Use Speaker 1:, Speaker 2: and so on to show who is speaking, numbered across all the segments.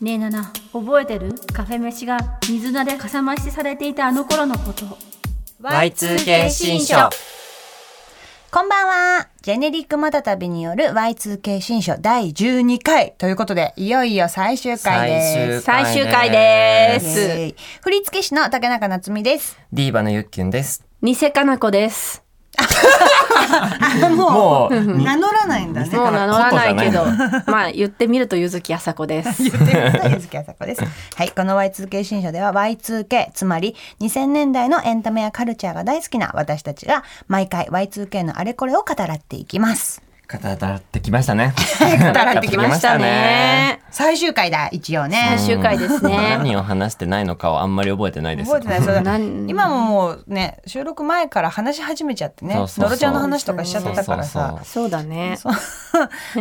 Speaker 1: ねえナナ覚えてるカフェ飯が水菜でかさ増しされていたあの頃のこと
Speaker 2: Y2K 新書
Speaker 3: こんばんは。ジェネリックまたたびによる Y2K 新書第12回ということで、いよいよ最終回です。
Speaker 1: 最終回で
Speaker 3: イ
Speaker 1: す
Speaker 3: エーイ振付師の竹中夏実です。
Speaker 2: ディーバのゆっきゅんです
Speaker 1: ニセカナコです
Speaker 3: あ、
Speaker 2: もうに
Speaker 3: 名乗らないんだね。
Speaker 1: もう名乗らないけど
Speaker 2: ことじ
Speaker 1: まあ言ってみるとゆずきあさこです
Speaker 3: 言ってる人ゆずきあさ こです。はい、この Y2K 新書では Y2K、つまり2000年代のエンタメやカルチャーが大好きな私たちが毎回 Y2K のあれこれを語らっていきます。
Speaker 2: 語らってきましたね
Speaker 3: 語らってきま
Speaker 1: ま
Speaker 3: し
Speaker 1: したた
Speaker 3: ね
Speaker 1: ね。
Speaker 3: 最終回だ、一応ね。
Speaker 1: 最終回で すね
Speaker 2: 何を話してないのかはあんまり覚えてないです
Speaker 3: 覚えてないそうだ
Speaker 1: 何
Speaker 3: 今ももうね収録前から話し始めちゃってね
Speaker 2: そうそうそう
Speaker 3: のろちゃんの話とかしちゃってたからさ
Speaker 1: そうだね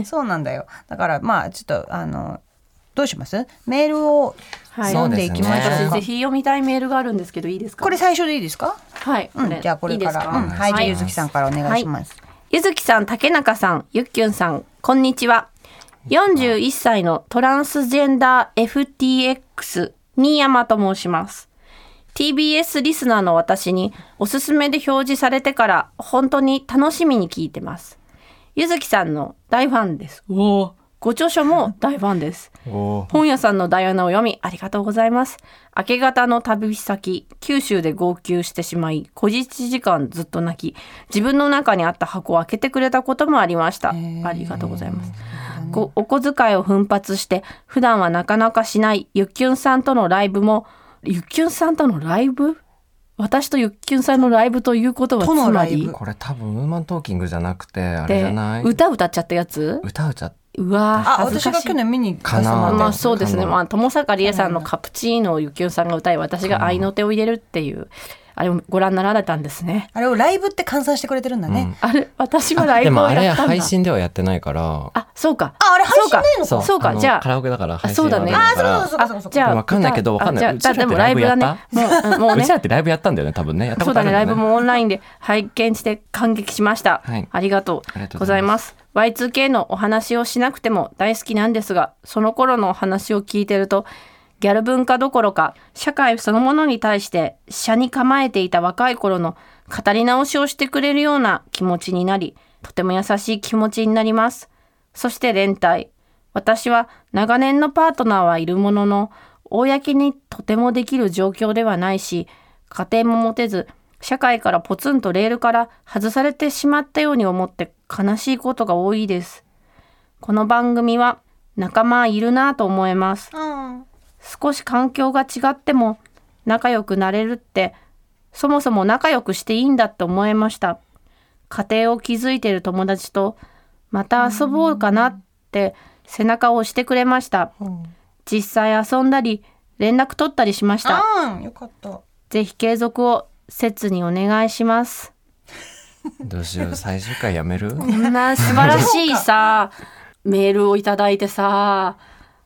Speaker 3: そうなんだよだからまあちょっとあのどうしますメールを
Speaker 1: はい
Speaker 3: 読んでいきましょう
Speaker 2: そうです
Speaker 1: 私
Speaker 3: か、
Speaker 1: ぜひ読みたいメールがあるんですけどいいですか
Speaker 3: これ最初でいいですか
Speaker 1: はい
Speaker 3: うんじゃあこれか
Speaker 1: いいです
Speaker 3: らうんはいじゃあゆずきさんからお願いします、
Speaker 1: ゆずきさん、竹中さん、ゆっきゅんさん、こんにちは。41歳のトランスジェンダー FTX、新山と申します。TBS リスナーの私におすすめで表示されてから本当に楽しみに聞いてます。ゆずきさんの大ファンです。ご著書も大ファンです。
Speaker 2: お
Speaker 1: 本屋さんのダイアナを読みありがとうございます明け方の旅先九州で号泣してしまい小実時間ずっと泣き自分の中にあった箱を開けてくれたこともありましたありがとうございますこお小遣いを奮発して普段はなかなかしないゆっきゅんさんとのライブもゆっきゅんさんとのライブ私とゆっきゅんさんのライブということはつ
Speaker 3: との
Speaker 1: ま
Speaker 3: ライブ
Speaker 1: り
Speaker 2: これ多分ウーマントーキングじゃなくてあれじゃ
Speaker 1: で
Speaker 2: ない
Speaker 1: 歌歌っちゃったやつ
Speaker 2: 歌うちゃっ
Speaker 1: うわ
Speaker 3: あ
Speaker 1: ー恥ず
Speaker 3: 私
Speaker 1: か
Speaker 3: が
Speaker 1: しい
Speaker 3: 去年見に行かせてもらった
Speaker 1: ま
Speaker 3: や
Speaker 1: あ
Speaker 3: つ
Speaker 1: そうですね。
Speaker 2: かな
Speaker 1: まあ友坂理恵さんのカプチーノをゆきおさんが歌い、私が愛の手を入れるっていうあれをご覧になられたんですね。
Speaker 3: あれをライブって換算してくれてるんだね、
Speaker 1: あれ私はラ
Speaker 2: た
Speaker 1: イ
Speaker 2: で
Speaker 1: ブ
Speaker 2: も
Speaker 1: を
Speaker 2: あ
Speaker 1: や
Speaker 2: れ
Speaker 1: ったん
Speaker 2: 配
Speaker 1: だ。
Speaker 2: 信ではやってないから
Speaker 1: あ、そうか。
Speaker 3: ああれ配信ないのか
Speaker 2: そう
Speaker 1: そうか
Speaker 2: の
Speaker 1: じゃあ
Speaker 2: カラオケだから配信
Speaker 1: そうだね
Speaker 2: は
Speaker 3: あ
Speaker 2: あれから
Speaker 3: そうかそうかそうかそうか
Speaker 1: じゃあ
Speaker 2: わかんないけどわ
Speaker 1: 歌
Speaker 2: かんない
Speaker 1: あじゃあ
Speaker 2: うちらって
Speaker 1: でも
Speaker 2: ラ
Speaker 1: ラ
Speaker 2: イ
Speaker 1: イ
Speaker 2: ブ
Speaker 1: ブ
Speaker 2: やっ
Speaker 1: だ
Speaker 2: た
Speaker 1: ね。もううんもう
Speaker 2: う
Speaker 1: ね
Speaker 2: ち。らってライブやったんだよね多分ねやった
Speaker 1: そ
Speaker 2: こ
Speaker 1: う
Speaker 2: とあ
Speaker 1: だ
Speaker 2: る
Speaker 1: ね。
Speaker 2: よ
Speaker 1: ライブもオンラインで拝見して感激しました。
Speaker 2: はい
Speaker 1: ありがと
Speaker 2: ありがとう
Speaker 1: うご
Speaker 2: ご
Speaker 1: ざ
Speaker 2: ざ
Speaker 1: い
Speaker 2: い
Speaker 1: ま。
Speaker 2: ます
Speaker 1: Y2K のお話をしなくても大好きなんですが、その頃のお話を聞いてると、ギャル文化どころか、社会そのものに対して、社に構えていた若い頃の語り直しをしてくれるような気持ちになり、とても優しい気持ちになります。そして連帯。私は長年のパートナーはいるものの、公にとてもできる状況ではないし、家庭も持てず、社会からポツンとレールから外されてしまったように思って悲しいことが多いです。この番組は仲間いるなと思えます。
Speaker 3: うん
Speaker 1: 少し環境が違っても仲良くなれるってそもそも仲良くしていいんだって思いました家庭を築いてる友達とまた遊ぼうかなって背中を押してくれました実際遊んだり連絡取ったりしました
Speaker 3: うんよかった
Speaker 1: ぜひ継続を切にお願いします
Speaker 2: どうしよう最終回やめる
Speaker 1: こんな素晴らしいさメールをいただいてさ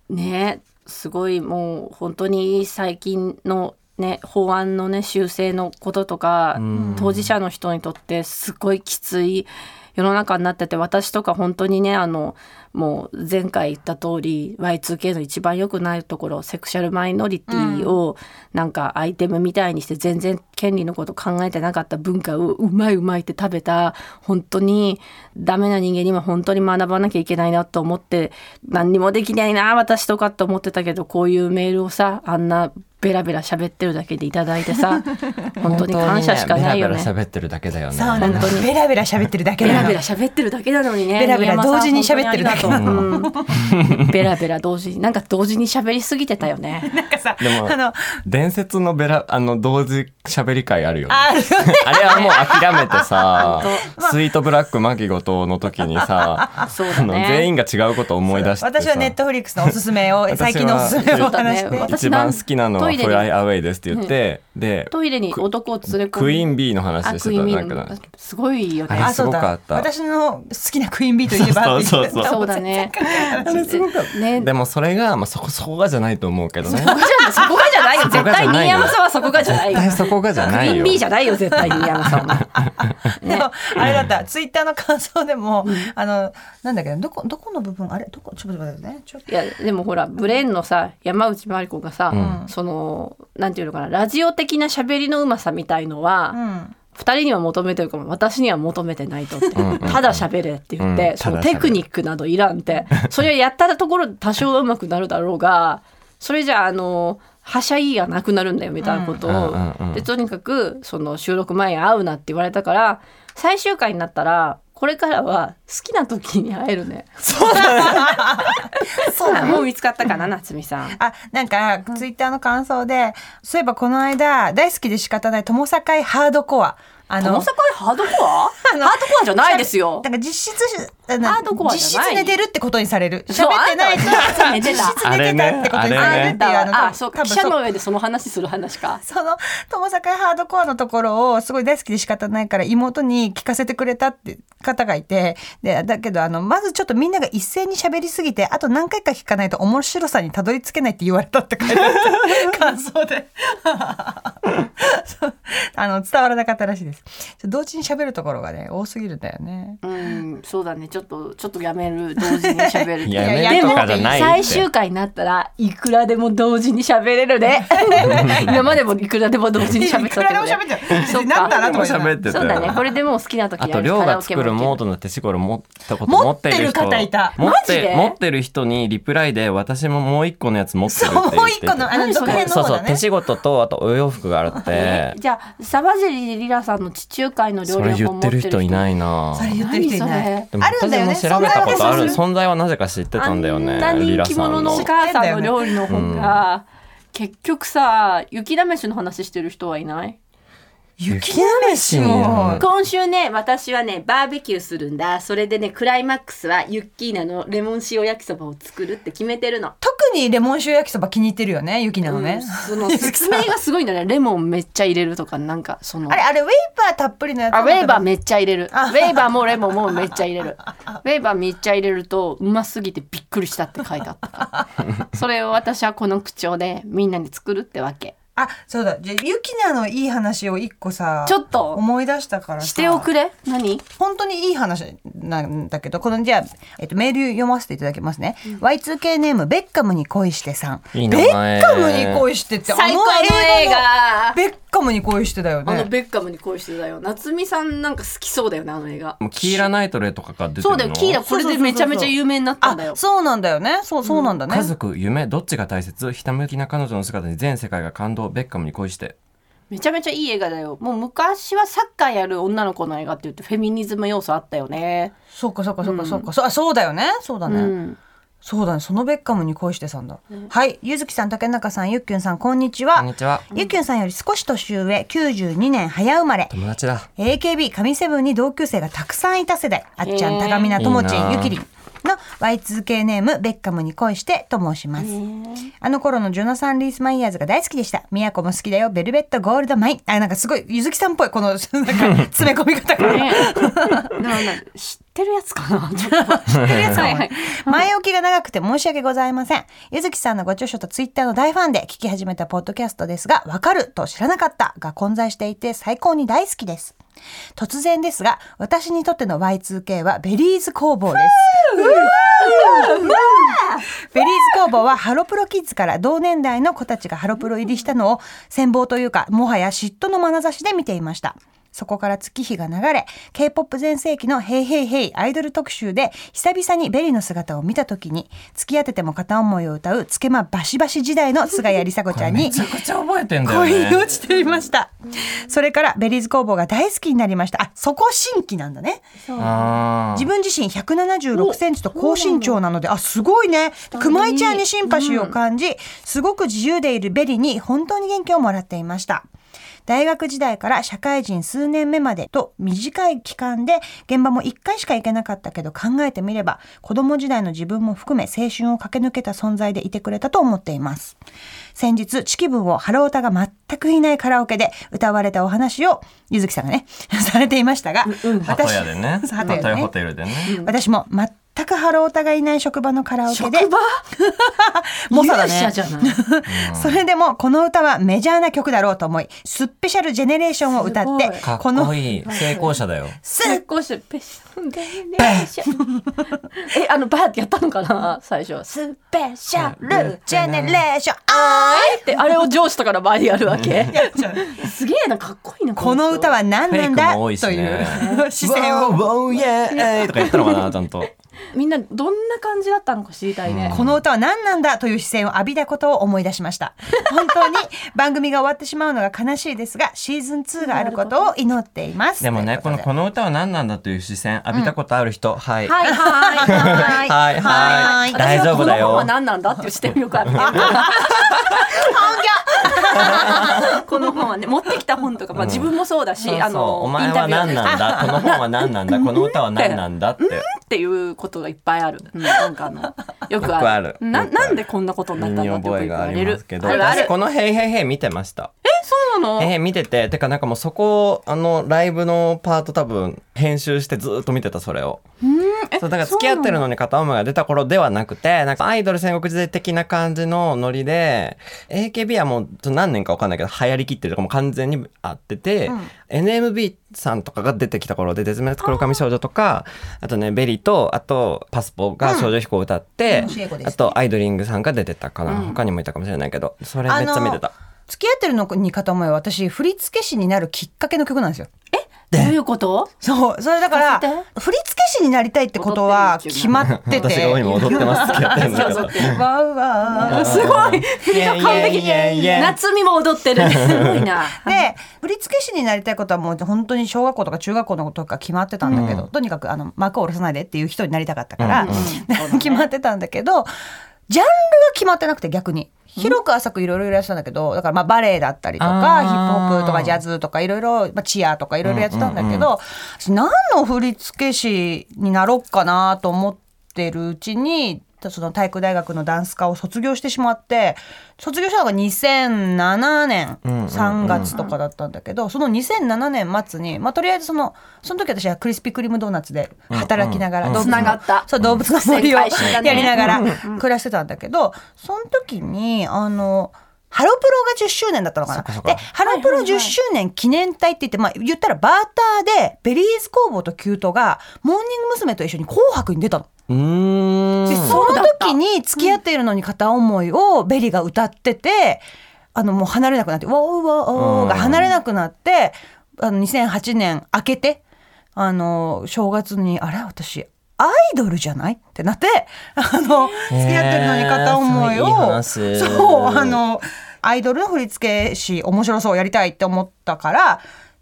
Speaker 1: ねすごいもう本当に最近のね法案のね修正のこととか
Speaker 2: ん
Speaker 1: 当事者の人にとってすごいきつい世の中になってて私とか本当にねあのもう前回言った通り Y2K の一番良くないところセクシャルマイノリティをなんかアイテムみたいにして全然権利のこと考えてなかった文化をうまいうまいって食べた本当にダメな人間にも本当に学ばなきゃいけないなと思って何にもできないな私とかって思ってたけどこういうメールをさあんなベラベラ喋ってるだけでいただいてさ本当に感謝しかないよね
Speaker 2: 本。当にベラベラ喋ってるだけだよね
Speaker 3: そうな
Speaker 1: 本
Speaker 3: の
Speaker 1: 当に
Speaker 3: ベラベラ喋ってるだけ
Speaker 1: ベ
Speaker 3: な
Speaker 1: ラ
Speaker 3: の
Speaker 1: ベラ喋ってるだけなのにね。
Speaker 3: ベラベラ
Speaker 1: 新山さん
Speaker 3: 同時に喋ってるだけ
Speaker 1: 本当にありがとううんベラベラ同時に、なんか同時に喋りすぎてたよ ね。
Speaker 3: なんかさ
Speaker 2: でも
Speaker 3: あの
Speaker 2: 伝説のベラあの同時喋り会あるよね
Speaker 3: あるよね
Speaker 2: あれはもう諦めてさ
Speaker 1: 本、
Speaker 2: スイートブラックマキゴトの時にさ、
Speaker 1: そう
Speaker 2: あ
Speaker 1: だ
Speaker 2: の
Speaker 1: ね。
Speaker 2: 全員が違うことを思い出してさ
Speaker 3: 私はネットフリックスのおすすめを
Speaker 2: 私は
Speaker 3: 最近のおすすめをお話しして
Speaker 1: そうだね
Speaker 2: 一番好きなのは
Speaker 1: トイレ
Speaker 2: フ
Speaker 1: に
Speaker 2: ライアウェイですって言って、で
Speaker 1: トイレに男を連れ込む
Speaker 2: クイーン B の話
Speaker 1: あ
Speaker 2: でし
Speaker 1: クイーン
Speaker 2: て
Speaker 1: ビ
Speaker 2: たな
Speaker 1: ー
Speaker 2: ん
Speaker 1: の
Speaker 2: かな
Speaker 1: すごいよね
Speaker 2: あれ
Speaker 3: あ、そ
Speaker 2: す
Speaker 3: う
Speaker 2: ごか
Speaker 3: だ
Speaker 2: っ。た
Speaker 3: 私の好きなクイーンビーといえば。
Speaker 2: そうそうそう
Speaker 1: そうだね。ね
Speaker 2: でもそれが、まあ、そこそこがじゃないと思うけどね
Speaker 1: そこじゃそこがじゃないよ。
Speaker 2: そこ
Speaker 1: 絶
Speaker 2: がじ
Speaker 1: 対
Speaker 2: ゃないよ
Speaker 1: 新山さんはそこがじゃない
Speaker 2: 絶
Speaker 1: よ。
Speaker 2: 対そこがじゃない
Speaker 1: B
Speaker 2: よ
Speaker 1: じゃないよ絶対新山さんは。
Speaker 3: でも、あれだった、ツイッターの感想でも、あの、なんだっけど、どこ、どこの部分、あれ、どこ、ちょっと待ってね。ちょっと
Speaker 1: いやでもほらブレーンのさ山内まり子がさ、そのなんていうのかなラジオ的な喋りのうまさみたいのは。
Speaker 3: うん。
Speaker 1: 二人には求めてるかも私には求めてないとって
Speaker 2: んうん
Speaker 1: ただ喋れって言って、
Speaker 2: うん
Speaker 1: その
Speaker 2: ただ喋
Speaker 1: テ
Speaker 2: る
Speaker 1: クニックなどいらんって それはやったところで多少は上手くなるだろうがそれじゃああのはしゃぎがなくなるんだよみたいなことを、
Speaker 2: うんうんうん
Speaker 1: でとにかくその収録前に会うなって言われたから最終回になったらこれからは好きな時に会えるね。
Speaker 3: そうだ、 そうだ、
Speaker 1: もう見つかったかな夏美さん。
Speaker 3: あ、なんか、ツイッターの感想で、そういえばこの間、大好きで仕方ない、友坂ハードコア。あ
Speaker 1: 大阪
Speaker 3: の、
Speaker 1: ハードコアハードコアじゃないですよ
Speaker 3: な。んか実質、あの
Speaker 1: ハードコア
Speaker 3: 実
Speaker 1: じ
Speaker 3: 質
Speaker 1: ゃない
Speaker 3: 寝てるってことにされる。
Speaker 1: そう
Speaker 3: 喋ってないと、
Speaker 1: あんたは寝てた
Speaker 3: 実質寝てたってことにされるっていう、の、多
Speaker 1: あ
Speaker 3: 分
Speaker 1: あ、そう
Speaker 3: 多分
Speaker 1: か。記
Speaker 3: そう
Speaker 1: 者の上でその話する話か。
Speaker 3: その友坂ハードコアのところをすごい大好きで仕方ないから妹に聞かせてくれたって方がいてでだけどあのまずちょっとみんなが一斉に喋りすぎてあと何回か聞かないと面白さにたどり着けないって言われたって書いて あった感想で そうあの伝わらなかったらしいです同時に喋るところがね多すぎるんだよね
Speaker 1: うん、そうだね。ちょっと、ちょっとやめる。同時に喋る。
Speaker 2: いや
Speaker 3: やめるとかじゃ
Speaker 2: ない
Speaker 1: 最終回になったら、いくらでも同時に喋れるね。今までもいくらでも同時に喋って
Speaker 3: いく
Speaker 1: た
Speaker 3: ら
Speaker 1: け
Speaker 3: で
Speaker 1: ど、
Speaker 3: も
Speaker 1: ね
Speaker 3: 喋。って
Speaker 1: そっ
Speaker 3: る
Speaker 1: か
Speaker 3: なんだなと思いながら
Speaker 2: 喋ってた
Speaker 1: そう
Speaker 2: よ
Speaker 1: だね。これでも好きな時
Speaker 2: あと
Speaker 1: る
Speaker 2: 量が作るモー
Speaker 1: ド。
Speaker 2: ドの手仕頃持ったこと
Speaker 3: 持
Speaker 2: 持
Speaker 3: っ
Speaker 2: ってて
Speaker 3: る
Speaker 2: る人
Speaker 3: 方いた
Speaker 2: 持っ
Speaker 1: マジで
Speaker 2: て持ってる人にリプライで私ももう一個のやつ持ってるって言
Speaker 3: そう
Speaker 2: って
Speaker 3: もう一個のあの
Speaker 1: 何そ
Speaker 3: 続
Speaker 1: れ
Speaker 3: 編の
Speaker 2: そう
Speaker 3: 方
Speaker 2: そう
Speaker 3: だね
Speaker 2: 手仕事とあとお洋服があって
Speaker 1: じゃあ、サバゼリリラさんの地中海の料
Speaker 2: そ
Speaker 1: 理
Speaker 2: れ
Speaker 1: を。
Speaker 2: 言ってる人いないいな
Speaker 3: それ言ってる人い
Speaker 1: 何
Speaker 3: ない
Speaker 1: それ
Speaker 2: でも
Speaker 3: あるんだよね
Speaker 2: 私も調べたことある
Speaker 3: 存在は知ってる
Speaker 2: 存在はなぜか知ってたんだよね
Speaker 1: あんな
Speaker 2: リ
Speaker 1: 人
Speaker 2: ラ
Speaker 1: 気
Speaker 2: さ
Speaker 1: 者
Speaker 2: ん
Speaker 1: の
Speaker 2: の
Speaker 1: お母さんの料理の本が、結局さ、雪だめしの話してる人はいない
Speaker 3: 雪なめしも
Speaker 1: 今週ね私はねバーベキューするんだそれでねクライマックスはユッキーナのレモン塩焼きそばを作るって決めてるの。
Speaker 3: 特にレモン塩焼きそば気に入ってるよね、ゆきなの
Speaker 1: うん
Speaker 3: ね。
Speaker 1: その 説明がすごいんだねレモンめっちゃ入れるとかなんかその
Speaker 3: あれ、あれ、ウェイパーたっぷりのやつ
Speaker 1: あウェーバー
Speaker 3: ー。
Speaker 1: めっちゃ入れるウェーバーもレモンもめっちゃ入れるウェーバーめっちゃ入れるとうますぎてびっくりしたって書いてあったから それを私はこの口調でみんなに作るってわけ
Speaker 3: あ、そうだ。じゃあ、ゆきなのいい話を一個さ、
Speaker 1: ちょっと
Speaker 3: 思い出したからさ
Speaker 1: しておくれ何
Speaker 3: 本当にいい話なんだけど、この、じゃあ、えっと、メール読ませていただきますね。Y2K ネーム、ベッカムに恋してさん。
Speaker 2: いい名
Speaker 3: ベッ
Speaker 2: 前
Speaker 3: カムに恋してって、
Speaker 1: 最高の映画
Speaker 3: ベッカムに恋してだよ
Speaker 1: あの
Speaker 3: ね。
Speaker 1: ベッカムに恋してたよ夏美さんなんか好きそうだよねあの映画
Speaker 2: もうキーラナイトレとかが出てるの
Speaker 1: そうだよキーラこれでめちゃめちゃ有名になったんだ
Speaker 3: あ
Speaker 1: よ、
Speaker 3: そうなんだよね。そう、そうなんだね。
Speaker 2: 家族夢どっちが大切ひたむきな彼女の姿に全世界が感動ベッカムに恋して
Speaker 1: めちゃめちゃいい映画だよもう昔はサッカーやる女の子の映画って言ってフェミニズム要素あったよね
Speaker 3: そうか、そうか、そうか、そうか。そうあそうだよね。そうだね。
Speaker 1: うん
Speaker 3: そうだね、そのベッカムに恋してさんだ。はい、ゆずきさん、竹中さん、ゆっきゅんさん、こんにちは。
Speaker 2: こんにちは
Speaker 3: ゆっきゅんさんより少し年上、92年早生まれ。
Speaker 2: 友達だ
Speaker 3: AKB 神セブンに同級生がたくさんいた世代。あっちゃ
Speaker 1: へ
Speaker 3: ん、
Speaker 1: ー
Speaker 3: 高見な、ともち
Speaker 2: いい
Speaker 3: ん、
Speaker 2: な
Speaker 3: ゆきりんの Y2K ネーム、ベッカムに恋してと申します。あの頃のジョナサン・リース・マイヤーズが大好きでした。宮古も好きだよ、ベルベット・ゴールド・マイン。あ、なんかすごい、ゆずきさんっぽい、この、 なんか、詰め込み方が。
Speaker 1: ね でもなんか知ってるやつかな ちょっと知ってるやつはいはい
Speaker 3: 前置きが長くて申し訳ございません。ゆずきさんのご著書とツイッターの大ファンで聞き始めたポッドキャストですが、わかると知らなかったが混在していて最高に大好きです。突然ですが、私にとっての Y2K はベリーズ工房です。ベリーズ工房はハロプロキッズから同年代の子たちがハロプロ入りしたのを羨望というか、もはや嫉妬の眼差しで見ていました。そこから月日が流れ、K-POP 全盛期のヘイヘイヘイアイドル特集で久々にベリの姿を見た時に、付き合ってても片思いを歌うつけまバシバシ時代の菅谷梨紗子ちゃんに
Speaker 2: めちゃくちゃ覚えてんだよ
Speaker 3: 恋に
Speaker 2: ね
Speaker 3: 落ちていました。それからベリーズ工房が大好きになりました。あ、そこ新規なんだね。
Speaker 2: あー
Speaker 3: 自分自身176センチと高身長なので、あ、すごいね。熊井ちゃんにシンパシーを感じ、すごく自由でいるベリに本当に元気をもらっていました。大学時代から社会人数年目までと短い期間で現場も1回しか行けなかったけど考えてみれば子供時代の自分も含め青春を駆け抜けた存在でいてくれたと思っています。先日、チキ分をハロータが全くいないカラオケで歌われたお話をゆずきさんがね、 されていましたが、
Speaker 2: ハトヤでね
Speaker 3: そう
Speaker 2: ハ
Speaker 3: 鳩屋
Speaker 2: ト
Speaker 3: で
Speaker 2: ヤ
Speaker 3: ね
Speaker 2: ホテルでね
Speaker 3: 私も全くハロータがいない職場のカラオケで
Speaker 1: 職場
Speaker 3: 猛者だね
Speaker 1: 勇者じゃない。
Speaker 3: それでもこの歌はメジャーな曲だろうと思いスペシャルジェネレーションを歌って
Speaker 1: すごい
Speaker 2: かっ
Speaker 3: この
Speaker 2: こいい成功者だよ
Speaker 3: す
Speaker 1: 成功してペシャルでレーションえあのバーってやったのかな最初スペシャル
Speaker 3: ジェネレーションあ
Speaker 1: ってあれを上司とかの前でやるわけ すげえなかっこいいな
Speaker 3: この歌
Speaker 1: は
Speaker 3: は何なんだ
Speaker 2: フェイクも多
Speaker 3: とい
Speaker 2: いうしね
Speaker 3: 視線を
Speaker 2: ウォーウォーイエーイとか言ったのかなちゃんと
Speaker 1: みんなどんな感じだったのか知りたいね、
Speaker 3: この歌は何なんだという視線を浴びたことを思い出し ました。本当に 番組が終わってしまうのが悲しいですが、シーズン2があることを祈っています。
Speaker 2: でもね
Speaker 3: と
Speaker 2: こ
Speaker 3: い
Speaker 2: の
Speaker 3: うとで
Speaker 2: この歌は何なんだという視線浴びたことある人はい
Speaker 1: はいはいはい
Speaker 2: はい
Speaker 3: は
Speaker 2: はいい大丈夫だ
Speaker 1: 私はこの本は
Speaker 2: よ
Speaker 1: 何なんだっていう視点よくあるけど この本はね持ってきた本とか、まあ、自分もそうだし、
Speaker 2: そう
Speaker 1: あ
Speaker 2: そう
Speaker 1: の
Speaker 2: お前は何なんだこの本は何なんだこの歌は何なんだって
Speaker 1: っていうことがいっぱいある。うんなんかあ のよくある。
Speaker 2: よくある
Speaker 1: な
Speaker 2: よくある
Speaker 1: なんでこんなことにな
Speaker 2: 身
Speaker 1: ったん
Speaker 2: に
Speaker 1: だって
Speaker 2: 覚
Speaker 1: よく
Speaker 2: え
Speaker 1: 言
Speaker 2: が
Speaker 1: わ
Speaker 2: あ
Speaker 1: れ
Speaker 2: りま
Speaker 1: る
Speaker 2: す。けど
Speaker 1: あるあ
Speaker 2: 私
Speaker 1: る。
Speaker 2: この「へいへいへい」見てました
Speaker 1: そうなの。
Speaker 2: えー、見てててかなんかもうそこあのライブのパート多分編集してずーっと見てたそれをそうだから付き合ってるのに片思いが出た頃ではなくてなんかアイドル戦国時代的な感じのノリで AKB はもうちょっと何年か分かんないけど流行りきってるとかもう完全にあってて、NMB さんとかが出てきた頃で「絶滅黒髪少女」とかあとねベリーとあとパスポが少女飛行を歌って、
Speaker 3: うん教え子です
Speaker 2: あ
Speaker 3: ね
Speaker 2: とアイドリングさんが出てたかな、他にもいたかもしれないけどそれめっちゃ見てた。
Speaker 3: 付き合ってるのに片思いは私、振付師になるきっかけの曲なんですよ。
Speaker 1: どういうこと？
Speaker 3: そう、それだか、
Speaker 1: 聞から
Speaker 3: 振付師になりたいってことは決まってて。
Speaker 2: 私が今踊ってますけど。
Speaker 1: そうそう
Speaker 3: わうわう
Speaker 1: すごい。振りが完璧。
Speaker 2: いやいやいや
Speaker 1: 夏美も踊って る。すごいな。
Speaker 3: で振付師になりたいことはもう本当に小学校とか中学校のことか決まってたんだけど、とにかくあの幕を下ろさないでっていう人になりたかったから、
Speaker 2: うんうん
Speaker 3: 決まってたんだけどジャンルが決まってなくて逆に。広く浅くいろいろやってたんだけどだからまあバレエだったりとか
Speaker 2: あー
Speaker 3: ヒップホップとかジャズとかいろいろまあチアとかいろいろやってたんだけど、私何の振付師になろうかなと思ってるうちにその体育大学のダンス科を卒業してしまって卒業したのが2007年
Speaker 2: うんうんうん
Speaker 3: 3月とかだったんだけど、その2007年末に、まあ、とりあえずそのその時私はクリスピークリームドーナツで働きながら、
Speaker 2: うん
Speaker 3: 動物
Speaker 1: つながった
Speaker 3: そう動物の森を
Speaker 1: 旋回してたね
Speaker 3: やりながら暮らしてたんだけどその時にあのハロプロが10周年だったのかな
Speaker 2: そっかそっか
Speaker 3: でハロプロ10周年記念隊って言って、まあ、言ったらバーターでベリーズ工房とキュートがモーニング娘。と一緒に「紅白」に出たの。
Speaker 2: うーん。
Speaker 3: でその時に付き合っているのに片思いをベリが歌ってて、あのもう離れなくなって「わおわお」が離れなくなってあの2008年明けてあの正月に「あれ私アイドルじゃない?」ってなってあの付き合ってるのに片思い
Speaker 2: へ
Speaker 3: を、
Speaker 2: ーそれいい話
Speaker 3: そうあのアイドルの振付師面白そうやりたいって思ったから。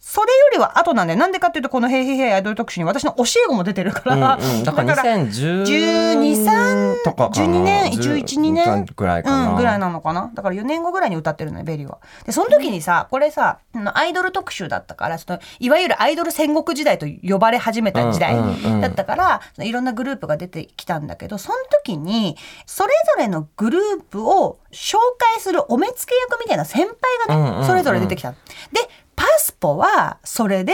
Speaker 3: それよりは後なんで、なんでかっていうと、このヘイヘイヘイアイドル特集に私の教え子も出てるから、
Speaker 2: うんうん、だから
Speaker 3: 12
Speaker 2: 2012
Speaker 3: と
Speaker 2: とか
Speaker 3: か
Speaker 2: かな
Speaker 3: 12年1112年
Speaker 2: ぐらいかな、
Speaker 3: うん、ぐらいなのかなだから4年後ぐらいに歌ってるのねベリーはでその時にさこれさあのアイドル特集だったからそのいわゆるアイドル戦国時代と呼ばれ始めた時代
Speaker 2: うんうんうん
Speaker 3: だったから、そのいろんなグループが出てきたんだけどその時にそれぞれのグループを紹介するお目付け役みたいな先輩がね、
Speaker 2: うんうんうん
Speaker 3: それぞれ出てきたのでパスポはそれで、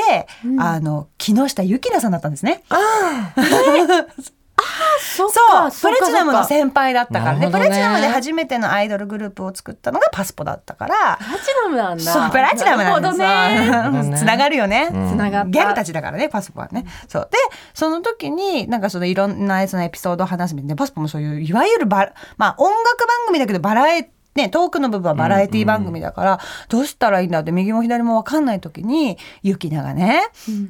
Speaker 3: あの木下ゆきなさんだったんですね。
Speaker 1: そ
Speaker 3: そ
Speaker 1: っか
Speaker 3: うプレチナムの先輩だったからね
Speaker 2: なるほど
Speaker 3: プ
Speaker 2: ね
Speaker 3: レチナムで初めてのアイドルグループを作ったのがパスポだったから
Speaker 1: プラチナムなんだ。
Speaker 3: そうプレチナムなんです
Speaker 1: なる
Speaker 2: るほどね
Speaker 3: つながるよね、
Speaker 1: ほどね。つながった。
Speaker 3: ギャルたちだからねパスポはねそうでその時になんかそのいろんなそのエピソードを話すみたいなパスポもそういういわゆるバラまあ音楽番組だけどバラエね、トークの部分はバラエティ番組だから、どうしたらいいんだって右も左も分かんない時にゆきながね、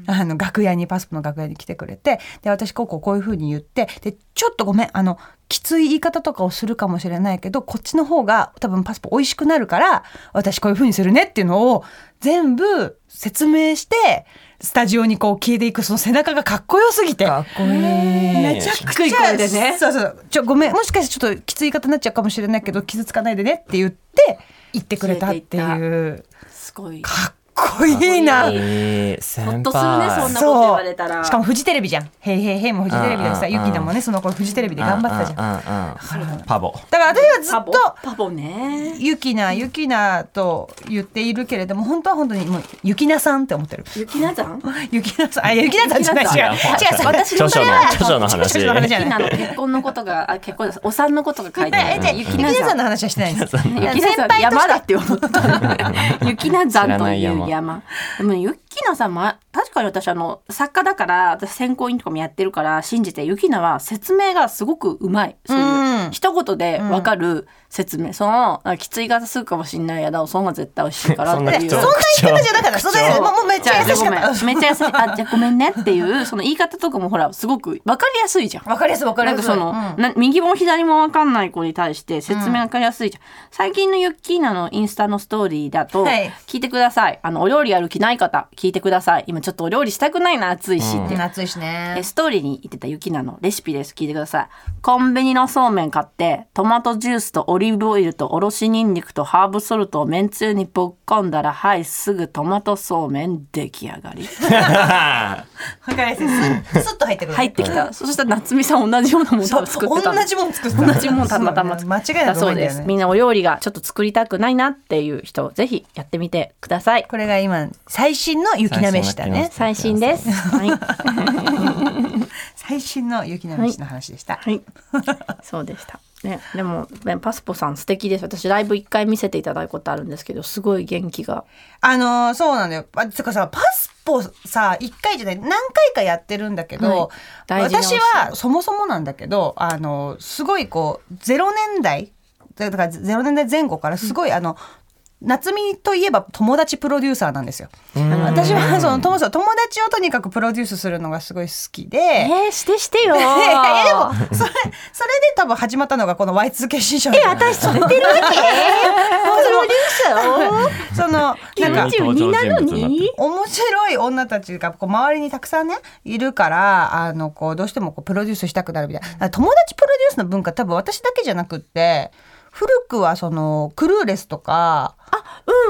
Speaker 3: あの楽屋にパスポの楽屋に来てくれてで私こうこうこういうふうに言ってでちょっとごめんあのきつい言い方とかをするかもしれないけどこっちの方が多分パスポ美味しくなるから私こういう風にするねっていうのを全部説明してスタジオにこう消えていくその背中がかっこよすぎて。
Speaker 2: かっこいいめ
Speaker 1: 低い声でね。
Speaker 3: そうそうちょごめんもしかしてちょっときつい言い方になっちゃうかもしれないけど傷つかないでねって言って言ってくれたって
Speaker 1: 教えて
Speaker 3: いう
Speaker 1: すごい。
Speaker 3: かっここいいな。
Speaker 2: えー、先
Speaker 1: ほ
Speaker 2: 輩
Speaker 1: っとするねそんなこと言われたら
Speaker 3: しかもフジテレビじゃん。へいへいへいもフジテレビだしさ、
Speaker 2: うん
Speaker 3: ユキナもね、その頃フジテレビで頑張ってたじゃん。だ
Speaker 2: ゃん。うんうんうんパ ボ。
Speaker 3: から私は
Speaker 1: パ
Speaker 3: ず
Speaker 1: ボ
Speaker 3: っと、
Speaker 1: パボね
Speaker 3: ゆきな、ゆきなと言っているけれども、本当は本当にもう、ゆきなさんって思ってる。
Speaker 1: 雪菜山
Speaker 3: ゆきなさん、あ、ゆきなさんじゃない、
Speaker 1: ゆき
Speaker 3: 違う。違
Speaker 1: な
Speaker 3: う、
Speaker 1: さん
Speaker 3: 違う
Speaker 1: 私の
Speaker 2: 著書
Speaker 1: それ
Speaker 2: の
Speaker 1: は
Speaker 2: 著書の話。
Speaker 3: 著書の話じゃない
Speaker 1: 雪菜の結婚のことがあ結婚ですお産のことが書いてあ
Speaker 3: え、
Speaker 1: る
Speaker 3: じゃあ、ゆきなさんの話はしてないんです。先
Speaker 1: 雪菜
Speaker 3: 輩
Speaker 1: 山
Speaker 3: として
Speaker 1: 山だって思った。雪菜山という
Speaker 2: 知らな
Speaker 1: 山。
Speaker 2: い
Speaker 1: でも雪菜さんま確かに私あの作家だから私選考委員とかもやってるから信じて雪菜は説明がすごくうまい。そういう、
Speaker 3: うん
Speaker 1: 一言でわかる説明。そのあきついがするかもしんないやだおそんが絶対美味しいからってい
Speaker 2: そん
Speaker 1: う。
Speaker 2: な
Speaker 3: そんな言い方じゃなかった。そんな言い方もうもうめっちゃ優しかった。
Speaker 1: ごめんめっちゃ優しい。あ、じゃあごめんねって いう、その言い方とかもほら、すごくわかりやすいじゃん。
Speaker 3: わかりやすいわかり
Speaker 1: なん
Speaker 3: や
Speaker 1: か
Speaker 3: すい。
Speaker 1: その、な右も左も分かんない子に対して説明分かりやすいじゃん、最近のユッキーナのインスタのストーリーだと、
Speaker 3: はい
Speaker 1: 聞いてくださいあのお料理やる気ない方聞いてください今ちょっとお料理したくないな暑いしって、
Speaker 3: 暑いしね
Speaker 1: え。ストーリーに言ってたユキナのレシピです聞いてくださいコンビニのそうめん買ってトマトジュースとオリーブオイルとおろしにんにくとハーブソルトをめんつゆにぶっ込んだらはいすぐトマトそうめん出来上がり
Speaker 3: わかりやすい。ススッと入ってくる。
Speaker 1: 入ってきたそしたら夏美さん同じようなもの
Speaker 3: そ
Speaker 1: 多
Speaker 3: う
Speaker 1: 分作ってたの
Speaker 3: 同じもん作った。
Speaker 1: 同じもんたまたま
Speaker 3: そう間違いなくう
Speaker 1: そ
Speaker 3: まい
Speaker 1: うん
Speaker 3: だ
Speaker 1: で
Speaker 3: よ
Speaker 1: す
Speaker 3: ね。
Speaker 1: みんなお料理がちょっと作りたくないなっていう人ぜひやってみてください
Speaker 3: これが今最新の雪なめしたね。
Speaker 1: 最新ですはい、
Speaker 3: 最新の雪なめしの話でした。
Speaker 1: はい、 そうでしたね、でも、ね、パスポさん素敵です私ライブ一回見せていただいたことあるんですけどすごい元気が
Speaker 3: あのーそうなのよ。あつうかさパスポさ一回じゃない何回かやってるんだけど、
Speaker 1: はい大事なお
Speaker 3: 私
Speaker 1: 仕事
Speaker 3: はそもそもなんだけどあのーすごいこうゼロ年代だだからゼロ年代前後からすごい、あの夏美といえば友達プロデューサーなんですよ。私はその友達友達をとにかくプロデュースするのがすごい好きで。
Speaker 1: え ー、してしてよ
Speaker 3: いやいやでもそれそれで多分始まったのがこの Y2K 新 書え私それてるわけそのなんか
Speaker 1: 22なのに
Speaker 3: 面白い女たちがこう周りにたくさんねいるからあのこうどうしてもこうプロデュースしたくなるみたいなだから友達プロデュースの文化多分私だけじゃなくって古くはそのクルーレスとか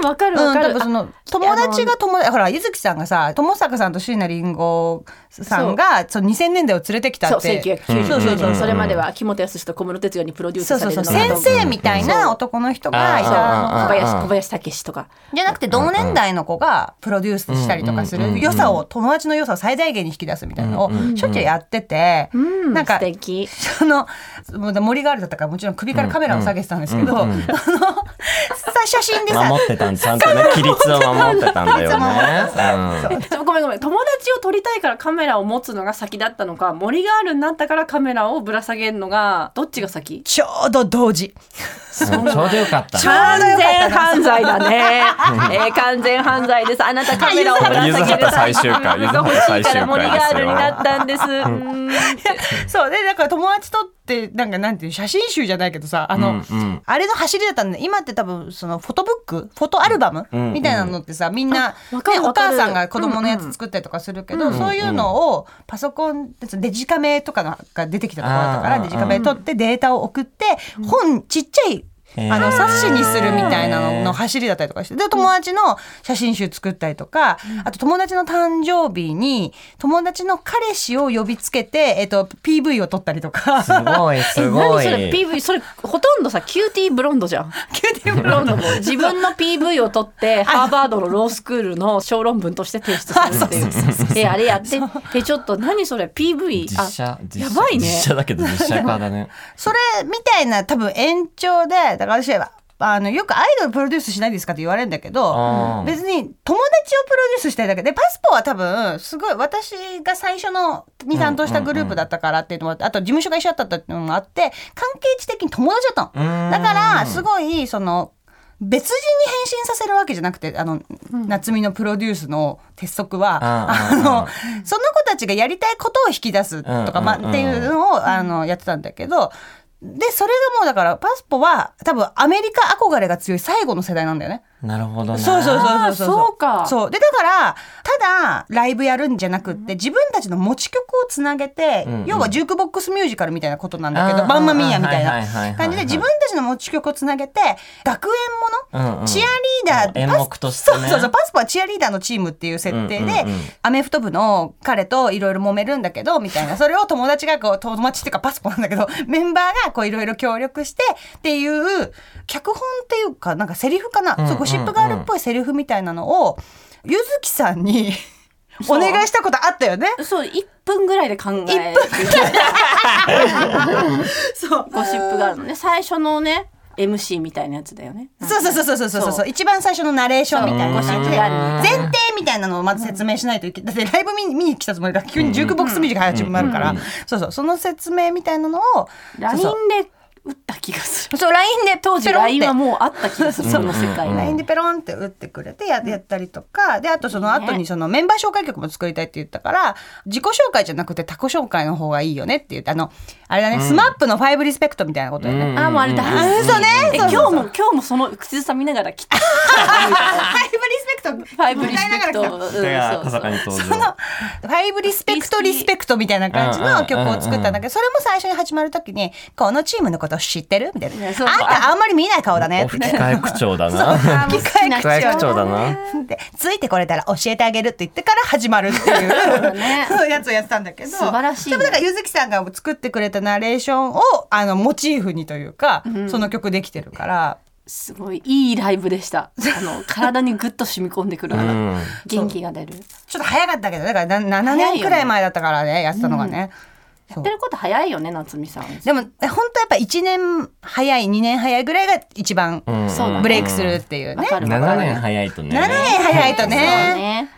Speaker 1: うんわかるわか
Speaker 3: うん、多
Speaker 1: る、
Speaker 3: 分その友達が友達ほら柚木さんがさ友坂さんと椎名林檎さんがその2000年代を連れてきた
Speaker 1: そう
Speaker 3: って
Speaker 1: 1990年
Speaker 3: そうそうそう
Speaker 1: それまでは木本康と小室哲哉にプロデュー
Speaker 3: そ
Speaker 1: ス
Speaker 3: う
Speaker 1: さ
Speaker 3: そう
Speaker 1: れる
Speaker 3: そう
Speaker 1: の
Speaker 3: 先生みたいな男の人がい
Speaker 1: そう
Speaker 3: た
Speaker 1: 小
Speaker 2: あー
Speaker 1: 林小林武史とか
Speaker 3: じゃなくて同年代の子がプロデュースしたりとかする良さを友達の良さを最大限に引き出すみたいなのをしょっちゅうやってて
Speaker 1: うん
Speaker 3: なんか
Speaker 1: 素敵
Speaker 3: そのもう森ガールだったからもちろん首からカメラを下げてたんですけど、そのさ写真でさ
Speaker 2: 守ってたんちゃんとね規律を守ってたんだよね。
Speaker 1: ちょごめんごめん友達を撮りたいからカメラを持つのが先だったのか森ガールになったからカメラをぶら下げるのがどっちが先
Speaker 3: ちょうど同時
Speaker 2: うんうんちょうどよかったね。
Speaker 1: 完全犯罪だ ね、えー完全犯罪ですあなたカメラをぶら
Speaker 2: ゆず
Speaker 1: 下げ
Speaker 2: は
Speaker 1: る
Speaker 2: た最終回、ゆずはた
Speaker 1: 欲し
Speaker 2: 最
Speaker 1: いか
Speaker 2: 終
Speaker 1: ら森ガ
Speaker 2: 回です
Speaker 1: ールに
Speaker 2: よ。
Speaker 1: なったんですうん
Speaker 3: そうでだから友達とってなんかなんていう写真集じゃないけどさあの、
Speaker 2: うんうん
Speaker 3: あれの走りだったんで今って多分そのフォトブックフォトアルバム、
Speaker 2: うん
Speaker 3: みたいなのってさみんな、
Speaker 1: あわかる
Speaker 3: ねお
Speaker 1: わかる
Speaker 3: 母さんが子供のやつ作ったりとかするけど、そういうのをパソコンデジカメとかのが出てきたところだったから
Speaker 2: あー
Speaker 3: デジカメ撮ってデータを送って、本ちっちゃいあ
Speaker 2: へ
Speaker 3: の
Speaker 2: ー
Speaker 3: 冊子にするみたいなのの走りだったりとかしてで友達の写真集作ったりとか、あと友達の誕生日に友達の彼氏を呼びつけて、えっと PV を撮ったりとか
Speaker 2: す ごい、すご
Speaker 1: 何
Speaker 2: い。
Speaker 1: それ PV それほとんどさキューティーブロンドじゃん
Speaker 3: キューティーブ
Speaker 1: ブロンドも自分の PV を撮 ってハーバードのロースクールの小論文として提出するっていうえあれやってでちょっと何それ PV あ
Speaker 2: 実写、実
Speaker 1: や
Speaker 2: 写
Speaker 1: ばいね
Speaker 2: 実写だけど実写 化だね。
Speaker 3: それみたいな多分延長でだから私はあのよくアイドルプロデュースしないですかって言われるんだけど
Speaker 2: あー
Speaker 3: 別に友達をプロデュースしたいだけでパスポは多分すごい私が最初のに担当したグループだったからっていうのもあってあと事務所が一緒だったっていうのもあって関係値的に友達だった
Speaker 2: う
Speaker 3: の。
Speaker 2: ん
Speaker 3: だからすごいその別人に変身させるわけじゃなくてあの、夏美のプロデュースの鉄則はあ
Speaker 2: うんうんうん
Speaker 3: のその子たちがやりたいことを引き出すとか、
Speaker 2: うんうんうん
Speaker 3: まあ、っていうのをあのやってたんだけどで、それがもうだから、パスポは多分アメリカ憧れが強い最後の世代なんだよね。
Speaker 2: なるほどね。
Speaker 3: そうそう
Speaker 1: あ
Speaker 3: そうそ
Speaker 1: ー
Speaker 3: う
Speaker 1: そうか
Speaker 3: そうでだからただライブやるんじゃなくって自分たちの持ち曲をつなげて、
Speaker 2: うんうん
Speaker 3: 要はジュークボックスミュージカルみたいなことなんだけ
Speaker 2: あ
Speaker 3: ど
Speaker 2: ー
Speaker 3: バンマミーヤみたい
Speaker 2: はいはいはいはいは
Speaker 3: ない感じで自分たちの持ち曲をつなげて学園もの、
Speaker 2: うんうん
Speaker 3: チアリーダー
Speaker 2: 演
Speaker 3: パス
Speaker 2: 目としてね
Speaker 3: そうそうそうパスポはチアリーダーのチームっていう設定で、
Speaker 2: うんうんうん
Speaker 3: アメフト部の彼といろいろ揉めるんだけどみたいなそれを友達がこう友達っていうかパスポなんだけどメンバーがこういろいろ協力してっていう脚本っていうかなんかセリフかな、
Speaker 2: んうん
Speaker 3: そうゴシップガールっぽいセリフみたいなのをゆずきさんに
Speaker 1: そ
Speaker 3: お
Speaker 1: う
Speaker 3: 願いしたことあったよね。
Speaker 1: そう1分ぐらいで考える そうゴシップがあるのね最初のね MC みたいなやつだよね
Speaker 3: そうそうそうそうそうそう
Speaker 1: そう
Speaker 3: 一番最初のナレーションみたいな感じで
Speaker 1: そう
Speaker 3: 前提みたいなのをまず説明しないといけないだってライブ見見に来たつもりが急にジュークボックスミュージック始まるからそうそうその説明みたいなのを
Speaker 1: LINE
Speaker 3: そう
Speaker 1: で打った気がする
Speaker 3: そう LINE で
Speaker 1: 当時
Speaker 3: ペロンって
Speaker 1: LINE はもうあった気がするその世界は
Speaker 3: LINE でペロンって打ってくれてややったりとかであとその後にそのメンバー紹介曲も作りたいって言ったから自己紹介じゃなくて他己紹介の方がいいよねって言ってあのあれだね、スマップのファイブリスペクトみたいなことだよね、
Speaker 1: あーもうあれだ
Speaker 3: あ嘘ね
Speaker 1: え
Speaker 3: そ
Speaker 1: 今
Speaker 3: う
Speaker 1: 日
Speaker 3: そうそう
Speaker 1: も今日もその口ずさ見ながら 来たフ
Speaker 3: ファイブリスペクト
Speaker 1: ァイブリスペクト
Speaker 3: 歌いながら来た
Speaker 1: うん
Speaker 2: それが
Speaker 1: そうそ
Speaker 2: 小
Speaker 1: う
Speaker 2: 坂に登
Speaker 3: その
Speaker 2: 場。
Speaker 3: ファイブリスペクトリスペクトみたいな感じの曲を作ったんだけど、それも最初に始まるときに、このチームのこと知ってるみたいな。あ
Speaker 1: いや
Speaker 3: ん
Speaker 1: そう
Speaker 3: たあんまり見ない顔だね。
Speaker 2: お吹き替え口調だ な。
Speaker 1: あーもう
Speaker 3: 吹
Speaker 1: 好
Speaker 3: き替
Speaker 1: き
Speaker 3: え
Speaker 1: な
Speaker 2: 吹
Speaker 3: 口
Speaker 1: 人
Speaker 2: き替え口調だな。
Speaker 3: でついてこれたら教えてあげるって言ってから始まるっていう。
Speaker 1: ね
Speaker 3: そうやつをやってたんだけど
Speaker 1: 素晴らしい
Speaker 3: で
Speaker 1: ね
Speaker 3: もだからゆずきさんが作ってくれたナレーションをあのモチーフにというか、その曲できてるから
Speaker 1: すごいいいライブでしたあの体にグッと染み込んでくる
Speaker 2: うん
Speaker 1: 元気が出る
Speaker 3: ちょっと早かったけどだからな7
Speaker 1: 早いよね
Speaker 3: 年くらい前だったからねやってたのがね。
Speaker 1: やってること早いよね夏美さん
Speaker 3: でも本当やっぱ1年早い2年早いぐらいが一番
Speaker 2: ん
Speaker 1: そうだ
Speaker 3: ブレイクするっていうね
Speaker 1: わ、かるわか
Speaker 2: 7
Speaker 1: る
Speaker 2: 年早いとね。
Speaker 3: 7年早いとね
Speaker 1: そうね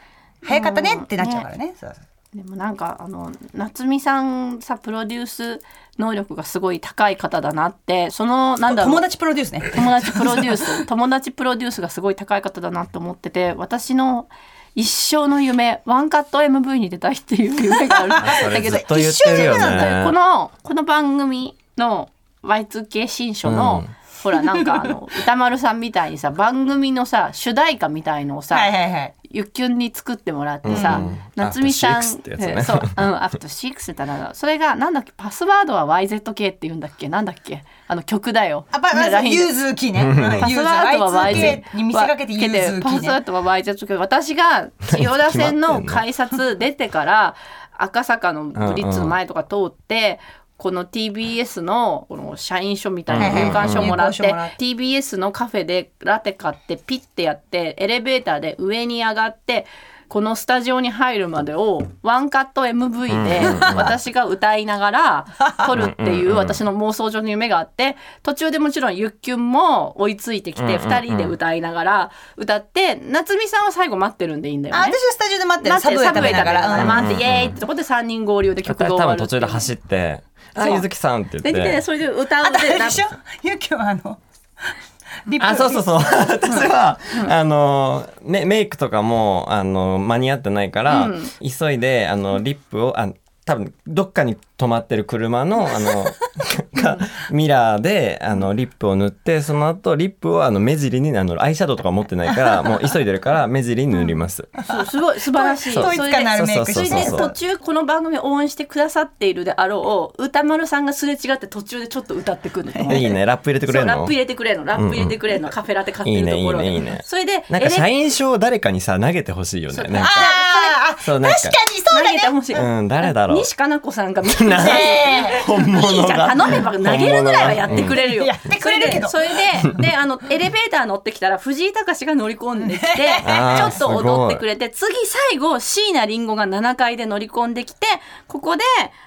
Speaker 3: 早かったねってなっちゃうからねそうそう
Speaker 1: でもなんかあの夏美さんさプロデュース能力がすごい高い方だなってそのなんだろう
Speaker 3: 友達プロデュースね
Speaker 1: 友達プロデュ ース友達プロデュースがすごい高い方だなと思ってて私の一生の夢ワンカット MV に出たいっていう夢がある
Speaker 2: そ
Speaker 1: だ
Speaker 2: れ
Speaker 1: け
Speaker 2: ず
Speaker 1: ど
Speaker 2: っと言ってるよ
Speaker 3: 一緒じゃな
Speaker 1: こ
Speaker 2: ね。
Speaker 1: のこの番組の Y2K 新書の、ほらなんか あの歌丸さんみたいにさ番組のさ主題歌みたいのをさ、
Speaker 3: はいはいはい
Speaker 1: ゆっきゅんに作ってもらってさ、
Speaker 2: うん
Speaker 1: 夏美さん、
Speaker 2: アフターシックスってやつね
Speaker 1: えそう、うん、アフターシックスってなんだ、それがなんだっけ、パスワードは YZK って言うんだっけ、なんだっけ、あの曲だよ。
Speaker 3: あば
Speaker 1: ね
Speaker 3: ば
Speaker 1: LINE で
Speaker 3: ユーズーキーね
Speaker 1: パス
Speaker 3: ユーズ
Speaker 1: ワードは
Speaker 3: Y2K
Speaker 1: YZK
Speaker 3: に見せかけてユーズーキ
Speaker 1: パ
Speaker 3: ー
Speaker 1: スワー
Speaker 3: ね
Speaker 1: ドは YZK。私が千代田線の改札出てから赤坂のブリッツの前とか通って。この TBS のこの社員証みたいな
Speaker 3: はいはい
Speaker 1: 入館証もらっ
Speaker 3: 入
Speaker 1: て
Speaker 3: 館証もらっ
Speaker 1: TBS のカフェでラテ買ってピッてやってエレベーターで上に上がってこのスタジオに入るまでをワンカット MV で私が歌いながら撮るっていう私の妄想上の夢があって途中でもちろんゆっきゅんも追いついてきて2人で歌いながら歌って夏美さんは最後待ってるんでいいんだよ
Speaker 3: あ
Speaker 1: ね
Speaker 3: 私。はスタジオで待って
Speaker 1: 待
Speaker 3: る
Speaker 1: って
Speaker 3: サブウェイ食べなが
Speaker 1: サブウェイ食べ
Speaker 3: ら
Speaker 1: な
Speaker 3: うん
Speaker 1: が待ってイエーイってとこで3人合流で曲が
Speaker 2: 多
Speaker 1: 終わ
Speaker 2: 分
Speaker 1: る
Speaker 2: 途
Speaker 1: ってい
Speaker 2: 中
Speaker 1: う
Speaker 2: で走って、あ、
Speaker 1: そう
Speaker 2: ゆずきさんって言
Speaker 1: できて
Speaker 2: って。
Speaker 1: それで歌う
Speaker 3: あとあれ
Speaker 1: な
Speaker 3: でしょゆうきはあのリップ
Speaker 2: あ、そうそうそう。 私は、あの、メメイクとかも、あの、間に合ってないから、急いで、あの、リップを、あ多分どっかに止まってる車の、あ の、がミラーで、あの、リップを塗って、その後、リップを、あの、目尻に、あの、アイシャドウとか持ってないから、 もう急いでるから、目尻に塗ります。
Speaker 1: そうすごい素晴らしい。
Speaker 3: 統一感のあるメイ
Speaker 2: そ
Speaker 3: ク
Speaker 2: う
Speaker 1: そ
Speaker 2: そう
Speaker 1: れ
Speaker 2: そう
Speaker 1: で
Speaker 2: そう
Speaker 1: 途中この番組を応援してくださっているであろう歌丸さんがすれ違って途中でちょっと歌ってくるの。
Speaker 2: いいね、ラップ入れてくれ
Speaker 1: そ
Speaker 2: る
Speaker 1: うラッ
Speaker 2: の
Speaker 1: プ入れてくれんのラップ入れてくれんの、カフェラテ買ってるところで
Speaker 2: いいねいいねいいね
Speaker 1: それで
Speaker 2: なんか、
Speaker 1: エレ
Speaker 2: 社員証を誰かにさ、投げてほしいよね。なんか
Speaker 3: あーあ
Speaker 2: そう
Speaker 3: 確か
Speaker 2: なん
Speaker 3: に
Speaker 2: か
Speaker 3: そうだね
Speaker 1: 投げてほしい、
Speaker 2: うん、誰 だろう。
Speaker 1: 西加奈子さんが見て
Speaker 2: な
Speaker 3: え
Speaker 2: 本
Speaker 1: いい
Speaker 2: 物
Speaker 1: じ
Speaker 2: が
Speaker 1: ゃん頼めば投げるぐらいはやってくれるよ。
Speaker 3: うんやってくれるけど
Speaker 1: それで、それで、で、あの、エレベーター乗ってきたら、藤井隆が乗り込んできて、ち
Speaker 2: あー
Speaker 1: ょっと踊ってくれて、次、最後、椎名林檎が7階で乗り込んできて、ここで、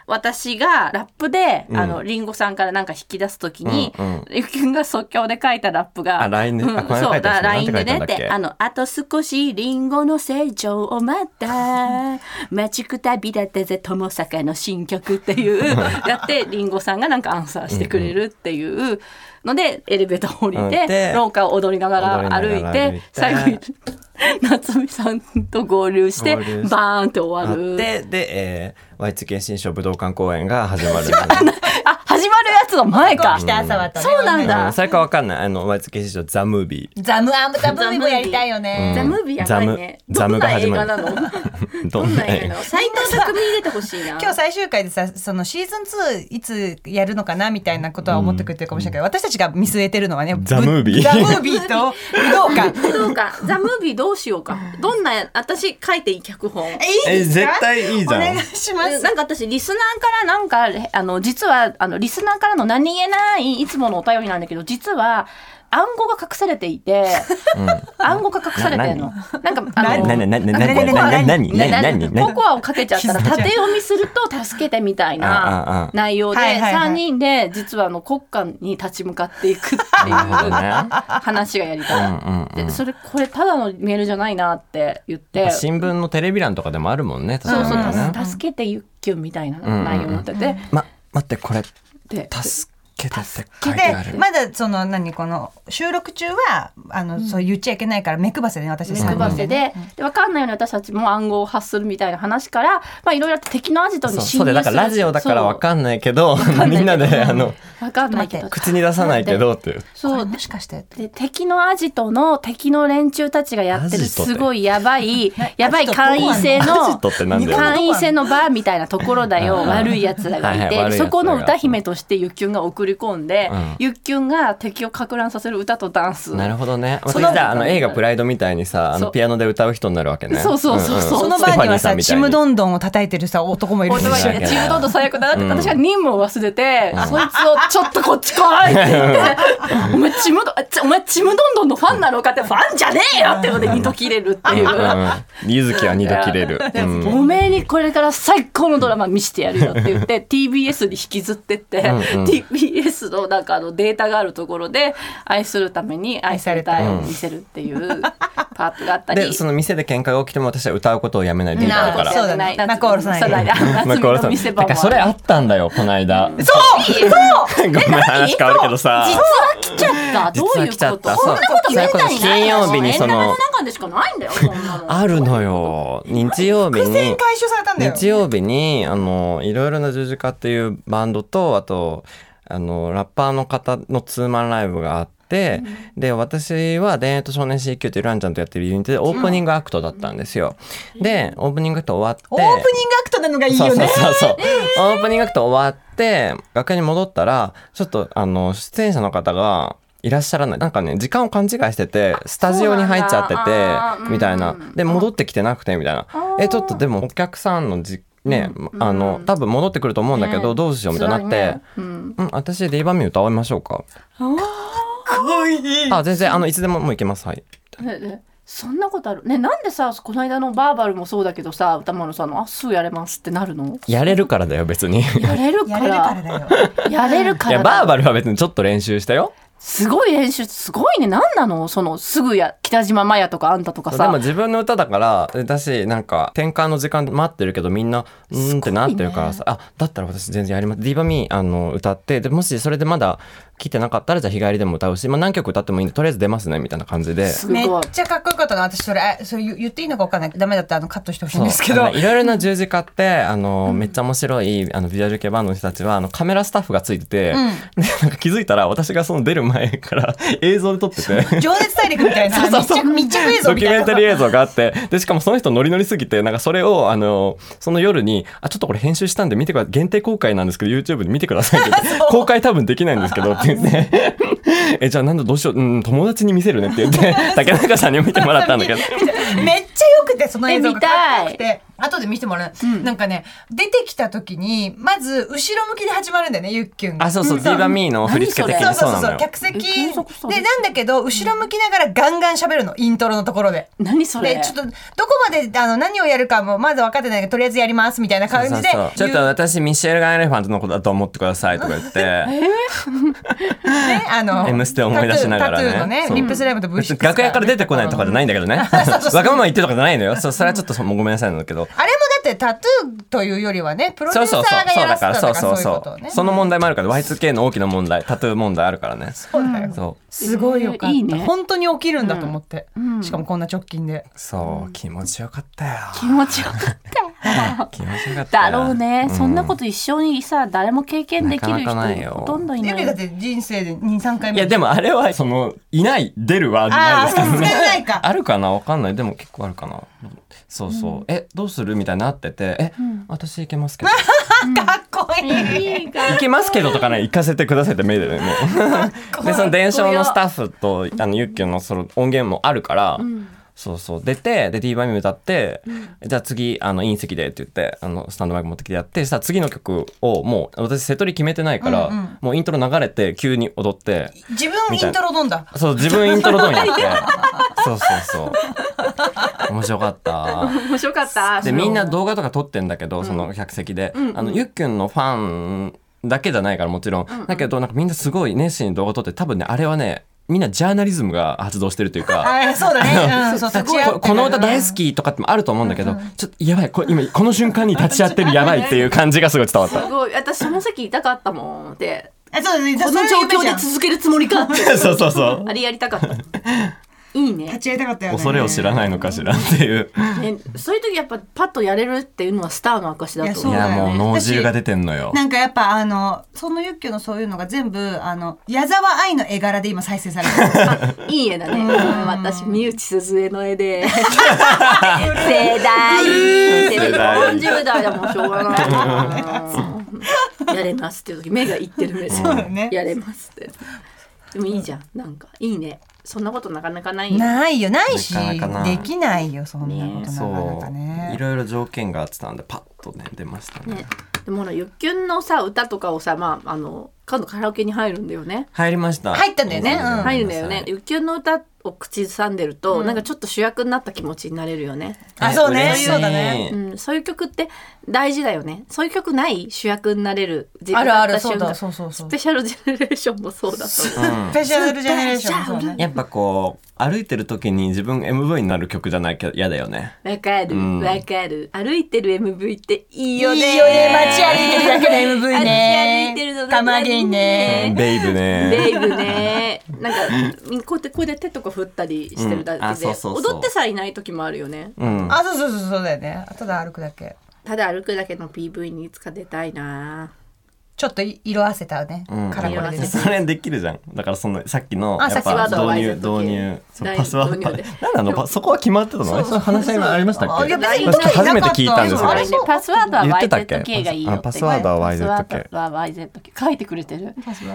Speaker 1: 私がラップで、あの、林檎さんからなんか引き出すときに
Speaker 2: うんうん、
Speaker 1: ゆきくんが即興で書いたラップが、
Speaker 2: あ LINE で
Speaker 1: うん
Speaker 2: あこれ書
Speaker 1: そう、
Speaker 2: いたやつ
Speaker 1: だ
Speaker 2: なんて
Speaker 1: LINE で
Speaker 2: 書いたん
Speaker 1: ね
Speaker 2: だ
Speaker 1: っ
Speaker 2: っけ
Speaker 1: て、あの、あと少しリンゴの成長を待 った。待ちくたびだったぜ、友坂の新曲っていう、 やって、リンゴさんがなんかアンサーしてくれるっていうので、エレベーター降り
Speaker 2: うん
Speaker 1: て
Speaker 2: で、
Speaker 1: 廊下を踊りながら
Speaker 2: 踊
Speaker 1: 歩
Speaker 2: り
Speaker 1: い
Speaker 2: ながら歩い
Speaker 1: て
Speaker 2: て、
Speaker 1: 最後に、夏美さんと合流して、
Speaker 2: 合
Speaker 1: バ
Speaker 2: 流して
Speaker 1: ーンって終
Speaker 2: あ
Speaker 1: わ
Speaker 2: っ
Speaker 1: る。
Speaker 2: てで、えー、Y2K 新書武道館公演が始まる
Speaker 1: あ、始まるやつつの前か
Speaker 3: 来て朝はとね
Speaker 1: そうなんだ
Speaker 2: うんそれかわかんないあの毎月市場ザムービ
Speaker 3: ザムアムザムービーもやりたいよ
Speaker 2: うん
Speaker 1: ザ
Speaker 3: ね。
Speaker 1: ムービーやばいね
Speaker 2: ザム
Speaker 1: どんな映画な
Speaker 2: ザ
Speaker 1: の
Speaker 2: ーど
Speaker 1: どん
Speaker 2: ん
Speaker 1: な
Speaker 2: な
Speaker 1: 映
Speaker 2: 映
Speaker 1: 画な
Speaker 2: 画
Speaker 1: の斎藤匠に出てほしいな
Speaker 3: 今日最終回でさそのシーズン2いつやるのかなみたいなことは思ってくれてるかもしれないけど、私たちが見据えてるのはね
Speaker 2: ザムービー
Speaker 3: ぶザムービーと武道館
Speaker 1: どうかザ・ムービーどうしようかどんな私書いていい脚本
Speaker 3: えいいですか
Speaker 2: え絶対いいじゃん
Speaker 3: お願いしま
Speaker 1: うん
Speaker 3: す
Speaker 1: なんか私リスナーからなんかあの実はあのリスナーからの何気ないいつものお便りなんだけど実は暗号が隠されていて暗号が隠されてるのなんかあ
Speaker 2: な
Speaker 1: の
Speaker 2: ななななな
Speaker 3: あれれれ
Speaker 2: なな何
Speaker 1: な
Speaker 2: 何
Speaker 1: な
Speaker 2: 何何
Speaker 1: ココアをかけちゃ ったら
Speaker 3: 気づいちゃう
Speaker 1: 縦読みすると助けてみたい
Speaker 2: あああ
Speaker 1: な
Speaker 2: あ
Speaker 1: 内容で
Speaker 3: はいはいはい
Speaker 1: 3人で実はあの国家に立ち向かっていくっていう
Speaker 2: なるほどね
Speaker 1: 話がやりたい。
Speaker 2: うんうんうん
Speaker 1: でそれこれただのメールじゃないなって言って
Speaker 2: 新聞のテレビ欄とかでもあるもんね確
Speaker 1: そう
Speaker 2: かにね
Speaker 1: そう助けてゆっきゅんみたいな
Speaker 2: うん
Speaker 1: 内容になってて、
Speaker 2: ま待ってこれ
Speaker 1: で
Speaker 2: 助けてって書いてあ
Speaker 3: で
Speaker 2: る
Speaker 3: まだその何この収録中はあの、そう言っちゃいけないから目配せね私たち三
Speaker 1: 目
Speaker 3: 人
Speaker 1: 配せ
Speaker 3: ね
Speaker 1: でで分かんないように私たちも暗号を発するみたいな話から、まあ、いろいろあって敵のアジト
Speaker 2: そ
Speaker 1: に
Speaker 2: う
Speaker 1: 侵
Speaker 2: そう
Speaker 1: 入す
Speaker 2: で
Speaker 1: る
Speaker 2: だからラジオだからわかんないけど
Speaker 1: んな い
Speaker 2: み
Speaker 1: け
Speaker 2: ん
Speaker 1: ど
Speaker 2: なであの
Speaker 1: そうわかんないけど
Speaker 2: 口に出さないけどっていう
Speaker 3: こ
Speaker 1: そ
Speaker 3: れ
Speaker 1: う
Speaker 3: もしかして
Speaker 1: で敵のアジトの敵の連中たちがやってる
Speaker 2: アジトって
Speaker 1: すごいや ばいやばい会員制
Speaker 2: アジ
Speaker 1: の
Speaker 2: トってなんだよ
Speaker 1: 会員制のバーみたいなところだよ
Speaker 2: うん
Speaker 1: 悪いやつらがい
Speaker 2: は
Speaker 1: て、
Speaker 2: いはい悪い奴らが
Speaker 1: そこの歌姫としてゆっきゅんが送り込んで、
Speaker 2: うん
Speaker 1: ゆっきゅんが敵をか乱させる歌とダンス
Speaker 2: なるほどね。
Speaker 1: そ
Speaker 2: 私
Speaker 1: う
Speaker 2: じゃああの映画プライドみたいにさ、あ
Speaker 1: そ
Speaker 2: の
Speaker 1: う
Speaker 2: ピアノで歌う人になるわけね。
Speaker 1: そうそうそうそうん
Speaker 2: ん
Speaker 3: その
Speaker 2: ステ
Speaker 3: 場
Speaker 2: ファニ
Speaker 3: に
Speaker 2: ー
Speaker 3: は
Speaker 2: さ
Speaker 3: さ
Speaker 2: んみ
Speaker 3: ち
Speaker 2: たいに
Speaker 3: むどんどんを叩いてるさ男もいる
Speaker 1: 本
Speaker 3: し
Speaker 1: 当はね
Speaker 2: うん
Speaker 1: ちむどんどん最悪だなって、
Speaker 2: うん
Speaker 1: 私は任務を忘れて、そいつをちょっとこっち来いって言って、お前ちむどん、あちお前ちむどんどんのファンなのかって、ファンじゃねえよってので二度切れるっていうう。
Speaker 2: んうん柚月は二度切れる。うん
Speaker 1: おめえにこれから最高のドラマ見してやるよって言って TBS に引きずってって
Speaker 2: うんうん
Speaker 1: TBS のなんかあのデータがあるところで愛するために愛されたいを見せるっ ていうパートがあったり
Speaker 2: でその店で喧嘩が起きても私は歌うことをやめないでいたから。
Speaker 3: そうだね仲下ろさないで
Speaker 1: 夏
Speaker 2: 中
Speaker 1: 美
Speaker 2: 村
Speaker 1: の見
Speaker 2: さ
Speaker 1: せ
Speaker 2: ん
Speaker 1: 場
Speaker 2: だ
Speaker 1: も
Speaker 2: からそれあったんだよこの間。そ
Speaker 1: そう
Speaker 2: う。 ごめん話変わるけどさ。
Speaker 1: 実は来ちゃった。どういう
Speaker 2: 実
Speaker 1: こ
Speaker 2: は来ちゃっ
Speaker 1: と。
Speaker 2: た
Speaker 1: そんなこと言えないんだよ。
Speaker 2: そう金曜日にその
Speaker 1: 縁談の中でしかないんだよ。そんなの。
Speaker 2: あるのよ。日曜日
Speaker 3: 苦戦
Speaker 2: に。
Speaker 3: 回収されたんだよ
Speaker 2: 日曜日にあのいろいろな十字架っていうバンドとあとあのラッパーの方のツーマンライブがあって、で私は「田園と少年 CQ」というランちゃんとやってるユニットでオープニングアクトだったんですよ。でオープニングアクト終わって
Speaker 3: オープニングアクトなのがいいよね
Speaker 2: そうそうそうそう。オープニングアクト終わって、楽屋に戻ったら、ちょっと、あの、出演者の方が、いらっしゃらない。なんかね、時間を勘違いしてて、スタジオに入っちゃ
Speaker 1: そうなん
Speaker 2: っ
Speaker 1: だ
Speaker 2: て
Speaker 1: あー
Speaker 2: て、みたいな
Speaker 1: うん。
Speaker 2: で、戻ってきてなくて、みたいな
Speaker 1: あ。ー
Speaker 2: え、ちょっとでも、お客さんのじ、ね、あの、多分戻ってくると思うんだけど、
Speaker 1: ね
Speaker 2: どうしようみたいになっ
Speaker 1: 辛い
Speaker 2: て
Speaker 1: ね、うん
Speaker 2: うん、私、デイバミュー歌いましょうか。あ、全然、あの、いつでももう行けます。はい。
Speaker 1: ねねそんなことある。ねなんでさこの間のバーバルもそうだけどさ歌丸さんのあすぐやれますってなるの？
Speaker 2: やれるからだよ、別に。い
Speaker 1: やれる
Speaker 3: や
Speaker 1: か
Speaker 3: れるから
Speaker 1: ら。
Speaker 3: だよ
Speaker 1: やれるから
Speaker 2: や、
Speaker 1: だ。
Speaker 2: バーバルは別にちょっと練習したよ。
Speaker 1: すごい練習すごいね。なんなのそのすぐや北島マヤとかあんたとか
Speaker 2: そうで
Speaker 1: さ
Speaker 2: も。自分の歌だからえだしなんか転換の時間待ってるけどみんなうーんってなってるからさ、あだったら私全然やりますディーバミーあの歌ってでもしそれでまだ来てなかったらじゃあ日帰りでも歌うし、まあ、何曲歌ってもいいんでとりあえず出ますねみたいな感じで。
Speaker 1: すご
Speaker 3: めっ
Speaker 1: い。
Speaker 3: ちゃかっこよかったな私それあそれ言言っていいのか分かんないダメだったらあのカットしてほしい
Speaker 2: そ
Speaker 3: ん
Speaker 2: う
Speaker 3: ですけ
Speaker 2: あ
Speaker 3: ど
Speaker 2: のいろいろな十字架ってあの、めっちゃ面白いあのビジュアル系バンドの人たちはあのカメラスタッフがついてて、でなんか気づいたら私がその出る前から映像で撮ってて
Speaker 3: 情熱大陸みたいな密着密着映像
Speaker 2: ド
Speaker 3: み
Speaker 2: キュ
Speaker 3: たい
Speaker 2: メ
Speaker 3: な
Speaker 2: ンタリー映像があってでしかもその人ノリノリすぎてなんかそれをあのその夜にあちょっとこれ編集したんで見てください限定公開なんですけど YouTube で見てくださいって 言って公開多分できないんですけどって言って えじゃあなんだどうしよう、うん、友達に見せるねって言って 竹中さんに見てもらったんだけど
Speaker 3: めっちゃ良くてその映像がかっこよくて後で見てもらう、なんかね出てきた時にまず後ろ向きで始まるんだよねゆっきゅんが
Speaker 2: あそうそう「ディーバミーの振り付け的
Speaker 3: そう
Speaker 2: に
Speaker 3: そ
Speaker 2: そうう
Speaker 3: そ
Speaker 2: な
Speaker 3: うそ
Speaker 2: の
Speaker 3: う
Speaker 2: よ。
Speaker 3: 客席
Speaker 1: え継続そうで
Speaker 3: ですなんだけど後ろ向きながらガンガン喋るのイントロのところで。
Speaker 1: 何それ
Speaker 3: で？ちょっとどこまであの何をやるかもまだ分かってないけどとりあえずやりますみたいな感じで
Speaker 2: そうそうそうちょっと
Speaker 3: 言う
Speaker 2: 私ミシェルガン・エレファントのことだと思ってくださいとか言 って
Speaker 3: ねあの
Speaker 2: M ステ思い出しながらね
Speaker 3: タトゥータトゥーの
Speaker 2: そ
Speaker 3: ね
Speaker 2: う
Speaker 3: リップスライムとブッ
Speaker 2: 別
Speaker 3: シュ
Speaker 2: に 楽屋から出てこないとかじゃないんだけどねわがまま言ってとかじゃないのよそうそれはちょっともうごめんなさいなんだけど
Speaker 3: あれもだっってタトゥーというよりはねプロデュ
Speaker 2: そ
Speaker 3: ー
Speaker 2: うそ
Speaker 3: サ
Speaker 2: う
Speaker 3: ー
Speaker 2: そう
Speaker 3: が
Speaker 2: そ
Speaker 3: や
Speaker 2: う
Speaker 3: ら
Speaker 2: だ
Speaker 3: せた
Speaker 2: から
Speaker 3: と
Speaker 2: そうそ
Speaker 3: かそうういう
Speaker 2: そ
Speaker 3: ことをね
Speaker 2: うその問題もあるから Y2K の大きな問題タトゥー問題あるからね
Speaker 3: そうだよ
Speaker 2: そ
Speaker 3: すごいよかった
Speaker 1: いいね
Speaker 3: 本当に起きるんだと思って、
Speaker 1: うん
Speaker 3: しかもこんな直近で
Speaker 2: うそう気持ちよかったよ
Speaker 1: 気持ちよかったよ
Speaker 2: 気持ちよかった
Speaker 1: だ
Speaker 2: よ
Speaker 1: ろうね、
Speaker 2: うん
Speaker 1: そんなこと一緒にさ誰も経験できる
Speaker 2: なか
Speaker 1: 人
Speaker 2: なかないよ
Speaker 1: ほとんどい
Speaker 3: ゆ
Speaker 1: な
Speaker 3: み
Speaker 1: い
Speaker 3: だって人生で23回
Speaker 2: い
Speaker 3: 目
Speaker 2: やでもあれはそのいない出るはない
Speaker 3: あ
Speaker 2: で
Speaker 3: あ
Speaker 2: す
Speaker 3: さ
Speaker 2: け
Speaker 3: す
Speaker 2: ど
Speaker 3: がに
Speaker 2: ね
Speaker 3: ないか
Speaker 2: あるかなわかんないでも結構あるかなそうそう、えどうするみたいになっててえ、私行けますけど
Speaker 3: かっこいい
Speaker 1: いいか
Speaker 2: 行けますけどとかね行かせてくださいって目でねも うでその伝承のスタッフとあのユッキュのその音源もあるから、そうそう出てで D バイミ歌って、じゃあ次あの隕石でって言ってあのスタンドバイク持ってきてやってさ次の曲をもう私セトリ決めてないから、
Speaker 3: うんうん
Speaker 2: もうイントロ流れて急に踊って
Speaker 3: 自分イントロ飲んだ
Speaker 2: そう自分イントロドンやって そうそうそう面白かった。
Speaker 1: 面白かった
Speaker 2: でみんな
Speaker 1: ど
Speaker 2: 動画とか撮ってんだけど、その客席で、
Speaker 1: んうん
Speaker 2: あのゆっくんのファンだけじゃないからもちろん、だけどなんかみんなすごい熱心に動画撮って多分ねあれはねみんなジャーナリズムが発動してるというか。
Speaker 3: あそうだね、うん、そう立ち会って
Speaker 2: ここの歌大好きとかってもあると思うんだけど、ちょっとやばいこれ今 この瞬間に立ち会ってるやばいっていう感じがすごい伝わっ
Speaker 1: す
Speaker 2: た
Speaker 1: ごい私その席痛かったもんって
Speaker 3: あそうだね
Speaker 1: こ
Speaker 3: そ
Speaker 1: の
Speaker 3: ういう
Speaker 1: 状
Speaker 3: 夢
Speaker 1: 況
Speaker 3: じ
Speaker 1: で
Speaker 3: ゃん
Speaker 1: 続けるつもりかって
Speaker 2: そうそうそう
Speaker 1: あれやりた かったいいね
Speaker 3: 立ち会いたかったよね
Speaker 2: 恐れを知らないのかしらっていう
Speaker 1: ねそういう時やっぱパッとやれるっていうのはスターの証だと
Speaker 3: そ
Speaker 2: い
Speaker 3: う
Speaker 1: 思う
Speaker 2: や
Speaker 3: やだよね
Speaker 2: もう脳汁が出てんのよ
Speaker 3: なんかやっぱあのそのユッキョのそういうのが全部あの矢沢愛の絵柄で今再生されてる
Speaker 1: いい絵だねうん私三内鈴江の 絵で 世代世
Speaker 2: 世代
Speaker 1: 代40代だもんしょうがないやれますっていう時目がいってる目で
Speaker 3: うだね
Speaker 1: やれますってでもいいじゃんなんかいいねそんなことなかなかないよ
Speaker 3: ないよないし
Speaker 2: なかなかな
Speaker 3: できないよそんなことなかな
Speaker 2: そ
Speaker 3: か
Speaker 2: うい
Speaker 3: ね
Speaker 2: ろいろ条件があってたんでパッとね出ましたね
Speaker 1: ね、でもほらゆっきゅんのさ歌とかをさまああの今度カラオケに入るんだよね。
Speaker 2: 入りました
Speaker 3: 入ったんだよねうん
Speaker 1: 入るんだよね。ゆっきゅんの歌を口ずさんでると、なんかちょっと主役になった気持ちになれるよね。
Speaker 3: あそうね
Speaker 2: 嬉しい
Speaker 3: そうだね
Speaker 1: うん、そういう曲って大事だよね。そういう曲ない主役になれる自
Speaker 3: あ
Speaker 1: 分
Speaker 3: るある
Speaker 1: だった
Speaker 3: そう
Speaker 1: 瞬
Speaker 3: だ
Speaker 1: 間。
Speaker 3: そうそうそ
Speaker 1: ス
Speaker 3: う
Speaker 1: ペシャルジェネレーションもそうだと思う。
Speaker 3: スペシャルジェネレーションそうね
Speaker 2: やっぱこう歩いてる時に自分 MV になる曲じゃないけど嫌だよね
Speaker 1: わかる
Speaker 2: ん
Speaker 1: わかる。歩いてる MV っていいよね。
Speaker 3: いいよね街歩いてるだけで MV ね
Speaker 1: 街歩いてるのだけで
Speaker 3: たまげんね
Speaker 2: ベイブね
Speaker 1: レイブねなんかこうやってこうやって手とか振ったりしてるだ
Speaker 2: うんあ
Speaker 1: けで、
Speaker 2: そうそうそう
Speaker 1: 踊ってさえいない時もあるよね
Speaker 2: うん
Speaker 3: あそうそうそうそうだよねただ歩くだけ
Speaker 1: ただ歩くだけの PV にいつか出たいな
Speaker 3: ちょっと色あせたね
Speaker 2: うん
Speaker 3: カラコレで
Speaker 1: 色あせ
Speaker 3: す
Speaker 2: それできるじゃんだからそのさっきの
Speaker 3: あ
Speaker 2: やっ
Speaker 3: さ
Speaker 2: ぱ
Speaker 3: っきワード
Speaker 1: を
Speaker 2: 導入
Speaker 1: ワイド時
Speaker 2: 導入そう
Speaker 1: ライン
Speaker 2: パスワー
Speaker 1: 導
Speaker 2: ド
Speaker 1: 入で
Speaker 2: 何なのパそこは決まってたのあれ話し合いはありましたっ
Speaker 3: あい
Speaker 2: け
Speaker 3: や
Speaker 1: ない
Speaker 2: 私初めて聞いたんです
Speaker 3: あれ
Speaker 2: よ
Speaker 3: そう
Speaker 1: パスワードは
Speaker 2: 言ってたっけ
Speaker 1: YZK がいいよって
Speaker 2: あパスワードは YZK
Speaker 1: パスワードは YZK 書いてくれてる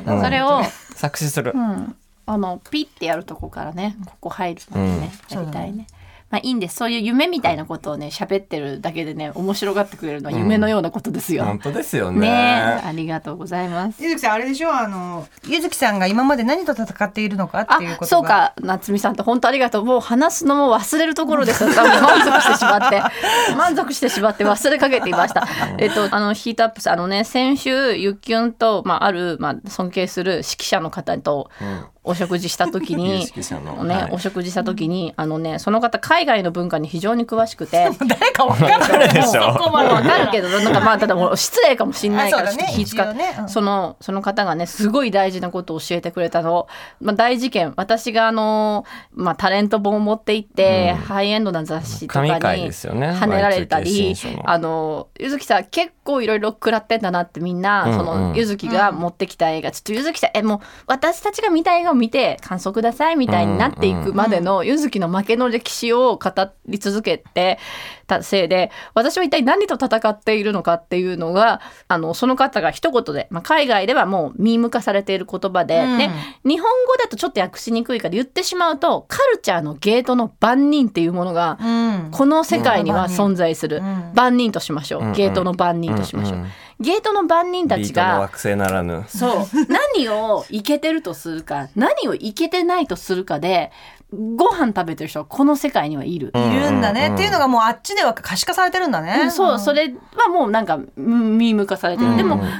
Speaker 2: うん
Speaker 1: それを、
Speaker 2: 作詞する
Speaker 1: うん、あのピッてやるとこからねここ入るまでね、やりたいねまあいいんですそういう夢みたいなことをね喋ってるだけでね面白がってくれるのは夢のようなことですよ、
Speaker 2: 本当ですよ
Speaker 1: ねえ
Speaker 2: ね
Speaker 1: ありがとうございます。
Speaker 3: ゆずきさんあれでしょあのゆずきさんが今まで何と戦っているのかっていうことが
Speaker 1: あ、そうか、夏美さんと本当ありがとう。もう話すのも忘れるとこ ろです。多分満足してしまって、満足してしまって忘れかけていました。えっとあのヒートアップさんあのね先週ゆっきゅんとまああるまあ尊敬する指揮者の方とお食事した時に、
Speaker 2: 有識者の
Speaker 1: ね、
Speaker 2: はい
Speaker 1: お食事した時にあのねその方海外の文化に非常に詳し くて。
Speaker 3: 誰かわか んない
Speaker 2: でしょ
Speaker 3: そこまで
Speaker 1: わかるけどなんかまあただもう失礼かもしれないか
Speaker 3: あ
Speaker 1: ら
Speaker 3: そ
Speaker 1: ち
Speaker 3: う
Speaker 1: ょ
Speaker 3: だ
Speaker 1: っ
Speaker 3: ね
Speaker 1: と気遣
Speaker 3: 一応
Speaker 1: って、
Speaker 3: ねうん
Speaker 1: そのその方がねすごい大事なことを教えてくれたの、まあ、大事件私があの、まあ、タレント本を持って行って、ハイエンドな雑誌とかに
Speaker 2: 神回ですよね
Speaker 1: 跳ねられた
Speaker 2: Y2K
Speaker 1: り、
Speaker 2: 新書の
Speaker 1: あのゆずきさん結構いろいろ食らってんだなってみんな、
Speaker 2: うんうん
Speaker 1: そのゆずきが持ってきた映画、ちょっとゆずきさんえもう私たちが見た映画を見て感想くださいみたいになっていくまでのゆずきの負けの歴史を語り続けてたせいで私は一体何と戦っているのかっていうのがあのその方が一言で、まあ、海外ではもうミーム化されている言葉で、
Speaker 3: うん
Speaker 1: で日本語だとちょっと訳しにくいから言ってしまうとカルチャーのゲートの番人っていうものが、
Speaker 3: うん
Speaker 1: この世界には存在する、
Speaker 3: うん
Speaker 1: 万人としましょう、
Speaker 2: うんうん
Speaker 1: ゲートの万人としましょう、
Speaker 2: うんうん
Speaker 1: ゲートの万人た
Speaker 2: ビー
Speaker 1: ち
Speaker 2: トの
Speaker 1: が
Speaker 2: 惑星ならぬ
Speaker 1: そう何をイケてるとするか何をイケてないとするかでご飯食べてる人はこの世界にはいる、
Speaker 3: いるんだね、
Speaker 2: うんうんうん
Speaker 3: っていうのがもうあっちでは可視化されてるんだね、
Speaker 1: そうそれはもうなんかうんミーム化されてる、
Speaker 2: うん
Speaker 1: で
Speaker 2: う
Speaker 1: も
Speaker 2: ん
Speaker 1: ま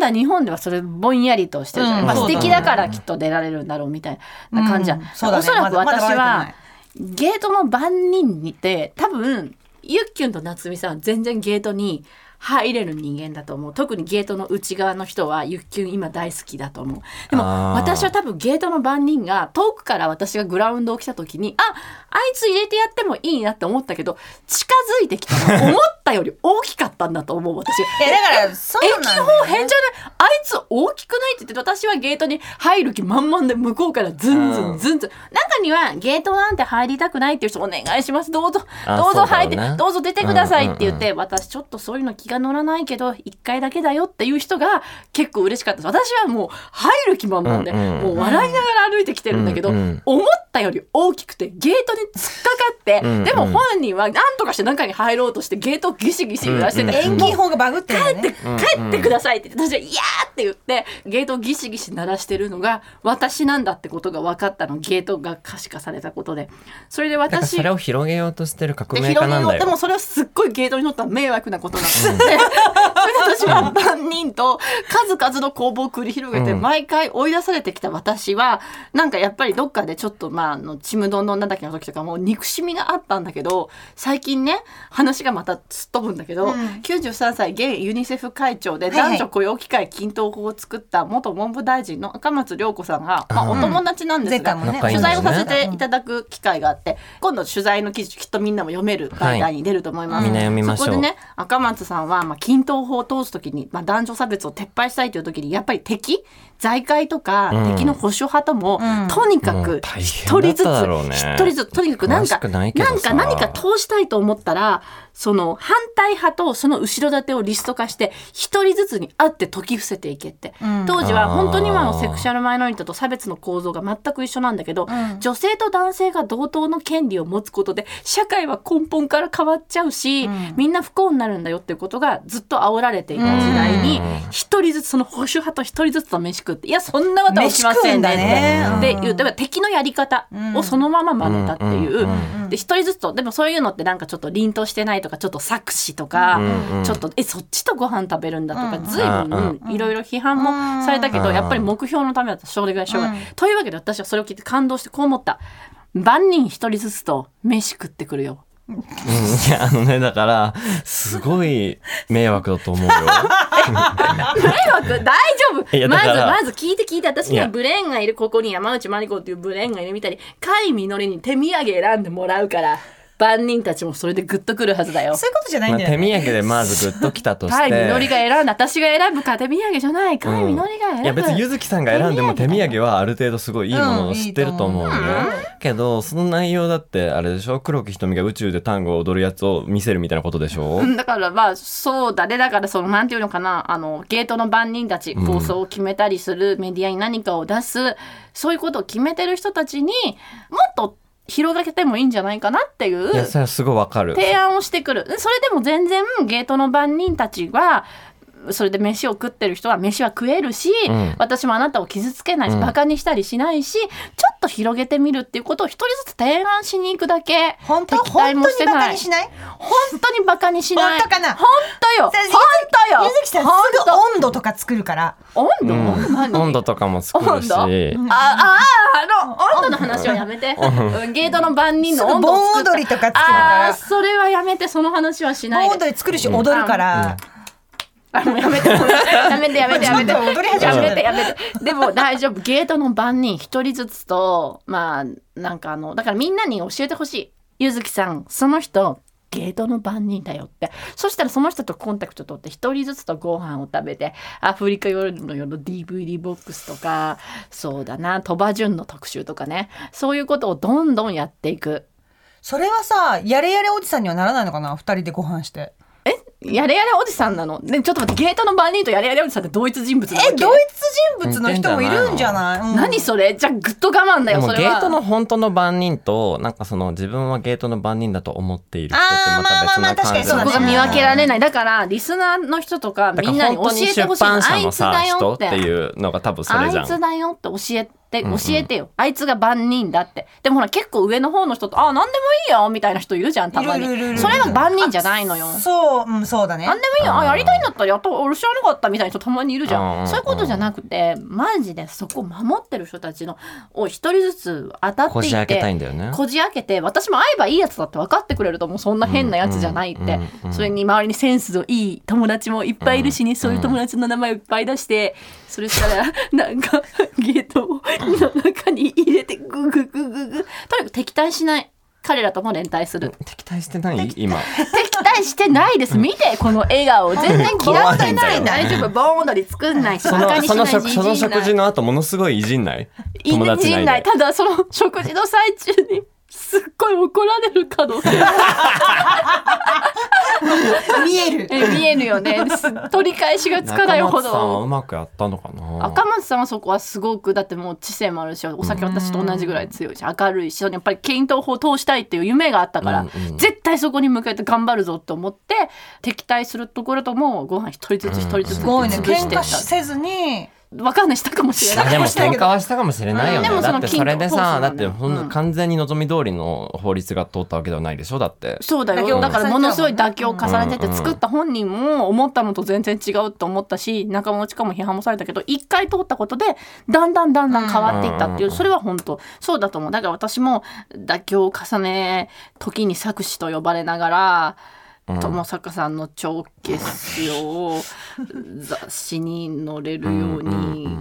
Speaker 1: だ日本ではそれぼんやりとしてるじゃない、
Speaker 3: うん
Speaker 1: まあ、
Speaker 3: そ
Speaker 1: 素
Speaker 3: うだね
Speaker 1: 敵だからきっと出られるんだろうみたいな感じじゃん、
Speaker 3: うんそうだね
Speaker 1: おそらく
Speaker 3: まだまだ
Speaker 1: 私は、
Speaker 3: 割れてない
Speaker 1: ゲートの番人にて多分ゆっきゅんと夏美さん全然ゲートに入れる人間だと思う特にゲートの内側の人はゆっきゅん今大好きだと思うでも
Speaker 2: あー
Speaker 1: 私は多分ゲートの番人が遠くから私がグラウンドを来た時にああいつ入れてやってもいいなって思ったけど近づいてきたの思ったより大きかったんだと思う私
Speaker 3: いやだからそうなん
Speaker 1: 駅
Speaker 3: だ
Speaker 1: 方
Speaker 3: よ
Speaker 1: 変じゃないあいつ大きくないって言って私はゲートに入る気満々で向こうからズンズ
Speaker 2: う
Speaker 1: ン
Speaker 2: ん
Speaker 1: ズンズン、中にはゲートなんて入りたくないっていう人お願いしますどうぞ
Speaker 2: あ
Speaker 1: どう
Speaker 2: そ
Speaker 1: ぞ
Speaker 2: うだろ
Speaker 1: 入っ
Speaker 2: う
Speaker 1: て
Speaker 2: ね
Speaker 1: どうぞ出てくださいって言って、私ちょっとそういうの気が乗らないけど一回だけだよっていう人が結構嬉しかったです私はもう入る気満々で、
Speaker 2: うんうん
Speaker 1: もう笑いながら歩いてきてるんだけど、
Speaker 2: うんうん
Speaker 1: 思ったより大きくてゲートに突っかかって
Speaker 2: うんうん
Speaker 1: でも本人は何とかして中に入ろうとしてゲートをギシギシ揺らしてて、
Speaker 3: 演技法がバグってるんだよね
Speaker 1: 帰ってくださいって言って私は「いや!」って言ってゲートをギシギシ鳴らしてるのが私なんだってことが分かったのゲートが可視化されたことでそれで
Speaker 2: だから
Speaker 1: 私
Speaker 2: それを広げようとしてる革
Speaker 1: で
Speaker 2: 命家
Speaker 1: 広げ
Speaker 2: なん
Speaker 1: よう
Speaker 2: だ
Speaker 1: でも
Speaker 2: よ。
Speaker 1: それはすっごいゲートに乗ったら迷惑なことなので、それで私は万人と数々の攻防を繰り広げて
Speaker 2: うん
Speaker 1: 毎回追い出されてきた私はなんかやっぱりどっかでちょっとまああのちむどんどんなんだっけの時とかも憎しみがあったんだけど最近ね話がまたすっ飛ぶんだけど、
Speaker 3: うん
Speaker 1: 93歳現ユニセフ会長で
Speaker 3: はいはい
Speaker 1: 男女雇用機会均等法を作った元文部大臣の赤松涼子さんが、まあ、
Speaker 2: うん
Speaker 1: お友達なんです
Speaker 3: 前
Speaker 1: が、
Speaker 3: 回もね
Speaker 2: 仲いい
Speaker 1: 取
Speaker 2: んだ
Speaker 1: 材
Speaker 2: よ
Speaker 1: を
Speaker 2: ね
Speaker 1: させていただく機会があって、今度取材の記事きっとみんなも読める媒体に出ると思います、
Speaker 2: はいみんな読みましょう
Speaker 1: そこでね赤松さんは、まあ、均等法を通す時に、まあ、男女差別を撤廃したいという時にやっぱり敵財界とか、
Speaker 2: うん
Speaker 1: 敵の保守派とも、
Speaker 3: うん
Speaker 1: とにか
Speaker 2: も
Speaker 1: く
Speaker 2: う大
Speaker 1: 一人
Speaker 2: 変だっ
Speaker 1: ずつ
Speaker 2: ただろうね
Speaker 1: 一人ずつとにかくなん
Speaker 2: 詳
Speaker 1: か
Speaker 2: しくないけど
Speaker 1: な
Speaker 2: さ
Speaker 1: んか何か通したいと思ったらその反対派とその後ろ盾をリスト化して一人ずつに会って解き伏せていけって、
Speaker 3: ん
Speaker 1: 当時は本当に今の
Speaker 2: あー
Speaker 1: セクシャルマイノリティと差別の構造が全く一緒なんだけど、
Speaker 3: うん
Speaker 1: 女性と男性が同等の権利を持つことで社会は根本から変わっちゃうし、
Speaker 3: うん
Speaker 1: みんな不幸になるんだよっていうことがずっと煽られていた時代に
Speaker 2: うん
Speaker 1: 一人ずつその保守派と一人ずつと飯食っていやそんなことはしませんねってで言うだから敵のやり方をそのまま真似たっていう。
Speaker 2: うんうん
Speaker 1: で一人ずつとでもそういうのってなんかちょっと凛としてないとかちょっと作詞とか、
Speaker 2: うんうん
Speaker 1: ちょっとえそっちとご飯食べるんだとか、
Speaker 3: うん
Speaker 1: 随分
Speaker 2: う
Speaker 1: いろいろ批判もされたけど、
Speaker 2: うん
Speaker 1: やっぱり目標のためだった奨励がしょうがない、
Speaker 3: うん
Speaker 1: というわけで私はそれを聞いて感動してこう思った万人一人ずつと飯食ってくるよ
Speaker 2: うんいや、あのね、だから、すごい迷惑だと 思うよ。
Speaker 1: 迷惑大丈夫
Speaker 2: いやだ
Speaker 1: ま
Speaker 2: か
Speaker 1: ず
Speaker 2: ら
Speaker 1: まず聞いて聞いて私に
Speaker 2: い
Speaker 1: は
Speaker 2: や
Speaker 1: ブレーンがいるここに山内真理子っていうブレーンがいるみたいに甲斐みのりに手土産選んでもらうから万人たちもそれでグッとくるはずだよ
Speaker 3: そういうことじゃない
Speaker 2: ま
Speaker 3: ん
Speaker 2: あ、
Speaker 3: だ
Speaker 2: 手
Speaker 3: よ
Speaker 2: 土
Speaker 3: ね。
Speaker 2: 産でまずグッときたとし
Speaker 1: 甲
Speaker 2: て。
Speaker 1: 斐みのりが選んだ私が選ぶか手土産じゃない甲斐みのりが選ぶ、
Speaker 2: いや別にゆずきさんが選んでも手土産はある程度すごいいいものを知ってると思うね、けどその内容だってあれでしょ黒木瞳が宇宙で単語を踊るやつを見せるみたいなことでしょ
Speaker 1: うんだからまあそうだねだからそのなんていうのかなあのゲートの番人たち
Speaker 2: ん
Speaker 1: 構想を決めたりする、メディアに何かを出すそういうことを決めてる人たちにもっと広げてもいいんじゃないかなっていう
Speaker 2: いやそれはすごいわかる
Speaker 1: 提案をしてくるそれでも全然ゲートの番人たちはそれで飯を食ってる人は飯は食えるし、
Speaker 2: うん
Speaker 1: 私もあなたを傷つけないし、
Speaker 2: うん
Speaker 1: バカにしたりしないしちょっと広げてみるっていうことを一人ずつ提案しに行くだけ
Speaker 3: 本当
Speaker 1: 敵対
Speaker 3: 本
Speaker 1: も
Speaker 3: 当
Speaker 1: して
Speaker 3: にバカ
Speaker 1: ない
Speaker 3: にしない。
Speaker 1: 本当にバカにしない
Speaker 3: 本当かな
Speaker 1: 本当よ本
Speaker 3: 先生
Speaker 1: 当よ
Speaker 3: ゆずきさんす
Speaker 1: 本
Speaker 3: ぐ温度とか作るから。
Speaker 1: 当温
Speaker 2: う
Speaker 1: 度、
Speaker 2: ん
Speaker 1: 何
Speaker 2: 温度とかも作るし
Speaker 1: 温ああああの温度の話はやめて、うんゲートの番人
Speaker 3: す
Speaker 1: の
Speaker 3: ぐ
Speaker 1: 温度を
Speaker 3: 盆
Speaker 1: 作った
Speaker 3: 踊りとか作る
Speaker 1: あ
Speaker 3: か
Speaker 1: ーそれはやめてその話はし
Speaker 3: ら。
Speaker 1: ない
Speaker 3: 盆
Speaker 1: で
Speaker 3: 踊り作るし踊るから。
Speaker 1: あもうやめてもうやめてやめてやめて
Speaker 3: ちょっと踊り始め
Speaker 1: や
Speaker 3: た
Speaker 1: めてやめ てでも大丈夫ゲートの番人一人ずつとまあなんかあのだからみんなに教えてほしいゆずきさんその人ゲートの番人だよってそしたらその人とコンタクト取って一人ずつとご飯を食べてアフリカ夜の夜の DVD ボックスとかそうだな鳥羽潤の特集とかねそういうことをどんどんやっていく
Speaker 3: それはさ、やれやれおじさんにはならないのかな、二人でご飯して。
Speaker 1: やれやれおじさんなのねちょっと待ってゲートの番人とやれやれおじさんって同一人物なわけ
Speaker 3: え、同一人物の人もいるんじゃない。うん
Speaker 1: 何それじゃあグッと我慢
Speaker 2: で
Speaker 1: だよ
Speaker 2: も
Speaker 1: それ
Speaker 2: ゲ
Speaker 1: は
Speaker 2: ートの本当の番人となんかその自分はゲートの番人だと思っている人ってまた別な感じ
Speaker 1: そ
Speaker 3: あーまあまあまあ確かに
Speaker 1: こ
Speaker 3: うだ
Speaker 1: が
Speaker 3: ね
Speaker 1: 見分けられないだからリスナーの人とかみんなに教えてほしい
Speaker 2: だから本当に出版社
Speaker 1: あい
Speaker 2: の
Speaker 1: つ
Speaker 2: さ
Speaker 1: だ
Speaker 2: 人
Speaker 1: よ
Speaker 2: っ
Speaker 1: ってて
Speaker 2: いうのが多分そ
Speaker 1: あ
Speaker 2: れ
Speaker 1: い
Speaker 2: じゃん
Speaker 1: つだよって教えで教えてよ、あいつが万人だってでもほら結構上の方の人とあ何でもいいよみたいな人いるじゃんたまに
Speaker 3: いるいるいるいる
Speaker 1: それは万人じゃないのよ
Speaker 3: そう、うん、そうだね
Speaker 1: 何でもいいよあやりたいんだったらやっと俺知らなかったみたいな人たまにいるじ
Speaker 2: うんうん
Speaker 1: ゃ
Speaker 2: うん
Speaker 1: んそういうことじゃなくてマジでそこ守ってる人たちのを一人ずつ当たっていって
Speaker 2: こじ開けたいんだよね
Speaker 1: こじ開けて私も会えばいいやつだって分かってくれるともうそんな変なやつじゃないって、
Speaker 2: うんうんうん
Speaker 1: それに周りにセンスのいい友達もいっぱいいるしね、そういう友達の名前をいっぱい出してそれしたらなんか ゲートをの中に入れてグググググとにかく敵対しない彼らとも連帯する
Speaker 2: 敵対してない 今
Speaker 1: 敵対してないです見てこの笑顔全然嫌われない
Speaker 2: 怖いんだ
Speaker 1: 大
Speaker 2: よ
Speaker 1: 丈夫盆踊り作んないし
Speaker 2: そ
Speaker 1: バカ
Speaker 2: の
Speaker 1: にし
Speaker 2: そ
Speaker 1: な
Speaker 2: の
Speaker 1: い
Speaker 2: 食
Speaker 1: し
Speaker 2: その食事の後ものすごいいじんない友達
Speaker 1: いじん
Speaker 2: な
Speaker 1: ないい
Speaker 2: で
Speaker 1: ただその食事の最中にすっごい怒られる可能性が
Speaker 3: 見える
Speaker 1: え見えるよねす取り返しがつかないほ
Speaker 2: 中松さんは
Speaker 1: ど
Speaker 2: うまくやったのかな
Speaker 1: 赤松さんはそこはすごくだってもう知性もあるしお酒私と同じぐらい強いし明るいしやっぱり検討法を通したいっていう夢があったから、
Speaker 2: うんうん
Speaker 1: 絶対そこに向けて頑張るぞと思って敵対するところともご飯一人ずつ一人ずつ
Speaker 3: すごいね
Speaker 1: 潰して
Speaker 3: 喧
Speaker 1: った
Speaker 3: 嘩せずに
Speaker 1: わかんないしたかもしれない
Speaker 2: あでも喧嘩はしたかもしれないよね、
Speaker 1: うんでもそ
Speaker 2: だ
Speaker 1: の
Speaker 2: ってそれでさ、だ
Speaker 1: 金と通すのね
Speaker 2: ってほんと
Speaker 1: うん
Speaker 2: 完全に望み通りの法律が通ったわけではないでしょだって
Speaker 1: そうだ
Speaker 3: 妥協
Speaker 1: よ
Speaker 3: を
Speaker 1: だからものすごい妥協を重ねて
Speaker 2: うん
Speaker 1: て作った本人も思ったのと全然違うと思ったし仲間内からも批判もされたけど一回通ったことでだんだんだんだん変わっていったっていううそれは本当そうだと思うだから私も妥協を重ね時に作詞と呼ばれながら友坂さんの超傑作 を雑誌に載れるように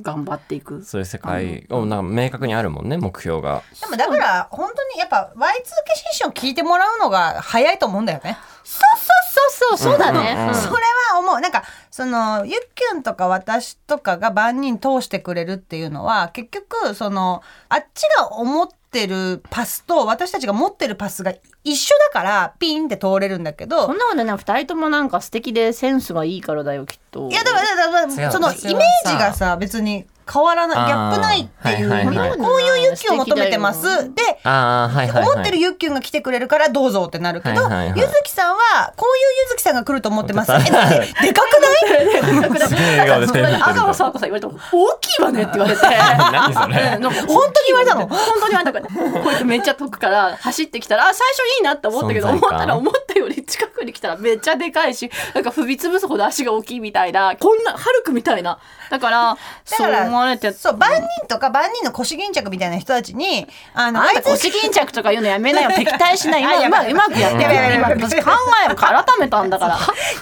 Speaker 1: 頑張っていく。
Speaker 2: そういう世界をなんか明確にあるもんね目標が
Speaker 3: でもだから本当にやっぱ Y2K 新書を聞いてもらうのが早いと思うんだよね。
Speaker 1: そうそうそうそうそうだね。
Speaker 3: それは思うなんかそのゆっきゅんとか私とかが万人通してくれるっていうのは結局そのあっちが思ってるパスと私たちが持ってるパスが一緒だからピンって通れるんだけ
Speaker 1: そ
Speaker 3: ど
Speaker 1: んなことない二人ともなんか素敵でセンスがいいからだよきっと。
Speaker 3: いやだからだからだ
Speaker 2: 違
Speaker 3: から
Speaker 2: う
Speaker 3: そのイ
Speaker 2: 私はさ
Speaker 3: メージがさ別に変わらないギャップないってい
Speaker 2: あーはいは
Speaker 3: う
Speaker 2: いはい
Speaker 3: こういうゆっきゅんを求めてます。で
Speaker 2: ああはいはい、はい、
Speaker 3: 思ってるゆっきゅんが来てくれるからどうぞってなるけど、
Speaker 2: はいはいはい
Speaker 3: ゆずきさんはこういうゆずきさんが来ると思ってます。え、だってでか くない？
Speaker 2: すげえ笑顔で手振ってる
Speaker 1: 赤野さんこさ言われても大きいわねって言われて
Speaker 2: 何それ
Speaker 1: うんなんか
Speaker 3: 本当に言われたの
Speaker 1: 本当に言われたからこうやってめっちゃ遠くから走ってきたらあ最初いいなって思ったけど
Speaker 2: 存在
Speaker 1: 思っ
Speaker 2: 感
Speaker 1: たら思ったより近くに来たらめっちゃでかいしなんか踏み潰すほど足が大きいみたいなこんなハルクみたいなだから
Speaker 3: だ
Speaker 1: そ
Speaker 3: か
Speaker 1: う
Speaker 3: ら
Speaker 1: 思われて
Speaker 3: そう万人とか万人の腰巾着みたいな人たちにあの
Speaker 1: あん
Speaker 3: あ
Speaker 1: た
Speaker 3: いつ
Speaker 1: 腰巾着とか言うのやめなよ敵対しない今うま
Speaker 3: あ
Speaker 1: うまくやって
Speaker 3: やばいやばいやば
Speaker 1: る
Speaker 3: い
Speaker 1: 今私考えを改めたんだか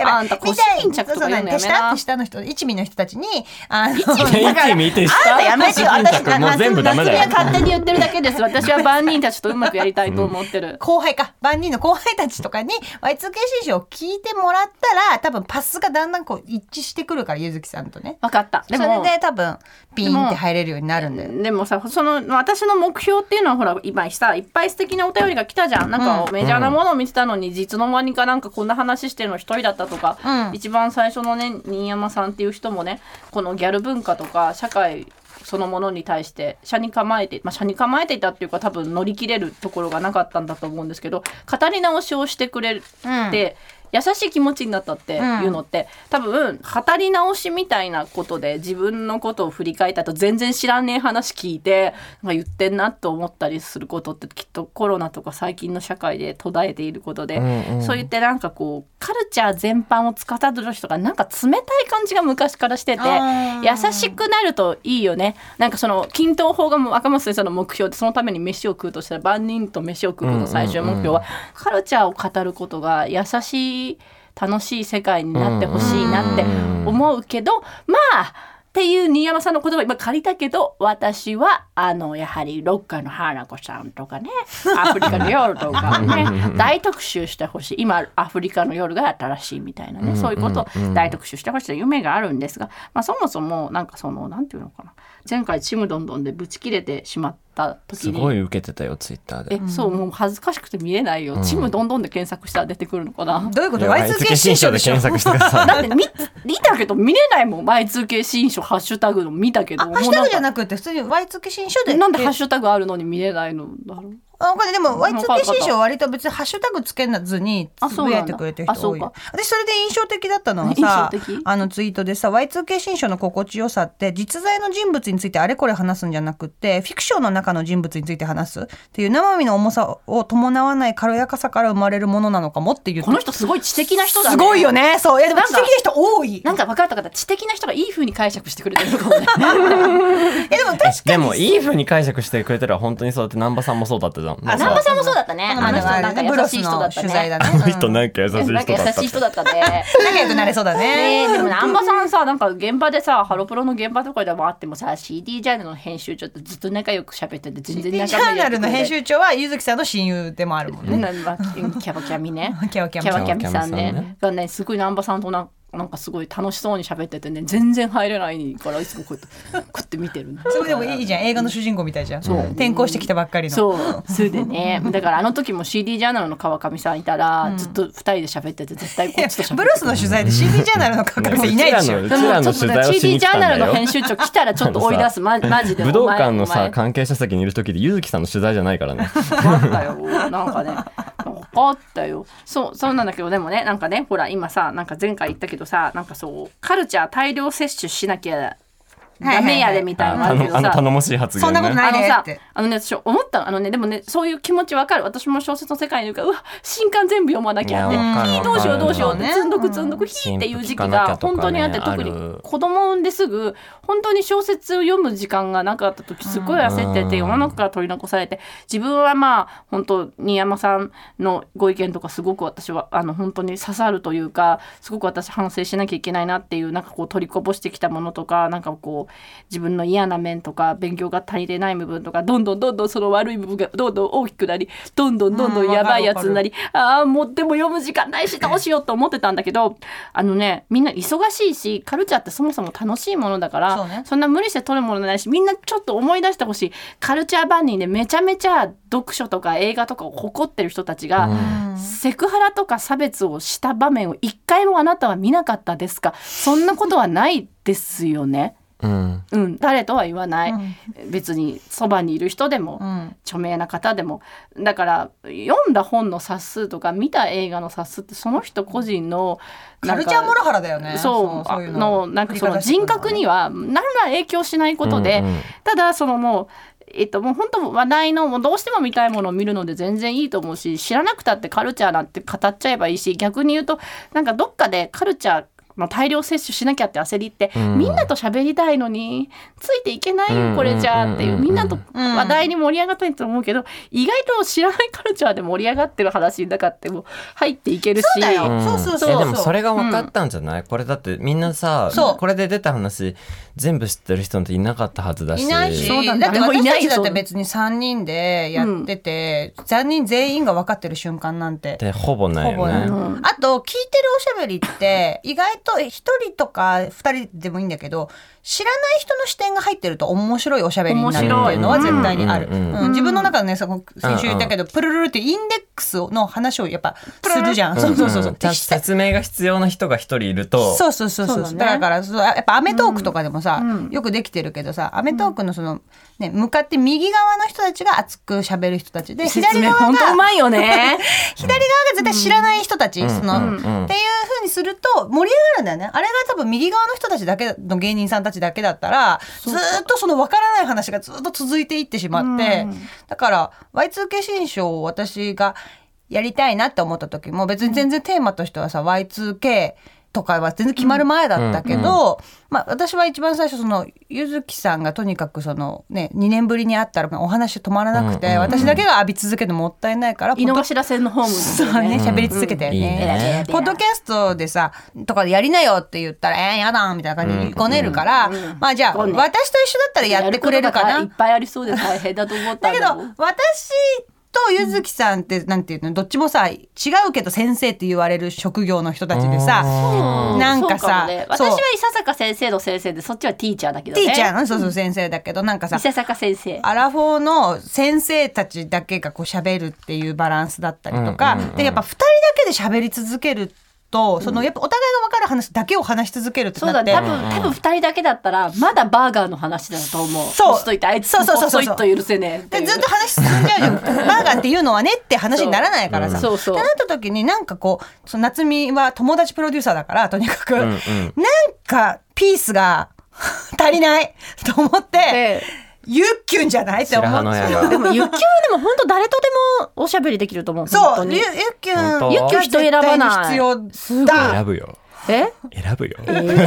Speaker 1: らあんた腰巾着とか言うのやめ
Speaker 3: 下
Speaker 1: な
Speaker 3: 下の人一味の人たちにあの
Speaker 2: 天気見て
Speaker 1: あん
Speaker 2: 下
Speaker 1: たやめてよ私
Speaker 2: 口もう全部ダメだ
Speaker 1: は
Speaker 2: よ
Speaker 1: 勝手に言ってるだけです私は万人たちとうまくやりたいと思ってる、
Speaker 3: 後輩か万人の後輩たちとかに Y2K 新書を聞いてもらったら多分パスがだんだんこう一致してくるからゆずきさんとね
Speaker 1: 分かったで
Speaker 3: それ
Speaker 1: も
Speaker 3: で多分ピンって入れるようになるんだよ
Speaker 1: でもさその私の目標っていうのはほら今さいっぱい素敵なお便りが来たじゃんなんかメジャーなものを見てたのに、実の間にかなんかこんな話してるの一人だったとか、
Speaker 3: うん
Speaker 1: 一番最初のね新山さんっていう人もねこのギャル文化とか社会そのものに対して社に構えて、まあ、社に構えていたっていうか多分乗り切れるところがなかったんだと思うんですけど語り直しをしてくれるって、優しい気持ちになったっていうのって、多分語り直しみたいなことで自分のことを振り返ったと全然知らねえ話聞いてなんか言ってんなと思ったりすることってきっとコロナとか最近の社会で途絶えていることで、
Speaker 2: うんうん
Speaker 1: そう言ってなんかこうカルチャー全般を司る人がなんか冷たい感じが昔からしてて
Speaker 3: あー
Speaker 1: 優しくなるといいよねなんかその均等法がもう赤松先生の目標でそのために飯を食うとしたら万人と飯を食うことの最終目標は、カルチャーを語ることが優しい楽しい世界になってほしいなって思うけど、まあっていう新山さんの言葉今借りたけど私はあのやはりロッカーの花子さんとかねアフリカの夜とかを ね大特集してほしい今アフリカの夜が新しいみたいなねそういうことを大特集してほしいという夢があるんですが、まあ、そもそもなんかそのなんていうのかな前回「ちむどんどん」でブチ切れてしまった時
Speaker 2: す
Speaker 1: に
Speaker 2: ごい受けてたよツイッターで
Speaker 1: え、そう、もう恥ずかしくて見えないよ。チムどんどんで検索したら出てくるのかな。
Speaker 3: どういうこと
Speaker 2: いや
Speaker 3: Y2K 新書でしょ
Speaker 2: 検索してください
Speaker 1: だって見、見たけど見れないもん。Y2K 新書、ハッシュタグの見たけど。
Speaker 3: ハッシュタグじゃ
Speaker 1: な
Speaker 3: なくて普通に Y2K 新書で
Speaker 1: なんでハッシュタグあるのに見れないのだろう。
Speaker 3: あこれでも
Speaker 1: んわかった
Speaker 3: Y2K 新は割と別にハッシュタグつけなずに
Speaker 1: あ
Speaker 3: つ
Speaker 1: そう
Speaker 3: ぶ
Speaker 1: な
Speaker 3: やい
Speaker 1: んだ
Speaker 3: てくれてる人多い
Speaker 1: あそう
Speaker 3: よ
Speaker 1: か
Speaker 3: 私それで印象的だったのはさ
Speaker 1: 印象的
Speaker 3: あのツイートでさ Y2K 新書の心地よさって実在の人物についてあれこれ話すんじゃなくてフィクションの中の人物について話すっていう生身の重さを伴わない軽やかさから生まれるものなのかもっていう
Speaker 1: この人すごい知的な人だ
Speaker 3: す
Speaker 1: ね
Speaker 3: ごいよねそういやでも
Speaker 1: なん
Speaker 3: 知
Speaker 1: か
Speaker 3: 的な人多い
Speaker 1: なんか分かった方知的な人がいい風に解釈してくれてるのか もね
Speaker 3: いやでも確かに
Speaker 2: でもいい風に解釈してくれてるは本当にそうだって南波さんもそうだったじゃん。
Speaker 1: あ 南波さんもそうだったね
Speaker 3: あの
Speaker 1: あの人
Speaker 3: 人あれ
Speaker 1: なんか
Speaker 3: ねブロ
Speaker 1: 優し
Speaker 3: ス
Speaker 1: い人だ
Speaker 3: の
Speaker 1: った
Speaker 3: 取材だ
Speaker 1: ね
Speaker 3: ね
Speaker 2: あの人なんか優しい人だ
Speaker 1: なん
Speaker 2: った
Speaker 1: か優しい人だったね
Speaker 3: 仲良くなれそうだね
Speaker 1: ねえでも南波さんさなんか現場でさハロプロの現場とかでもあってもさ CD ジャーナルの編集長とずっと仲良く喋ってて全然
Speaker 3: ジ
Speaker 1: 仲
Speaker 3: ャ
Speaker 1: 間
Speaker 3: ー
Speaker 1: にや
Speaker 3: ナル
Speaker 1: ってく
Speaker 3: の
Speaker 1: れない
Speaker 3: 編集長はゆずきさんの親友でもあるもんね。
Speaker 1: ねなんだキャバキャミね
Speaker 3: キャバキャミ
Speaker 1: キャバキャミさ
Speaker 2: キャバ
Speaker 1: ん
Speaker 2: キャミさん
Speaker 1: ねがねすごい南波さんとなんなんかすごい楽しそうに喋っててね全然入れないからいつもこうやってこうや って見てるんだ
Speaker 3: それでもいいじゃん映画の主人公みたいじゃん転校してきたばっかりの
Speaker 1: そうそれでねだからあの時も CD ジャーナルの川上さんいたら、ずっと二人で喋ってて絶対こ
Speaker 3: いや
Speaker 1: っちと喋って
Speaker 3: ブルースの取材で CD ジャーナルの書かせいないでしょ
Speaker 2: う
Speaker 1: で
Speaker 2: ちら
Speaker 1: もちょ
Speaker 2: の
Speaker 1: っと
Speaker 2: 取
Speaker 1: ね
Speaker 2: 材をし
Speaker 1: CD
Speaker 2: に
Speaker 1: ジ
Speaker 2: 来
Speaker 1: ャ
Speaker 2: た
Speaker 1: ー
Speaker 2: ん
Speaker 1: ナ
Speaker 2: だ
Speaker 1: ルの
Speaker 2: よ。
Speaker 1: 編集長来たらちょっと追い出すまマジで
Speaker 2: 武道館の
Speaker 1: お
Speaker 2: さ
Speaker 1: 前
Speaker 2: 関係者席にいる時で柚木さんの取材じゃないからね。
Speaker 1: 分かったよなんかね分かったよそうそうなんだけどでもねなんかねほら今さなんか前回言ったけどさなんかそうカルチャー大量摂取しなきゃダメやでみたいなのあ
Speaker 2: あ
Speaker 1: るけど
Speaker 2: のあの
Speaker 1: さ
Speaker 2: 頼もしい発言ね。
Speaker 3: そんなことない
Speaker 1: あの
Speaker 3: でっ
Speaker 1: さ
Speaker 3: て、
Speaker 1: あのね、私思ったのあのね、でもね、そういう気持ちわかる。私も小説の世界にいるから、うわ、新刊全部読まなきゃって、
Speaker 2: いやわかる
Speaker 1: ひーどうしようどうしようっ
Speaker 3: わ
Speaker 1: て、
Speaker 3: かる
Speaker 1: つんどくつんどく、ひーっていう時期が本当にあって、
Speaker 2: 新聞聞かなきゃとか
Speaker 1: 特
Speaker 2: ね
Speaker 1: に
Speaker 2: ある
Speaker 1: 子供産んですぐ、本当に小説を読む時間がなかった時、すごい焦ってて、
Speaker 2: うん
Speaker 1: 世の中から取り残されて、自分はまあ、本当、新山さんのご意見とか、すごく私は、あの、本当に刺さるというか、すごく私反省しなきゃいけないなっていう、なんかこう、取りこぼしてきたものとか、なんかこう、自分の嫌な面とか勉強が足りてない部分とかどんどんどんどんその悪い部分がどんどん大きくなりどんどんどんどん
Speaker 3: うん
Speaker 1: やばいやつにな
Speaker 3: わか
Speaker 1: り、ああもうでも読む時 間ないしどうしようと思ってたんだけどあのねみんな忙しいしカルチャーってそもそも楽しいものだから
Speaker 3: そうね
Speaker 1: んな無理して取るものじゃないしみんなちょっと思い出してほしいカルチャー番人でめちゃめちゃ読書とか映画とかを誇ってる人たちが、セクハラとか差別をした場面を一回もあなたは見なかったですかそんなことはないですよね。
Speaker 2: うん。
Speaker 1: うん、誰とは言わない、別にそばにいる人でも、著名な方でもだから読んだ本の冊数とか見た映画の冊数ってその人個人のな
Speaker 3: カ
Speaker 1: んか
Speaker 3: ルチャーモラハラだよね
Speaker 1: そうあのなんかその人格に
Speaker 3: は
Speaker 1: は何ら影響しないことで、
Speaker 2: うんうん
Speaker 1: ただそのもう。えっと、もう本当話題のもうどうしても見たいものを見るので全然いいと思うし知らなくたってカルチャーなんて語っちゃえばいいし逆に言うとなんかどっかでカルチャーの大量摂取しなきゃって焦りって、
Speaker 2: うん
Speaker 1: みんなと喋りたいのについていけないよこれじゃあってい
Speaker 2: う
Speaker 1: う,、
Speaker 2: んうんうんうん
Speaker 1: みんなと話題に盛り上がったいと思うけど、意外と知らないカルチャーで盛り上がってる話だからってもう入っていけるし
Speaker 3: そうだよ
Speaker 2: ん
Speaker 3: そうそうそう
Speaker 2: えでもそれが分かったんじゃない、これだってみんなさ
Speaker 3: そう
Speaker 2: これで出た話全部知ってる人なんていなかったはずだし
Speaker 3: いないし
Speaker 1: そうだね
Speaker 3: だって
Speaker 1: 誰もい
Speaker 3: 私
Speaker 1: ない
Speaker 3: た
Speaker 1: よ
Speaker 3: ちだって別に3人でやってて3人全員が分かってる瞬間なんて
Speaker 2: でほぼない
Speaker 3: ほぼない
Speaker 2: よね。
Speaker 3: あと聞いてるおしゃべりって意外と一人とか二人でもいいんだけど知らない人の視点が入ってると面白いおしゃべりになるっていうのは絶対にある、
Speaker 2: 面白いうんうんうん
Speaker 3: うん自分の中でねその先週言ったけど、プルルルってインデックスの話をやっぱするじゃん、そうそうそうそう、
Speaker 2: んちゃんと説明が必要な人が一人いると
Speaker 3: そうそうそうそう
Speaker 1: そうだね
Speaker 3: だからそうやっぱ『アメトーーク』とかでもさ、よくできてるけどさ『アメトーーク』のその、ね、向かって右側の人たちが熱くしゃべる人たちで
Speaker 1: 説
Speaker 3: 左
Speaker 1: 明
Speaker 3: 側が
Speaker 1: 本当うまいよね
Speaker 3: 左側が絶対知らない人たち、その、
Speaker 2: うんうんうん
Speaker 3: っていう風にすると盛り上がるんだよねあれが多分右側の人たちだけの芸人さんたちだけだったらずーっとその分からない話がずーっと続いていってしまって、だから Y2K 新書を私がやりたいなって思った時も別に全然テーマとしてはさ、Y2K とかは全然決まる前だったけど、まあ、私は一番最初そのゆずきさんがとにかくその、ね、2年ぶりに会ったらまあお話止まらなくて、
Speaker 2: うんうんうん
Speaker 3: 私だけが浴び続けるのもったいないから
Speaker 1: 井の頭線のホームです
Speaker 3: そう
Speaker 1: よ
Speaker 3: ね
Speaker 1: ね。
Speaker 3: 喋り続けて
Speaker 2: いいね。
Speaker 3: ね。ポッドキャストでさとかでやりなよって言ったら「えー、やだ」みたいな感じでこねるから、まあじゃあ
Speaker 1: ごね
Speaker 3: 私と一緒だったらやってくれるか
Speaker 1: や
Speaker 3: な
Speaker 1: ることがいっぱいありそうで大変だと思っ
Speaker 3: だ
Speaker 1: たん
Speaker 3: けど
Speaker 1: だもん
Speaker 3: 私とゆずきさんって、なんていうのどっちもさ違うけど先生って言われる職業の人たちでさ
Speaker 2: うん
Speaker 3: なんか
Speaker 1: そうも
Speaker 3: さ
Speaker 1: ね私
Speaker 3: そう
Speaker 1: は伊佐坂先生の先生でそっちはティーチャーだけどね
Speaker 3: ティーチャーのそうそう先生だけどなんかさ
Speaker 1: 伊佐坂先生
Speaker 3: アラフォーの先生たちだけがこう喋るっていうバランスだったりと
Speaker 2: う
Speaker 3: か、
Speaker 2: んうんうん
Speaker 3: でやっぱ2人だけで喋り続けるとそのやっぱお互いが分かる話だけを話し続けるって
Speaker 1: そう
Speaker 3: な
Speaker 1: だ
Speaker 3: って
Speaker 1: ね多分多分二人だけだったらまだバーガーの話だと思う
Speaker 3: そう
Speaker 1: ほっといてあいつ
Speaker 3: そうそうそうそう
Speaker 1: ほっといと許せねえってい
Speaker 3: で
Speaker 1: う
Speaker 3: ずっと話進んじ ゃうじゃんバーガーっていうのはねって話にならないからさ。
Speaker 1: そうそう
Speaker 3: ってなった時になんかこうその夏美は友達プロデューサーだからとにかく、
Speaker 2: うんう
Speaker 3: なん
Speaker 2: ん
Speaker 3: かピースが 足りないと思って
Speaker 4: で
Speaker 3: ゆっきゅんじゃないって思
Speaker 2: 白羽
Speaker 3: っ
Speaker 2: の
Speaker 3: て。
Speaker 2: 矢
Speaker 4: で
Speaker 2: が
Speaker 4: もゆっきゅんはでも本当誰とでもおしゃべりできると思う本当
Speaker 3: そう
Speaker 4: に
Speaker 3: ゆゆっきゅん
Speaker 2: 本当
Speaker 3: は
Speaker 4: ゆっきゅん人選ばない
Speaker 3: 絶対に必要
Speaker 4: すごい
Speaker 3: だ
Speaker 2: 選ぶよ
Speaker 4: え
Speaker 2: 選ぶよ
Speaker 4: えやだね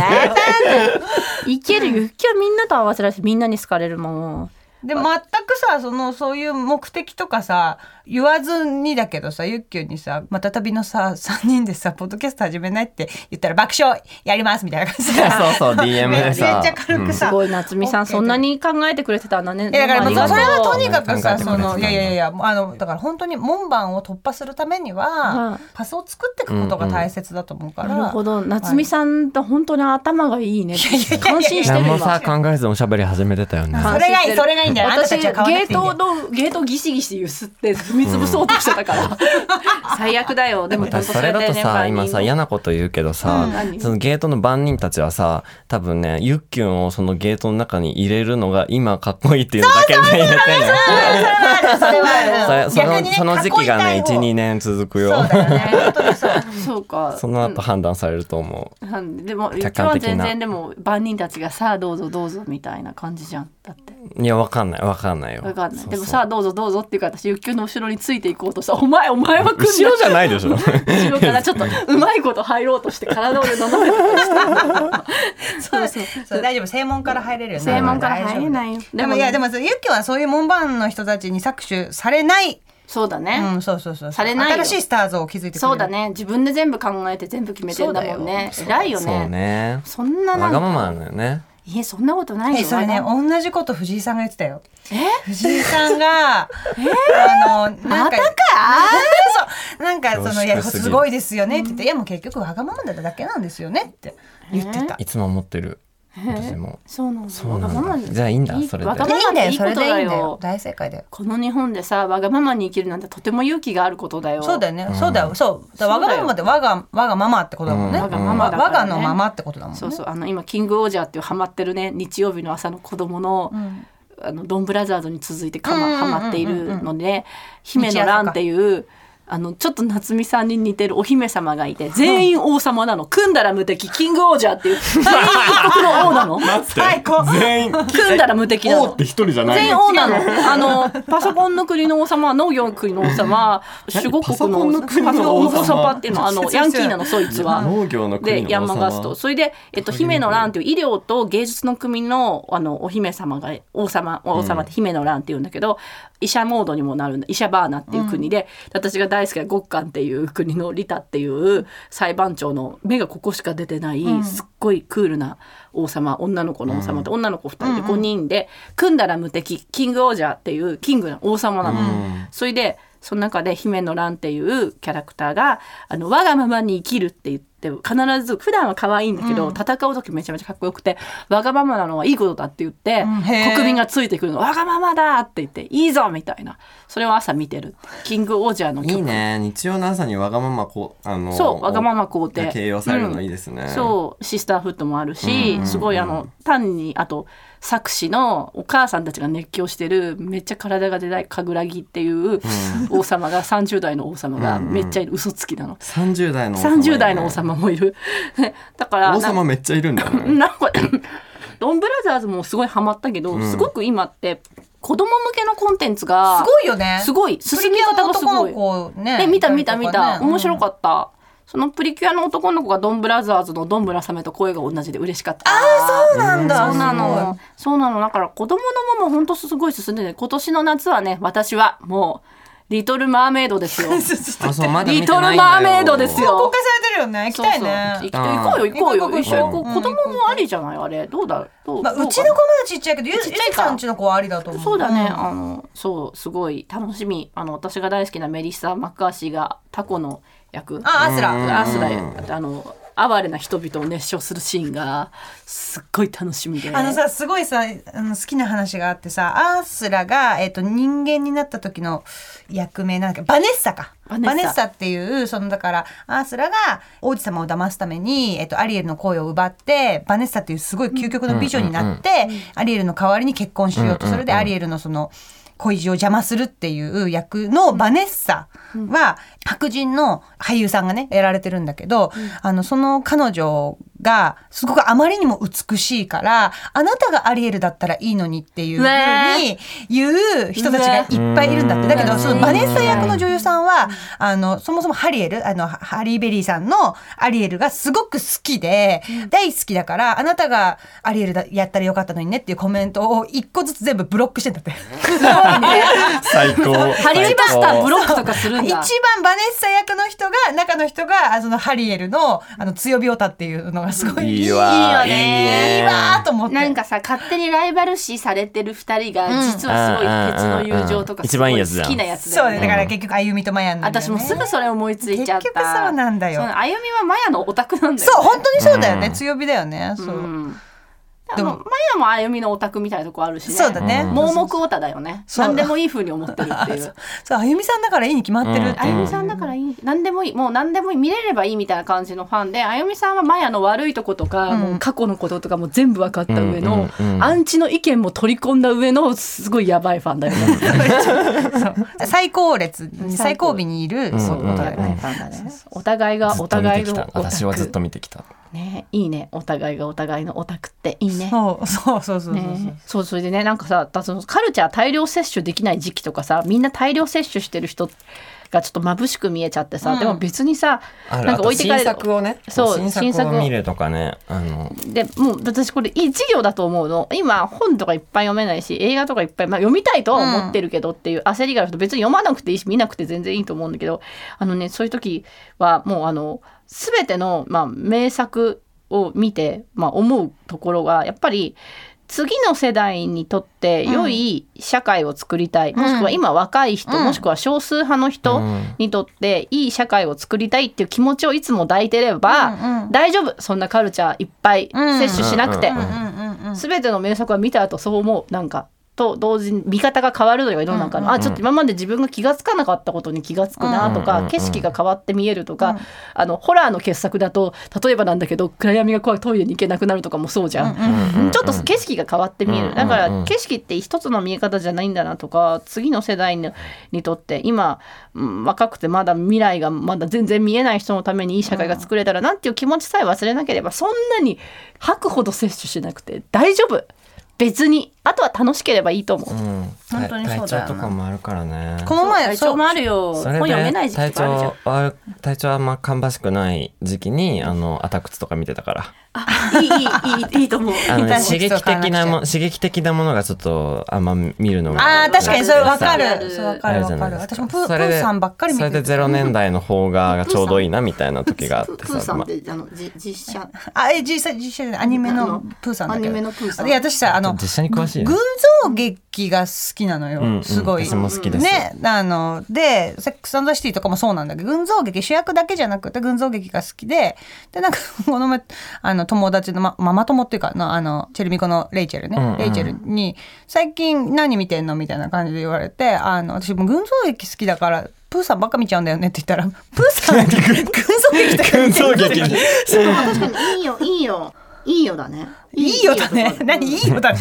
Speaker 4: いけるゆっきゅんみんなと合わせられてみんなに好かれるもん
Speaker 3: で全くさそのそういう目的とかさ言わずにだけどさゆっきゅんにさ「また旅のさ3人でさポッドキャスト始めない?」って言ったら「爆笑やります」みたいな感じで
Speaker 2: そう そう DM
Speaker 3: め
Speaker 2: で
Speaker 3: っちゃ
Speaker 2: さ
Speaker 3: 軽く
Speaker 4: す
Speaker 3: さ、
Speaker 4: ごい夏美さん
Speaker 3: OK
Speaker 4: そんなに考えてくれてたんだね
Speaker 3: いやだから
Speaker 2: あり
Speaker 3: も
Speaker 2: が
Speaker 3: う
Speaker 2: と
Speaker 3: そうれはとにかく
Speaker 2: 考
Speaker 3: さ
Speaker 2: えてく
Speaker 3: そ
Speaker 2: れてた
Speaker 3: の
Speaker 2: ん
Speaker 3: い
Speaker 2: だ
Speaker 3: やいやいやあのだから本当に門番を突破するために
Speaker 4: は
Speaker 3: はいパスを作っていくことが大切だと思うから、
Speaker 4: なるほど夏美さんって本当に頭がいいね
Speaker 3: や
Speaker 4: 感心してる
Speaker 2: 何も
Speaker 4: 今
Speaker 2: さ考えずおしゃべり始めてたよね
Speaker 3: それがいいそれがいいんだよあんた
Speaker 1: 私
Speaker 3: たちは変わら
Speaker 1: ゲ
Speaker 3: なくていいん
Speaker 1: ー
Speaker 3: だ
Speaker 1: ト
Speaker 3: よ
Speaker 1: のゲートをギシギシ揺すって踏み潰そうとしてたから、
Speaker 4: 最悪だよでも
Speaker 2: 私それだとさ今さ嫌なこと言うけどさ、
Speaker 1: 何
Speaker 2: そのゲートの番人たちはさ多分ねユッキュンをそのゲートの中に入れるのが今かっこいいっていうだけで入れてんのよ
Speaker 3: それ
Speaker 2: そ
Speaker 3: は
Speaker 2: れそのその時期がね
Speaker 3: 一
Speaker 2: 12年続く
Speaker 3: そう
Speaker 2: よ
Speaker 3: だよね本当にそう
Speaker 1: そうか
Speaker 2: その後判断されると思う、
Speaker 1: なんでも一
Speaker 2: 客観
Speaker 1: 番
Speaker 2: 的な
Speaker 1: 全然でも万人たちがさあどうぞどうぞみたいな感じじゃんだって
Speaker 2: いやわかんないわかんないよ
Speaker 1: わかん
Speaker 2: そう
Speaker 1: ない
Speaker 2: そう
Speaker 1: でもさあどうぞどうぞっていうから私ゆっきゅうの後ろについていこうとさお前お前は来んな
Speaker 2: 後ろじゃないでしょ
Speaker 1: 後ろからちょっとうまいこと入ろうとして体を斜めとかして
Speaker 3: そうそうそう大丈夫正門から入れるよね
Speaker 4: 正門から入れ
Speaker 3: い
Speaker 4: ないよ
Speaker 3: でもいやでもゆっきはそういう門番の人たちに搾取されない
Speaker 1: そうだね、
Speaker 3: うんそうそうそう
Speaker 1: されないよ
Speaker 3: 新しいスターズを築いてくれる
Speaker 1: そうだね自分で全部考えて全部決めてんだもんね偉いよ
Speaker 2: そう
Speaker 1: ね
Speaker 2: ね
Speaker 1: そんなな
Speaker 2: わ
Speaker 1: ん
Speaker 2: が
Speaker 1: か
Speaker 2: ままなのよね
Speaker 1: いえそんなことない
Speaker 3: え
Speaker 1: よ
Speaker 3: それね
Speaker 1: わが
Speaker 3: 同じこと藤井さんが言ってたよ
Speaker 1: え
Speaker 3: 藤井さんがあのなんかまたかそうなんかそのいや
Speaker 2: 恐縮すぎる
Speaker 3: すごいですよねって言っていやもう結局わがままだっただけなんですよねって言ってた
Speaker 2: いつも思ってる私も
Speaker 1: そうなんだ
Speaker 2: そう
Speaker 1: わ
Speaker 2: な
Speaker 1: が
Speaker 2: んだ
Speaker 1: ままなんだ
Speaker 2: じゃあいいんだ
Speaker 1: いい
Speaker 2: それで
Speaker 1: わがま
Speaker 3: いいんだ
Speaker 1: い
Speaker 3: よ
Speaker 1: い
Speaker 3: そ
Speaker 1: こと
Speaker 3: れでいいんだ
Speaker 1: だ
Speaker 3: よ
Speaker 1: よ
Speaker 3: 大正解だよ
Speaker 1: この日本でさわがままに生きるなんてとても勇気があることだよ
Speaker 3: そうだよね、そうだよそうだからわ
Speaker 1: そうだ
Speaker 3: が
Speaker 1: よ
Speaker 3: ままでわがわがままってことだもんね、
Speaker 2: うんわ
Speaker 1: がままだからね
Speaker 3: わがのままってことだもんね
Speaker 1: そうそうあの今キングオージャーっていうハマってるね日曜日の朝の子供の、あのドンブラザーズに続いてか
Speaker 3: うんう
Speaker 1: ま
Speaker 3: んうんうんうん
Speaker 1: ハマっているので姫の蘭っていうあのちょっと夏美さんに似てるお姫様がいて全員王様なの組んだら無敵キングオージャー っていう全員一国の王なの
Speaker 3: 最高
Speaker 2: 全員
Speaker 1: 組んだら無敵なの
Speaker 2: 一人じゃ
Speaker 1: 全員王なの。あの、パソコンの国の王様、農業の国の王様、守護国の王様、パソコンの王様っていうのは、あ の、ヤンキーなの、そいつは。
Speaker 2: 農業の国
Speaker 1: で
Speaker 2: の王様
Speaker 1: ヤンマガストそれで、えっと、姫の蘭という医療と芸術の国のあのお姫様が王様王様って姫の蘭っていうんだけど、医者モードにもなるんだ医者バーナっていう国で、私が大好きなゴッカンっていう国のリタっていう裁判長の目がここしか出てない、すっごいクールな王様女の子の王様って、女の子2人で5人で、組んだら無敵キングオージャーっていうキングの王様なの。それでその中で姫の蘭っていうキャラクターがあの我がままに生きるって言って必ず普段は可愛いんだけど、戦う時めちゃめちゃかっこよくてわがままなのはいいことだって言って、
Speaker 3: んへー
Speaker 1: 国民がついてくるのわがままだって言っていいぞみたいなそれを朝見てるキングオージャーの曲
Speaker 2: いいね日曜の朝にわがままこうあの
Speaker 1: そうわがまま皇帝
Speaker 2: が形容されるのいいですね、
Speaker 1: そうシスターフットもあるし、すごいあの単にあと作詞のお母さんたちが熱狂してるめっちゃ体が出ない神楽木っていう王様が30代の王様がめっちゃいる嘘つきなの
Speaker 2: 30代の王様、
Speaker 1: 30代の王様もいる だから
Speaker 2: 王様めっちゃいるんだよね
Speaker 1: なんか ドンブラザーズもすごいハマったけど、すごく今って子供向けのコンテンツが
Speaker 3: すごいよね
Speaker 1: すごい
Speaker 3: プリ
Speaker 1: 進み
Speaker 3: キュア
Speaker 1: 方
Speaker 3: の
Speaker 1: がす
Speaker 3: 男
Speaker 1: ごい
Speaker 3: の。子ね
Speaker 1: え見た見た見た、面白
Speaker 3: っ
Speaker 1: かったそのプリキュアの男の子がドンブラザーズのドンブラサメと声が同じで嬉しかった
Speaker 3: たりとかねうんそうなんだ
Speaker 1: そうなのそうなのだから子供のもも本当すごい進んでて今年の夏はね私はもう「リトル・マーメイ ド」ですよ「
Speaker 2: あそうまだ見
Speaker 1: リ
Speaker 2: て
Speaker 1: ト
Speaker 2: ないん
Speaker 1: ル・
Speaker 2: だよ
Speaker 1: マーメイド」ですよ
Speaker 3: 公開されてるよね行きたいね
Speaker 1: そうそう行こうよ行こうよ
Speaker 3: 行こう行こう
Speaker 1: 一緒に行こ
Speaker 3: うん
Speaker 1: う子供もありじゃないあれどうだどう
Speaker 3: まあ、
Speaker 1: ど
Speaker 3: う
Speaker 1: か
Speaker 3: ち
Speaker 1: な
Speaker 3: の子まだちっちゃいけどゆゆず
Speaker 1: ちっちゃいか
Speaker 3: さんちの子はありだと思う
Speaker 1: そうだね、
Speaker 3: ん
Speaker 1: あのそうすごい楽しみあの私が大好きなメリッサ・マッカーシーがタコの役
Speaker 3: あアスラ
Speaker 1: アスラあの哀れな人々を熱唱するシーンがすっごい楽しみで
Speaker 3: あ のさすごいさあの好きな話があってさアースラが、えっと人間になった時の役名なんだっけバネッサか
Speaker 1: バ
Speaker 3: バネ
Speaker 1: ネッサ
Speaker 3: ッサっていうそのだからアースラが王子様を騙すために、えっとアリエルの声を奪ってバネッサっていうすごい究極の美女になって、アリエルの代わりに結婚しようと、それでアリエルのその恋路を邪魔するっていう役のバネッサは白人の俳優さんがねやられてるんだけど、あのその彼女がすごくあまりにも美しいからあなたがアリエルだったらいいのにっていうふうに言う人たちがいっぱいいるんだってだけどそのバネッサ役の女優さんはあのそもそもハリエルあのハハリー・ベリーさんのアリエルがすごく好きで、大好きだからあなたがアリエルだやったらよかったのにねっていうコメントを一個ずつ全部ブロックしてんだって。
Speaker 2: 最 高。
Speaker 1: ハリウッドスターブ
Speaker 2: ロ
Speaker 1: ロックとかするん
Speaker 3: 一
Speaker 1: だ
Speaker 3: 番バネッサ役の人が中の人があそのハリエルのあの強病たっていうのがすごい
Speaker 2: いいわ。
Speaker 5: いいよね
Speaker 3: いいわーと思って
Speaker 5: なんかさ勝手にライバル視されてる2人が実はすごい鉄の友情とか
Speaker 2: うん
Speaker 5: すご
Speaker 2: うんうんうん一番いいや
Speaker 5: い
Speaker 2: つじゃ
Speaker 5: 好
Speaker 2: ん
Speaker 5: きなやつだよ
Speaker 3: そうねだ
Speaker 5: ね。
Speaker 3: から結局歩みとマヤなんだよね
Speaker 5: 私もすぐそれ思いついちゃった。
Speaker 3: 結局そうなんだよ
Speaker 5: その歩みはマヤのオタクなんだよ
Speaker 3: そう
Speaker 5: ね。
Speaker 3: 本当にそうだよね、強火だよねそう、
Speaker 1: うんあ
Speaker 3: でも
Speaker 1: のマヤも歩みのオタクみたいなとこあるしね
Speaker 3: そうだね
Speaker 1: 盲目オタだよね
Speaker 3: そう
Speaker 1: 何でもいい風に思ってるって いう
Speaker 3: そうあゆみさんだからいいに決まってるって
Speaker 1: あ
Speaker 3: いう、
Speaker 1: ゆみさんだからいい、何でもいいもう何でもいい見れればいいみたいな感じのファンであゆみさんはマヤの悪いとことか、もう過去のこととかも全部分かった上の、
Speaker 2: うんうんうん
Speaker 1: アンチの意見も取り込んだ上のすごいやばいファンだよね。
Speaker 3: そう 最高列に最後尾にいる
Speaker 2: ん
Speaker 3: そういうことだよ
Speaker 2: うん
Speaker 3: ねファンだね
Speaker 1: お互いがお互いのオタク
Speaker 2: 私はずっと見てきた。
Speaker 1: ねいいねお互いがお互いのオタクっていいね。
Speaker 3: そうそうそうそうそう
Speaker 1: ね、そうそれでねなんかさだそのカルチャー大量摂取できない時期とかさみんな大量摂取してる人がちょっと眩しく見えちゃってさ、でも別にさ
Speaker 2: ある
Speaker 1: なんか置いてかれ
Speaker 2: あと新作をね。
Speaker 1: そう
Speaker 2: 新
Speaker 1: 新
Speaker 2: 作
Speaker 1: 作
Speaker 2: を
Speaker 1: を
Speaker 2: 見るとかね。あの、
Speaker 1: でもう私これいい事業だと思うの今本とかいっぱい読めないし映画とかいっぱい、まあ、読みたいとは思ってるけどっていう焦りがあると別に読まなくていいし見なくて全然いいと思うんだけどあのねそういう時はもうあの全ての、まあ、名作を見て、まあ、思うところがやっぱり次の世代にとって良い社会を作りたい、もしくは今若い人、もしくは少数派の人にとっていい社会を作りたいっていう気持ちをいつも抱いてれば、
Speaker 3: うんうん
Speaker 1: 大丈夫そんなカルチャーいっぱい
Speaker 3: うん
Speaker 1: 摂取しなくて、
Speaker 2: うん
Speaker 3: うんうんうん
Speaker 1: 全ての名作は見た後そう思うなんかと同時に見方が変わるというか世の中の、あちょっと今まで自分が気が付かなかったことに気が付くなとか、
Speaker 2: うん
Speaker 1: 景色が変わって見えるとか、あのホラーの傑作だと例えばなんだけど暗闇が怖いトイレに行けなくなるとかもそうじゃん。ちょっと景色が変わって見える、
Speaker 2: うん
Speaker 1: だか
Speaker 2: うんうん
Speaker 1: ら景色って一つの見え方じゃないんだなとか次の世代ににとって今うん若くてまだ未来がまだ全然見えない人のためにいい社会が作れたらなっていう気持ちさえ忘れなければそんなに吐くほど摂取しなくて大丈夫別にあとは楽しければいいと思う。
Speaker 2: うん。
Speaker 3: 本当にそうだよな
Speaker 2: 体調とかもあるからね。
Speaker 3: この前
Speaker 1: 体調もあるよ
Speaker 2: そ
Speaker 1: 本
Speaker 2: れで
Speaker 1: 読めない時期もあ
Speaker 2: 体
Speaker 1: るじゃん
Speaker 2: 調悪体調あんま芳しくない時期にあのアタクツとか見てたから
Speaker 1: あいいいいいいいい と思う
Speaker 2: あの
Speaker 3: 痛い
Speaker 2: 刺激的なも刺激的なものがちょっとあんま見るのが
Speaker 3: あー確かにそれわか
Speaker 1: わかる
Speaker 3: るそうわか
Speaker 2: あ
Speaker 3: る
Speaker 2: れ
Speaker 3: わ
Speaker 2: じゃ
Speaker 3: か
Speaker 2: ない
Speaker 3: る
Speaker 2: です
Speaker 3: 私
Speaker 2: か
Speaker 3: もプー
Speaker 2: そ
Speaker 3: プ
Speaker 2: れで
Speaker 3: ーさんばっかり見
Speaker 2: それ
Speaker 3: て
Speaker 2: で
Speaker 3: る
Speaker 2: ゼロ年代の邦画がちょうどいいなみたいな時があっ
Speaker 5: プ
Speaker 2: て
Speaker 5: プー
Speaker 2: さ
Speaker 5: さん
Speaker 2: ま
Speaker 5: ってあのじ実写
Speaker 3: あえ実際実写じゃないアニメ
Speaker 5: あの
Speaker 3: のプーさんだけど
Speaker 5: アニメのプーさん
Speaker 3: いや私さあの
Speaker 2: 実写に詳しいね
Speaker 3: 群像劇が好きなのよ、
Speaker 2: うんうん
Speaker 3: すごい
Speaker 2: 私も好きです
Speaker 3: ねあので「セックスザシティ」とかもそうなんだけど群像劇主役だけじゃなくて群像劇が好きででなんか この前あの友達の、ま、ママ友っていうかのあのチェルミコのレイチェルね、
Speaker 2: うんうん
Speaker 3: レイチェルに「最近何見てんの?」みたいな感じで言われて「あの私もう群像劇好きだからプーさんばっか見ちゃうんだよね」って 言ったら「プーさん群像劇とか
Speaker 2: 群
Speaker 3: 見て
Speaker 2: 像
Speaker 3: る
Speaker 2: 劇に
Speaker 5: 確かにいいよいいよいいよだね
Speaker 3: いいよだね。何いいよだね。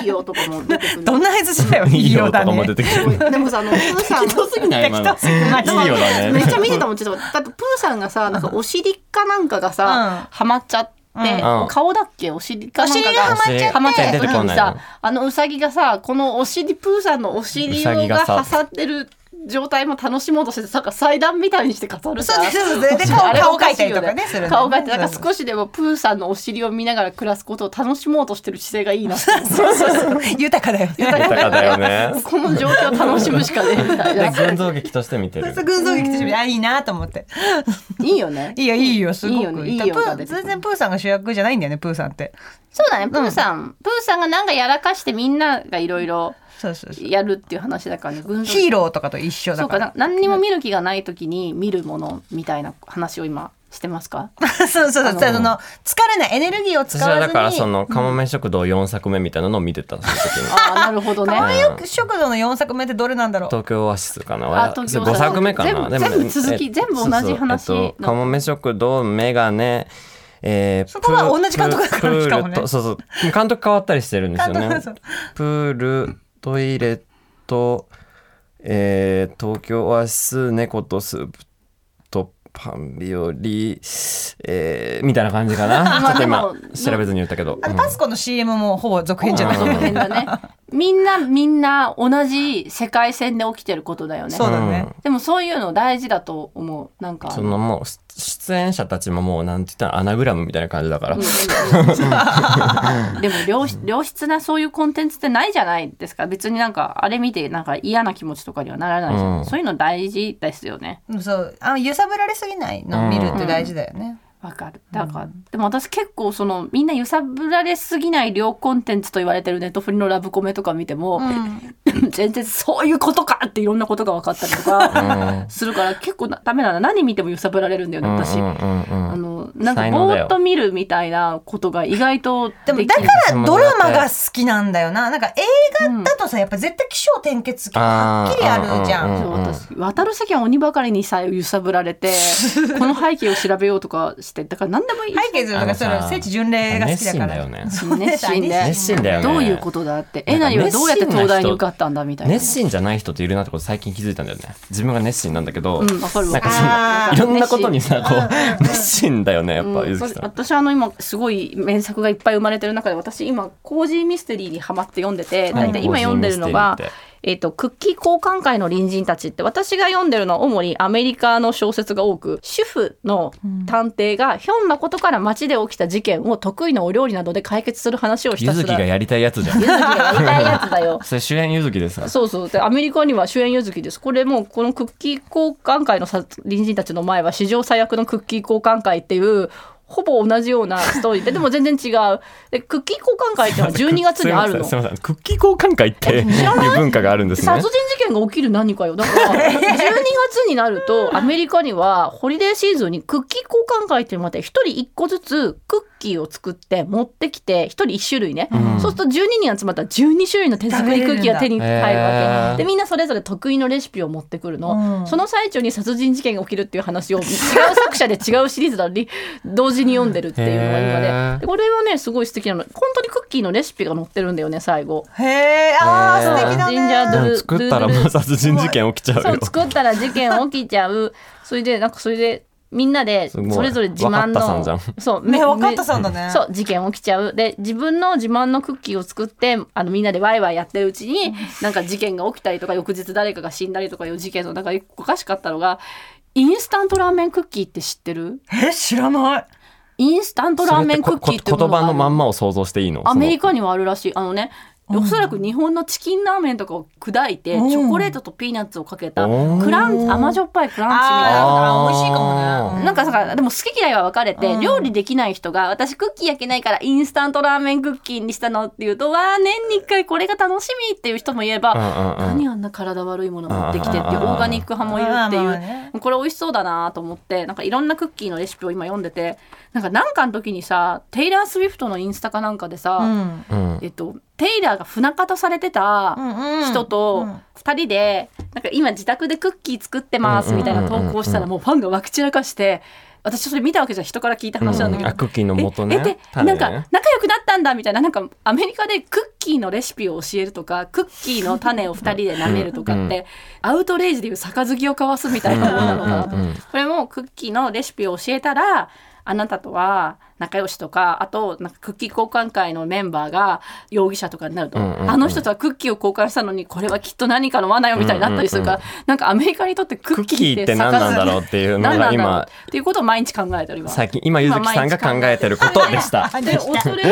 Speaker 5: いいよとかも出てくる
Speaker 3: どんな合図だよ。
Speaker 2: い
Speaker 3: い
Speaker 2: い
Speaker 3: い
Speaker 2: よ
Speaker 3: よ
Speaker 2: と
Speaker 3: だ
Speaker 2: かも
Speaker 3: ね
Speaker 2: 出。てくる
Speaker 5: でもさあのプーさん
Speaker 2: すぎない今の
Speaker 3: 適当すぎない
Speaker 2: いいよだ
Speaker 5: めっ
Speaker 2: ね
Speaker 5: ちゃ見てたもんちょっとだってプーさんがさなんかお尻かなんかがさ、
Speaker 3: うん
Speaker 5: ハマっちゃって。
Speaker 2: ん
Speaker 5: 顔だっけお尻かなんかが
Speaker 2: お尻が
Speaker 5: ハ
Speaker 2: ハ
Speaker 5: マ
Speaker 2: マ
Speaker 5: っ
Speaker 2: っ
Speaker 5: ち
Speaker 2: ち
Speaker 5: ゃっ
Speaker 2: ゃってて
Speaker 5: た時に
Speaker 2: 出てこない
Speaker 5: さ
Speaker 2: の
Speaker 5: あのウサギがさこのお尻プーさんのお尻
Speaker 2: ウサギ
Speaker 5: が
Speaker 2: がさ
Speaker 5: 挟ってる状態も楽しもうとしてなんか祭壇みたいにして飾るじゃ
Speaker 3: そ
Speaker 5: ん
Speaker 3: うですそうです。で
Speaker 5: あ
Speaker 3: 顔
Speaker 5: れお
Speaker 3: 顔
Speaker 5: か
Speaker 3: 描い
Speaker 5: しい
Speaker 3: たり
Speaker 5: よ
Speaker 3: とかねするのね。
Speaker 5: 顔描いてなんか
Speaker 3: そう
Speaker 5: 少しでもプーさんのお尻を見ながら暮らすことを楽しもうとしてる姿勢がいいなって
Speaker 3: そうそう豊かだよね。
Speaker 2: 豊かだよね
Speaker 5: この状況を楽しむしかねえみたいな
Speaker 2: で群像劇として見て
Speaker 3: そう
Speaker 2: る
Speaker 3: そう群像劇としてあいいなと思って。
Speaker 5: いいよね
Speaker 3: いいよいいよす
Speaker 5: いい
Speaker 3: ご
Speaker 5: よね
Speaker 3: く。
Speaker 5: いい
Speaker 3: だ
Speaker 5: よ
Speaker 3: から
Speaker 5: が
Speaker 3: プ
Speaker 5: 出
Speaker 3: ー
Speaker 5: てくる
Speaker 3: 全然プーさんが主役じゃないんだよねプーさんって。
Speaker 5: そうだねプーさん、プーさんがなんかやらかしてみんながいろいろ
Speaker 3: そうそうそう。
Speaker 5: やるっていう話だからね群像
Speaker 3: ヒーローとかと一緒
Speaker 5: そ
Speaker 3: だ
Speaker 5: うか
Speaker 3: か。
Speaker 5: らな何にも見る気がない時に見るものみたいな話を今
Speaker 1: してますか
Speaker 3: そうそうそう、その疲れないエネルギーを使
Speaker 2: 私は
Speaker 3: わず
Speaker 2: だ
Speaker 3: に
Speaker 2: からその「かもめ食堂」4作目みたいなのを見てたその時に
Speaker 1: ああなるほどね。
Speaker 3: あよく食堂の4作目ってどれなんだろう
Speaker 2: 東京オアシスかな
Speaker 1: あ東京オアシ
Speaker 2: 5
Speaker 1: ス
Speaker 2: 作目かな
Speaker 1: 全部全部続き
Speaker 2: え
Speaker 1: 全部同じ話
Speaker 2: そうそうえっとかもめ食堂メガネえー、
Speaker 3: そこは
Speaker 2: プー
Speaker 3: 同じ監督だから
Speaker 2: プール
Speaker 3: しかもね
Speaker 2: とそうそう監督変わったりしてるんですよ
Speaker 3: 監
Speaker 2: ね
Speaker 3: 督そう
Speaker 2: プールトイレットえー、東京オアシス猫とスープとパン日和えー、みたいな感じ かなちょっと今
Speaker 1: でも
Speaker 2: 調べずに言ったけど
Speaker 3: あのパスコの CM もほぼ続編じゃない、
Speaker 1: 続編だね。みんなみんな同じ世界線で起きてることだよね
Speaker 3: そ。うだね、
Speaker 1: でもそういうの大事だと思う。なんか。
Speaker 2: そのもうし出演者たちももうなんて言ったらアナグラムみたいな感じだから、
Speaker 1: でも良質良質なそういうコンテンツってないじゃないですか別になんかあれ見てなんか嫌な気持ちとかにはならないじゃん
Speaker 2: うん
Speaker 1: そういうの大事ですよね
Speaker 3: うんそうあの揺さぶられすぎないのを見るって大事だよね、
Speaker 1: わかるだから、でも私結構そのみんな揺さぶられすぎない量コンテンツと言われてるネットフリのラブコメとか見ても、 全然そういうことかっていろんなことが分かったりとかするから結構なダメだな何見ても揺さぶられるんだよね私。
Speaker 2: うんうんうん
Speaker 1: あ
Speaker 2: うん
Speaker 1: のなんか
Speaker 2: 才能
Speaker 1: ぼ
Speaker 2: だよ
Speaker 1: ーっと見るみたいなことが意外と
Speaker 3: でもだか
Speaker 2: そ
Speaker 3: ら
Speaker 2: の
Speaker 3: ドラマが好きなんだよななんか映画だとさやっぱ絶対起承転結はっきりあるじゃん、
Speaker 2: あーうんうんうん
Speaker 1: そう私渡る世間は鬼ばかりにさえ揺さぶら れてこの背景を調べようとかしてだから何でもいい
Speaker 3: 背景するのがそ
Speaker 2: あの
Speaker 3: の
Speaker 2: さ
Speaker 3: 聖地巡礼が好きだから
Speaker 2: 熱心だよね
Speaker 3: そう
Speaker 1: 熱心で
Speaker 2: 熱心だよね
Speaker 1: どういうことだって
Speaker 2: なん
Speaker 1: え
Speaker 2: か
Speaker 1: なにはどうやって東大に受かったんだみたいなね、
Speaker 2: 熱心じゃない人っているなってこと最近気づいたんだよね自分が熱心なんだけど、
Speaker 1: うんわかるわ
Speaker 2: なんかそ
Speaker 3: あ
Speaker 2: のい
Speaker 1: ー
Speaker 2: ろんなことにさこう熱心だよねやっぱ
Speaker 1: う
Speaker 2: ゆ
Speaker 1: ん、
Speaker 2: ずき
Speaker 1: そ
Speaker 2: さん、
Speaker 1: 私あの今すごい名作がいっぱい生まれてる中で私今コージーミステリーにハマって読んでて
Speaker 2: はい
Speaker 1: 大体今読んでるのが
Speaker 2: コージーミステリーって
Speaker 1: 「えっとクッキー交換会の隣人たち」って私が読んでるのは主にアメリカの小説が多く主婦の探偵がひょんなことから街で起きた事件を得意のお料理などで解決する話をひ
Speaker 2: ゆ
Speaker 1: たす
Speaker 2: ずき
Speaker 1: ら
Speaker 2: が
Speaker 1: ゆず
Speaker 2: やりたいやつじゃん
Speaker 1: きがやりたいやつだよ。
Speaker 2: それ主演ゆずきですか
Speaker 1: そうそうでアメリカには主演ゆずきですこれもうこのクッキー交換会のさ隣人たちの前は史上最悪のクッキー交換会っていうほぼ同じようなストーリーででも全然違うでクッキー交換会っていうのは12月にあるの
Speaker 2: すいませんすいませんクッキー交換会っていう文化があるんですね
Speaker 1: 殺人事件が起きる何かよだから12月 になるとアメリカにはホリデーシーズンにクッキー交換会っていうのもあって1人1個ずつクッキーを作って持ってきて1人1種類ね、そうすると12人集まったら12種類の手作りクッキーが手に入るわ
Speaker 2: へー
Speaker 1: けでみんなそれぞれ得意のレシピを持ってくるの、
Speaker 3: うん
Speaker 1: その最中に殺人事件が起きるっていう話を違う作者で違うシリーズな のに同時に読んでるっていうのが
Speaker 2: へ
Speaker 1: 今
Speaker 2: ー
Speaker 1: ででこれはねすごい素敵なの本当にクッキーのレシピが載ってるんだよね最後。
Speaker 3: へえあ
Speaker 2: へ
Speaker 3: ー
Speaker 2: ー
Speaker 3: 素敵だ
Speaker 1: ジンジャード
Speaker 2: で
Speaker 1: ル
Speaker 3: ね
Speaker 2: も作ったらもう殺人事件起きちゃう
Speaker 1: そう
Speaker 2: よ
Speaker 1: 作ったら事件起きちゃう それでなんかそれでみんなです
Speaker 2: ごい
Speaker 1: それぞれ自慢
Speaker 2: 若田さんじゃ
Speaker 1: の
Speaker 2: ん
Speaker 1: そうめ
Speaker 3: ね若田さんだね
Speaker 1: そう事件起きちゃうで自分の自慢のクッキーを作ってあのみんなでワイワイやってるう ちになんか事件が起きたりとか翌日誰かが死んだりとかいう事件の中でおかしかったのがインスタントラーメンクッキーって知ってる
Speaker 3: え知らない
Speaker 1: インスタントラーメンクッキーっていう
Speaker 2: それってここ
Speaker 1: も
Speaker 2: 言
Speaker 1: がある
Speaker 2: 葉のまんまを想像していいの
Speaker 1: アメリカにはあるらしいあのねおそらく日本のチキンラーメンとかを砕いてチ
Speaker 3: うん
Speaker 1: ョコレートとピーナッツをかけた
Speaker 2: うん
Speaker 1: クラン甘じょっぱいクランチみたい
Speaker 3: あ
Speaker 1: な
Speaker 3: ー
Speaker 2: あー
Speaker 3: 美味しいかもね
Speaker 1: なんかさでも好き嫌いは分かれて、料理できない人が私クッキー焼けないからインスタントラーメンクッキーにしたのっていうとわあ年に1回これが楽しみっていう人もいれば、
Speaker 2: うんうんうん
Speaker 1: 何あんな体悪いもの持ってきてっていうオ
Speaker 2: あー
Speaker 1: ーガニック派もいるって
Speaker 3: あーまあ
Speaker 1: い
Speaker 3: ね
Speaker 1: う、これ美味しそうだなと思ってなんかいろんなクッキーのレシピを今読んでてなんかなんかの時にさテイラー・スウィフトのインスタかなんかでさ、
Speaker 3: うん
Speaker 2: うん
Speaker 1: えっと、テイラーが船方されてた
Speaker 3: うんうん
Speaker 1: 人と2人で、なんか今自宅でクッキー作ってますみたいな投稿したらもうファンがわく散らかして私それ見たわけじゃん人から聞いた話なんだけど、
Speaker 2: あクッキーの元
Speaker 1: ええで
Speaker 2: ね
Speaker 1: な
Speaker 2: 種
Speaker 1: んか
Speaker 2: ね
Speaker 1: 仲良くなったんだみたいななんかアメリカでクッキーのレシピを教えるとかクッキーの種を2人で舐めるとかってアウトレイジでいう杯を交わすみたいなものなのかなと
Speaker 2: うんうんうんうん
Speaker 1: これもクッキーのレシピを教えたらあなたとは仲良しとかあとなんかクッキー交換会のメンバーが容疑者とかになると、
Speaker 2: うんうんうん
Speaker 1: あの人とはクッキーを交換したのにこれはきっと何かの罠よみたいになったりするから、なんかアメリカにとってク
Speaker 2: ク
Speaker 1: ッ
Speaker 2: ッ
Speaker 1: キ
Speaker 2: キ
Speaker 1: ー
Speaker 2: ー
Speaker 1: っ
Speaker 2: ってて何なんだろうっていうの
Speaker 1: 何
Speaker 2: が
Speaker 1: なんだろう
Speaker 2: 今
Speaker 1: っていうことを毎日考えております。
Speaker 2: 最近今ゆずきさんが考えてることで した
Speaker 1: で、おそれ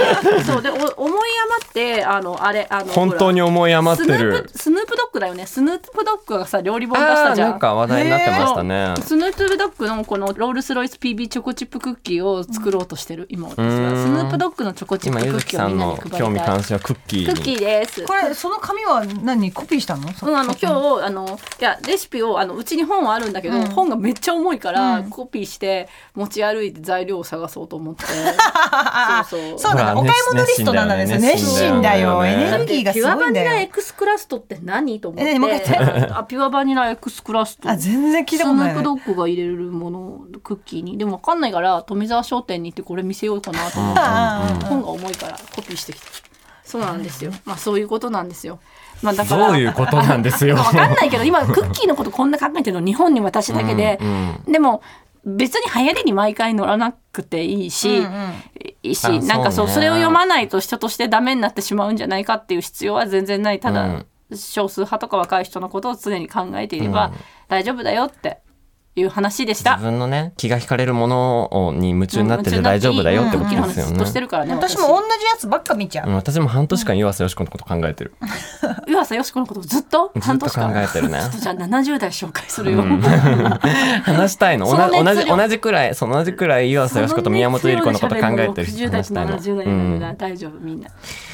Speaker 1: そうで、お思い余って、あの、あれ、あの、
Speaker 2: 本当に
Speaker 1: ほ
Speaker 2: 思い
Speaker 1: ら
Speaker 2: 余って
Speaker 1: スヌー
Speaker 2: る
Speaker 1: プ、スヌープドッグだよね。スヌープドッグがさ、料理本出し
Speaker 2: あ
Speaker 1: た
Speaker 2: ー
Speaker 1: じゃん。
Speaker 2: なんか話題になってましたね
Speaker 1: スヌープドッグのこのロールスロイス PB チョコチップクッキーを作ろうとしてしてる今私はスヌープドッグのチョコチッ
Speaker 2: 今、
Speaker 1: プク
Speaker 2: ゆ
Speaker 1: ッ
Speaker 2: ずき
Speaker 1: キー
Speaker 2: さ
Speaker 1: をみ
Speaker 2: ん
Speaker 1: んなに
Speaker 2: の
Speaker 1: 配りたい
Speaker 2: 興味関心はクッキー
Speaker 1: クッキ
Speaker 2: に。
Speaker 1: ーです
Speaker 3: これその紙は何コピーしたの？
Speaker 1: うん、あの今日あのいやレシピをあのうちに本はあるんだけど、本がめっちゃ重いから、コピーして持ち歩いて材料を探そうと思 ってそうそう
Speaker 3: そうな
Speaker 2: ほ
Speaker 3: んだ。
Speaker 2: ら
Speaker 3: お買い物リストなんだね。
Speaker 2: 熱心だよね
Speaker 3: 熱
Speaker 2: 熱心だよね
Speaker 3: 心だよ。エネルギーがすごいん
Speaker 1: ピュアバニ
Speaker 3: だ
Speaker 1: ラエ
Speaker 3: よ。
Speaker 1: クスクラストって何と思っ
Speaker 3: え
Speaker 1: て
Speaker 3: 何もう一回
Speaker 1: あピュアバニラエクスクラスト
Speaker 3: あ、全然聞いたことな
Speaker 1: ス
Speaker 3: い
Speaker 1: ナック。ドッグが入れるものクッキーにでも分かんないから富澤商店に行ってこれ見せようかなと思って
Speaker 3: あ
Speaker 1: 本が重いからコピーしてきたそうなんですよまあそういうことなんですよまあだから
Speaker 2: どういうことなんですよ。
Speaker 1: わかんないけど今クッキーのことこんな考えてるの日本に私だけで、でも別に流行りに毎回乗らなくていいし、いいし
Speaker 2: あそうね
Speaker 1: なんかそうそれを読まないと人としてダメになってしまうんじゃないかっていう必要は全然ないただ、少数派とか若い人のことを常に考えていれば大丈夫だよっていう話でし
Speaker 2: 自
Speaker 1: た。
Speaker 2: 分のね気が惹かれるものをに夢中になってて大丈夫だよってこと
Speaker 1: うん
Speaker 2: ですよ
Speaker 1: うんずっとし
Speaker 2: ね。
Speaker 1: てるからね。
Speaker 3: 私も同じやつばっか見ちゃ
Speaker 2: うん
Speaker 3: う。
Speaker 2: 私も半年間湯浅よしこのこと考えてる。
Speaker 1: 湯浅よしこのことをずっと半年間
Speaker 2: ずっと考えてるね
Speaker 1: ちょっとじゃあ70代紹介するよ。
Speaker 2: 話したいの
Speaker 1: その熱量
Speaker 2: 同じ同じくらいそう同じくらい湯浅よしこと宮本百合子のこと考えてる人
Speaker 1: 60代
Speaker 2: 話
Speaker 1: と
Speaker 2: したいの。
Speaker 1: 70代
Speaker 2: う
Speaker 1: の
Speaker 2: ん
Speaker 1: みんな大丈夫みんな。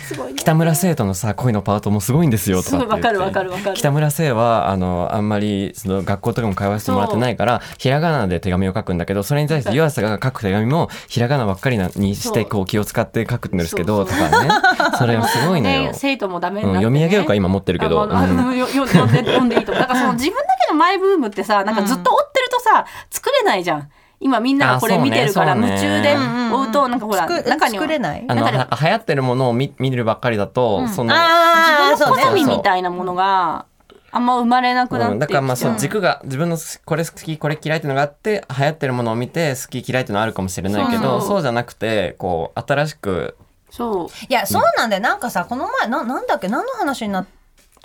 Speaker 1: すごいね。
Speaker 2: 北村生徒のさ恋のパートもすごいんですよとかって言って
Speaker 1: すごいわかるわかるわかる
Speaker 2: 北村生はあのあんまりその学校とかも会話してもらってないからひらがなで手紙を書くんだけどそれに対して湯浅が書く手紙もひらがなばっかりなにして
Speaker 1: そう
Speaker 2: こう気を使って書くんですけどと
Speaker 1: そう
Speaker 2: かねそれはすごいのよ
Speaker 1: ね、。生徒もダメ
Speaker 2: う
Speaker 1: に
Speaker 2: ん
Speaker 1: なって、
Speaker 2: 読
Speaker 1: ね
Speaker 2: み上げようか今持ってるけど。
Speaker 1: あまあ
Speaker 2: うん
Speaker 1: あよよ読んで読んでいいと思うだからそ の自分だけのマイブームってさなんかずっと追ってるとさ作れないじゃん今みんながこれ見てるから
Speaker 2: あそう
Speaker 1: 夢
Speaker 2: ね
Speaker 1: 中で追うとなんかほら
Speaker 3: 作
Speaker 1: 中には
Speaker 3: 作れない
Speaker 2: あの
Speaker 1: 中で
Speaker 2: は流行ってるものを見見るばっかりだと、その
Speaker 3: ああ、
Speaker 1: 自分の好み
Speaker 2: そうね
Speaker 1: みたいなものがあんま生まれなくなって
Speaker 2: うん、
Speaker 1: き
Speaker 2: だ
Speaker 1: て
Speaker 2: からまあそう軸が自分のこれ好きこれ嫌いっていうのがあって流行ってるものを見て好き嫌いっていうのはあるかもしれないけ
Speaker 1: そ
Speaker 2: ど
Speaker 1: う
Speaker 2: そう
Speaker 1: そう
Speaker 2: じゃなくてこう新しく
Speaker 1: そう
Speaker 3: いや、そうなんだよ。なんかさ、この前、な、なんだっけ、何の話になった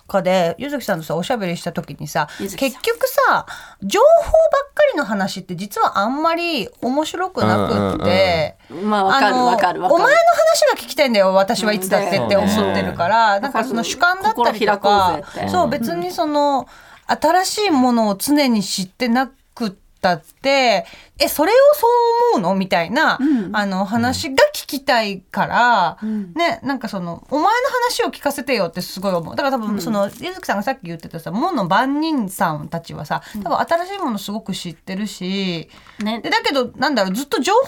Speaker 3: かで、ゆずきさんとさ、おしゃべりした時にさ、
Speaker 1: 柚木
Speaker 3: 結
Speaker 1: さん
Speaker 3: 局さ、情報ばっかりの話って実はあんまり面白くなくって、
Speaker 1: まあわかるわかるわかる
Speaker 3: お前の話が聞きたいんだよ私はいつだってって思ってるから、
Speaker 1: ん
Speaker 3: だからその主観だったりと
Speaker 1: 心開
Speaker 3: か
Speaker 1: こうぜって
Speaker 3: そう別にその、新しいものを常に知ってなくったってえそれをそう思うのみたいな、あの話が聞きたいから、ねなんかそのお前の話を聞かせてよってすごい思うだから多分その、ゆずきさんがさっき言ってたさ門の番人さんたちはさ多分新しいものすごく知ってるし、
Speaker 1: ね
Speaker 3: でだけどなんだろうずっと情報の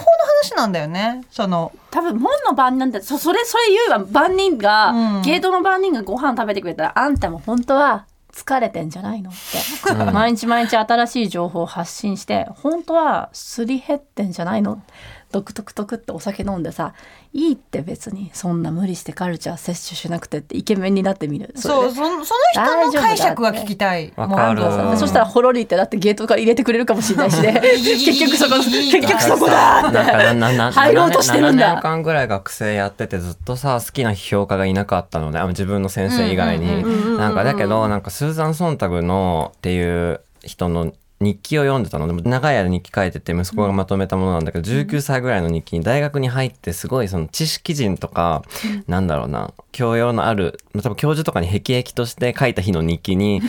Speaker 3: 話なんだよねその
Speaker 1: 多分門の番なんだそそれそれ言うわ番人が、ゲートの番人がご飯食べてくれたらあんたも本当は疲れてんじゃないのって、毎日毎日新しい情報を発信して本当はすり減ってんじゃないのドクドクドクってお酒飲んでさいいって別にそんな無理してカルチャー摂取しなくてってイケメンになってみるれ
Speaker 3: そう
Speaker 1: で
Speaker 3: そのその人の解釈が聞きたい。
Speaker 2: わかる
Speaker 3: もう安藤さん
Speaker 2: うん
Speaker 1: そしたらほろりってだってゲートから入れてくれるかもし れないしね結局そこ結局そこだ
Speaker 2: なんかななな
Speaker 1: 入ろうとしてるんだ
Speaker 2: 7年間ぐらい学生やっててずっとさ好きな評価がいなかったのであの自分の先生以外に、なんかだけどなんかスーザン・ソンタグのっていう人の日記を読んでたのでも長い間日記書いてて息子がまとめたものなんだけど、19歳ぐらいの日記に大学に入ってすごいその知識人とか、なんだろうな教養のある多分教授とかに辟易として書いた日の日記に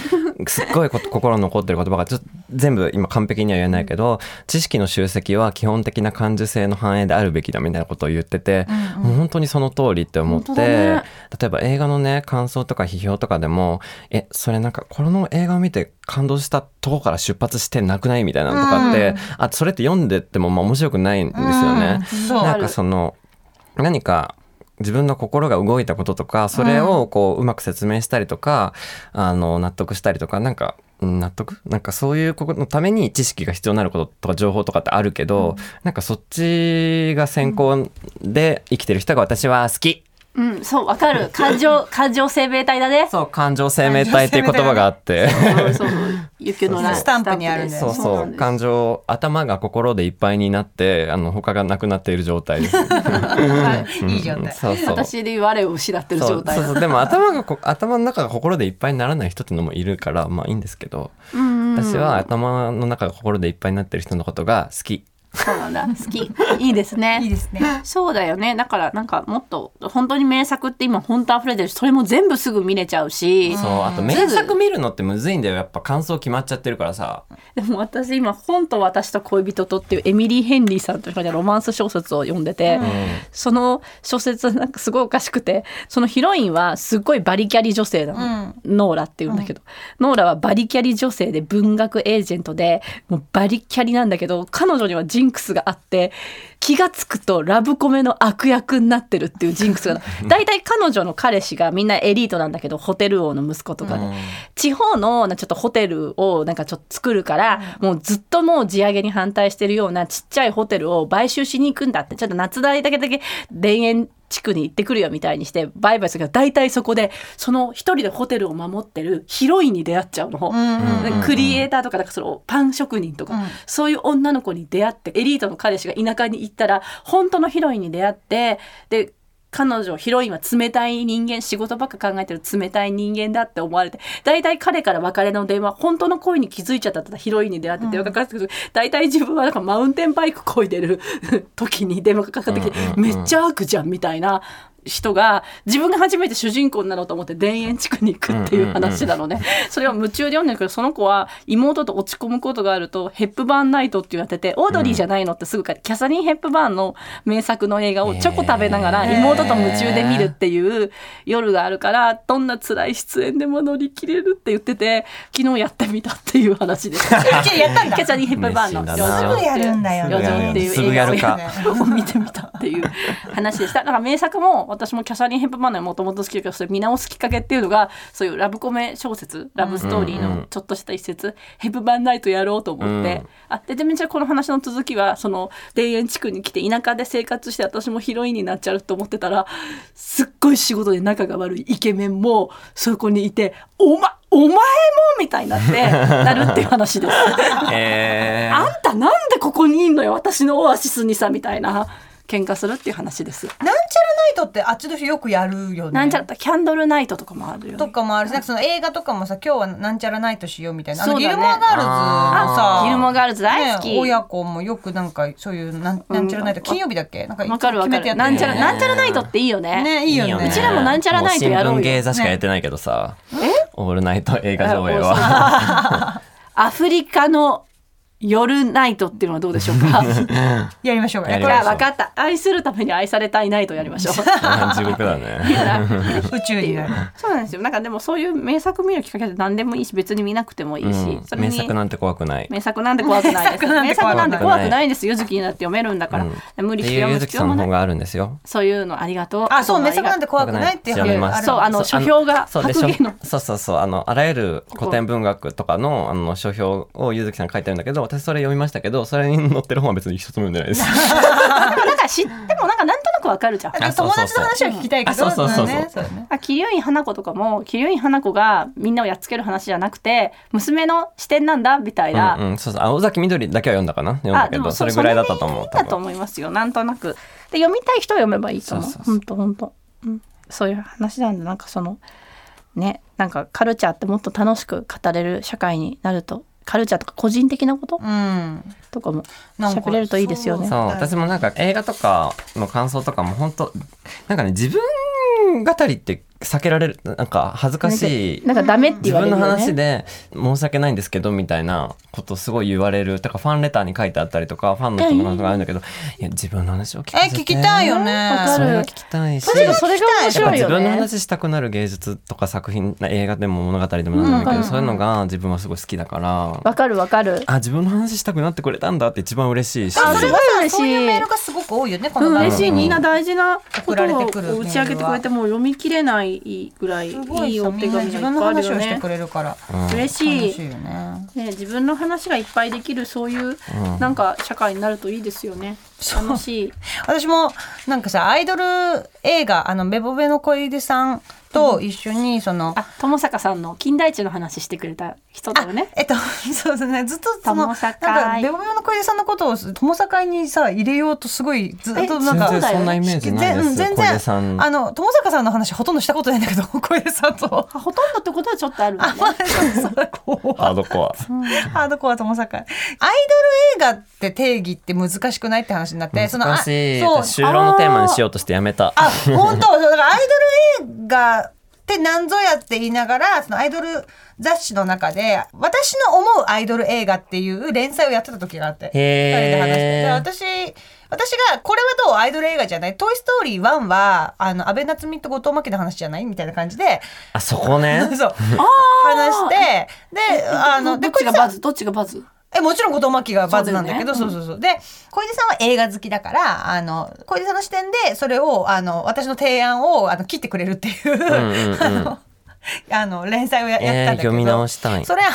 Speaker 2: すっごいこと 心に残ってる言葉がちょっと全部今完璧には言えないけど知識の集積は基本的な感受性の反映であるべきだみたいなことを言ってて、もう本当にその通りって思って、
Speaker 1: 本当だね
Speaker 2: 例えば映画のね感想とか批評とかでもえそれなんかこの映画を見て感動したとこから出発してなくないみたいなのとかって、あそれって読んでってもまあ面白くないんですよね。
Speaker 3: そう
Speaker 2: なんかその何か自分の心が動いたこととかそれをこううまく説明したりとか、あの納得したりとかなんかうん納得なんかそういうことのために知識が必要になることとか情報とかってあるけど、なんかそっちが先行で生きてる人が私は好き、
Speaker 1: うんそうわかる感情感情生命体だね
Speaker 2: そう感情生命体っていう言葉があって。
Speaker 1: そうそうそう。雪のライン
Speaker 3: スタンプにあるね
Speaker 1: スタ
Speaker 2: そう
Speaker 1: ンプです
Speaker 2: そ
Speaker 1: な
Speaker 2: う
Speaker 1: んです
Speaker 2: 感情頭が心でいっぱいになってあの他がなくなっている状態です、
Speaker 3: いい状態。
Speaker 2: そうそう
Speaker 1: 私で我を失ってる
Speaker 2: そ
Speaker 1: 状
Speaker 2: う
Speaker 1: 態
Speaker 2: そうそうでも頭がこ 頭の中が心でいっぱいにならない人ってのもいるからまあいいんですけど、私は頭の中が心でいっぱいになってる人のことが好き
Speaker 1: そうなんだ。好き。いいですね。
Speaker 3: いいですね。
Speaker 1: そうだよね。だからなんかもっと本当に名作って今本当溢れてるし、それも全部すぐ見れちゃうし。
Speaker 2: そうあと名作見るのってむずいんだよやっぱ感想決まっちゃってるからさ
Speaker 1: でも私今「本と私と恋人と」っていうエミリー・ヘンリーさんという人がロマンス小説を読んでて、その小説なんかすごいおかしくてそのヒロインはすっごいバリキャリ女性なの、ノーラっていうんだけど、ノーラはバリキャリ女性で文学エージェントでもうバリキャリなんだけど彼女にはジンクスがあって気がつくとラブコメの悪役になってるっていうジンク スが大体彼女の彼氏がみんなエリートなんだけどホテル王の息子とかで、地方のなちょっとホテルをなんかちょっと作るから、もうずっともう地上げに反対してるようなちっちゃいホテルを買収しに行くんだってちょっと夏代だけだけ田園地区に行ってくるよみたいにして売買するけど大体そこでその一人でホテルを守ってるヒロインに出会っちゃうの。
Speaker 3: うん
Speaker 1: クリエイターとかなんかそのパン職人とか、
Speaker 3: うん
Speaker 1: そういう女の子に出会ってエリートの彼氏が田舎に行ったら本当のヒロインに出会ってで彼女ヒロインは冷たい人間仕事ばっか考えてる冷たい人間だって思われて大体彼から別れの電話本当の恋に気づいちゃったってヒロインに出会って電話かかってくる、大体自分はなんかマウンテンバイク漕いでる 時に電話かかってきて、
Speaker 2: うんうんうん
Speaker 1: めっちゃ悪じゃんみたいな人が自分が初めて主人公になろうと思って田園地区に行くっていう話なのね、それは夢中で読んでるけどその子は妹と落ち込むことがあると「ヘップバーンナイト」っていうのやっててオードリーじゃないのってすぐから、キャサリン・ヘップバーンの名作の映画をチョコ食べながら
Speaker 2: へー
Speaker 1: 妹と夢中で見るっていう夜があるからどんな辛い出演でも乗り切れるって言ってて昨日やってみたっていう話です。
Speaker 3: 一応やっ たんだ
Speaker 1: キャ。サリン・ヘップバーンの
Speaker 2: 熱
Speaker 1: 「
Speaker 2: 心だな
Speaker 1: って
Speaker 3: すぐ
Speaker 1: いう
Speaker 3: やるんだよ
Speaker 1: 余剰っていう映画
Speaker 2: すぐやるか
Speaker 1: を見てみたっていう話でした。なんか名作も私もキャサリン・ヘップバーンのもともと好きだけどそれ見直すきっかけっていうのがそういうラブコメ小説ラブストーリーのちょっとした一節、ヘップバーンナイトやろうと思って、
Speaker 2: うん
Speaker 1: あででめちゃこの話の続きはその田園地区に来て田舎で生活して私もヒロインになっちゃうと思ってたらすっごい仕事で仲が悪いイケメンもそこにいて「おまお前も!」みたいになってなるっていう話です。
Speaker 2: え
Speaker 1: あんたなんでここにいんのよ私のオアシスにさみたいな喧嘩するっていう話です。
Speaker 3: なんちゃらナイトってあっちの人よくやるよね。
Speaker 1: なんちゃらキャンドルナイトとかもあるよ、
Speaker 3: と
Speaker 1: ね。
Speaker 3: かもあるし、なんかその映画とかもさ、今日はなんちゃらナイトしようみたいな。あの
Speaker 1: そう
Speaker 3: ギ
Speaker 1: だね
Speaker 3: ルモアガールズの
Speaker 2: あ
Speaker 3: さ、
Speaker 1: ギルモアガールズ大好き
Speaker 3: ね親子もよくなんかそういうなんなんちゃらナイト、
Speaker 1: うん
Speaker 3: 金曜日だっけなんか
Speaker 1: わかるわ
Speaker 3: 決
Speaker 1: か
Speaker 3: めてや
Speaker 1: る。
Speaker 3: って
Speaker 1: な
Speaker 3: る
Speaker 1: ん
Speaker 3: よ
Speaker 1: ちゃら
Speaker 3: ね
Speaker 1: なんちゃらナイトっていいよね。
Speaker 3: ねいいよね。
Speaker 1: うちらもなんちゃらナイトやろうよ
Speaker 2: も新聞芸座しかやってないけどさ、オールナイト映画上映は
Speaker 1: は。アフリカの夜ナイトっていうのはどうでしょう か。
Speaker 3: やりましょうか。
Speaker 2: やり
Speaker 3: こ
Speaker 2: ま
Speaker 3: れ
Speaker 2: しょ
Speaker 3: は
Speaker 2: う
Speaker 1: あわかった。愛するために愛されたいナイトやり ましょう。
Speaker 2: 地獄だね
Speaker 3: 宇宙になる。
Speaker 1: そうなんですよ。なんかでもそういう名作見るきっかけで何でもいいし別に見なくてもいいし、
Speaker 2: うん
Speaker 1: それ
Speaker 2: 名
Speaker 1: に
Speaker 2: 作なんて怖く ない
Speaker 1: 名作なんて怖くないです。名
Speaker 3: 名
Speaker 1: 作
Speaker 3: 作
Speaker 1: な
Speaker 3: なんん
Speaker 1: て
Speaker 3: て
Speaker 1: 怖
Speaker 2: 怖
Speaker 1: く
Speaker 2: くない
Speaker 1: ないです。ゆずきになって読めるんだから、無
Speaker 2: っ
Speaker 1: 理
Speaker 2: て
Speaker 1: して
Speaker 2: いうゆ
Speaker 1: 読む
Speaker 2: ずき
Speaker 1: 必
Speaker 2: さ
Speaker 1: 要
Speaker 2: ん
Speaker 1: も
Speaker 2: の本
Speaker 1: ない。
Speaker 2: があるんですよ
Speaker 1: そういうのありがとう。
Speaker 3: あ、そう、名
Speaker 1: あり
Speaker 3: 作
Speaker 1: が
Speaker 3: なんて怖くないっていう話
Speaker 2: やめま
Speaker 3: あ
Speaker 2: す
Speaker 3: る
Speaker 1: そうあの書評が
Speaker 2: そうで
Speaker 1: 白芸の
Speaker 2: 書そうそうそうあのあらゆる古典文学とかのあの書評をゆずきさんが書いてるんだけど私それ読みましたけどそれに載ってる本は別に一冊も読んでないです
Speaker 1: とう。でもなんか知ってもなんかなんとなくわかるじゃん。
Speaker 2: あ
Speaker 3: で友達の話を聞きたいけど、
Speaker 2: あそうそうそう
Speaker 3: ね
Speaker 2: そう
Speaker 3: だね
Speaker 1: あ桐生院花子とかも桐生院花子がみんなをやっつける話じゃなくて娘の視点なんだみたいな、
Speaker 2: うんうんそうそうあ尾崎みどりだけは読んだかな読んだけどそれぐらいだったと思う
Speaker 1: そ
Speaker 2: 多
Speaker 1: れでいいんだと
Speaker 2: 分
Speaker 1: 思いますよなんとなくで読みたい人は読めばいいと思
Speaker 2: そうそううそう
Speaker 1: 本当本当うんそういう話なんでなんかそのねなんかカルチャーってもっと楽しく語れる社会になるとカルチャーとか個人的なこと
Speaker 3: うん。
Speaker 1: とかも
Speaker 3: なんか
Speaker 1: 喋れるといいですよね
Speaker 2: そう私もなんか映画とかの感想とかも本当なんかね自分語りって避けられるなんか恥ずかしい
Speaker 1: なんかダメって
Speaker 2: 自
Speaker 1: 言われ
Speaker 2: 分
Speaker 1: る
Speaker 2: の
Speaker 1: よ
Speaker 2: 話
Speaker 1: ね
Speaker 2: で申し訳ないんですけどみたいなことすごい言われるだからファンレターに書いてあったりとかファンの友達とかあるんだけどいや自分の話を聞かせ
Speaker 3: え、
Speaker 2: て
Speaker 3: 聞きたいよね。
Speaker 1: わか
Speaker 2: そ
Speaker 1: る
Speaker 2: れが聞きたいし
Speaker 1: それがそれが面
Speaker 2: やっぱ
Speaker 1: 白い
Speaker 2: 自
Speaker 1: よ
Speaker 2: 分の
Speaker 1: ね
Speaker 2: 話したくなる芸術とか作品映画でも物語でもなんでもいいけど、
Speaker 1: うん
Speaker 2: そういうのが自分はすごい好きだから
Speaker 1: わかるわかる
Speaker 2: あ自分の話したくなってくれたんだって一番嬉しいし
Speaker 1: あ
Speaker 3: それ
Speaker 1: ご
Speaker 3: が
Speaker 1: い嬉しい
Speaker 3: さそういうメールがすごく多いよね、こ
Speaker 1: う
Speaker 3: の
Speaker 1: ん
Speaker 3: 番組
Speaker 1: 嬉しいみんな大事なこ
Speaker 3: 送
Speaker 1: と
Speaker 3: られ
Speaker 1: を
Speaker 3: てくる
Speaker 1: 打ち上げてくれてもう読み切れないぐらいい
Speaker 3: すごい
Speaker 1: い
Speaker 3: さ
Speaker 1: お
Speaker 3: み
Speaker 1: 手
Speaker 3: んな
Speaker 1: 紙
Speaker 3: 自
Speaker 1: がい
Speaker 3: 分
Speaker 1: っ
Speaker 3: の
Speaker 1: ぱいある
Speaker 3: 話
Speaker 1: よ
Speaker 3: をして
Speaker 1: ね
Speaker 3: くれるから
Speaker 1: 嬉し
Speaker 3: 楽
Speaker 1: い
Speaker 3: しいよね。
Speaker 1: ね、自分の話がいっぱいできるそういう、なんか社会になるといいですよね楽しい
Speaker 3: 私もなんかさアイドル映画あのベボベの小出さんと一緒にその、
Speaker 6: あ友坂さんの金田一の話してくれた人だよね
Speaker 3: えっと、 そうですね。ずっとその、な
Speaker 6: 友
Speaker 3: んか
Speaker 6: 坂、
Speaker 3: ベボベボの小出さんのことを、友坂にさ、入れようとすごい、ずっとなんか、
Speaker 2: 全然そんなイメージないです
Speaker 3: 全全
Speaker 2: 小出さ
Speaker 3: 然、
Speaker 2: ん
Speaker 3: あの、友坂さんの話ほとんどしたことないんだけど、 小出さんと。
Speaker 6: ほとんどってことはちょっとあるんだね
Speaker 2: ハードコア
Speaker 3: ハードコア友坂。アイドル映画って定義って難しくないって話になって、そのあ
Speaker 2: 難しい
Speaker 3: そう、
Speaker 2: 就労のテーマにしようとしてやめた
Speaker 3: あ、本当そう、だからアイドル映画ってなんぞやって言いながら、そのアイドル雑誌の中で、私の思うアイドル映画っていう連載をやってた時があって、
Speaker 2: へー
Speaker 3: 二人で話して。で私、私が、これはどうアイドル映画じゃないトイストーリー1は、あの、安倍夏実と後藤真希の話じゃないみたいな感じで、
Speaker 2: あそこね
Speaker 3: そう、話して、で、あ
Speaker 6: ど
Speaker 3: の、で、
Speaker 6: っちが
Speaker 3: 小池さ
Speaker 6: バ
Speaker 3: ん
Speaker 6: ズどっちがバズ
Speaker 3: えもちろん後藤真希がバズなんだけどそ
Speaker 6: そうう
Speaker 3: そうそうで小出さんは映画好きだからあの小出さんの視点でそれをあの私の提案をあの切ってくれるっていう,、
Speaker 2: んうん
Speaker 3: あのあの連載をや,、やってたんだけど
Speaker 2: えー読み直したい
Speaker 3: それは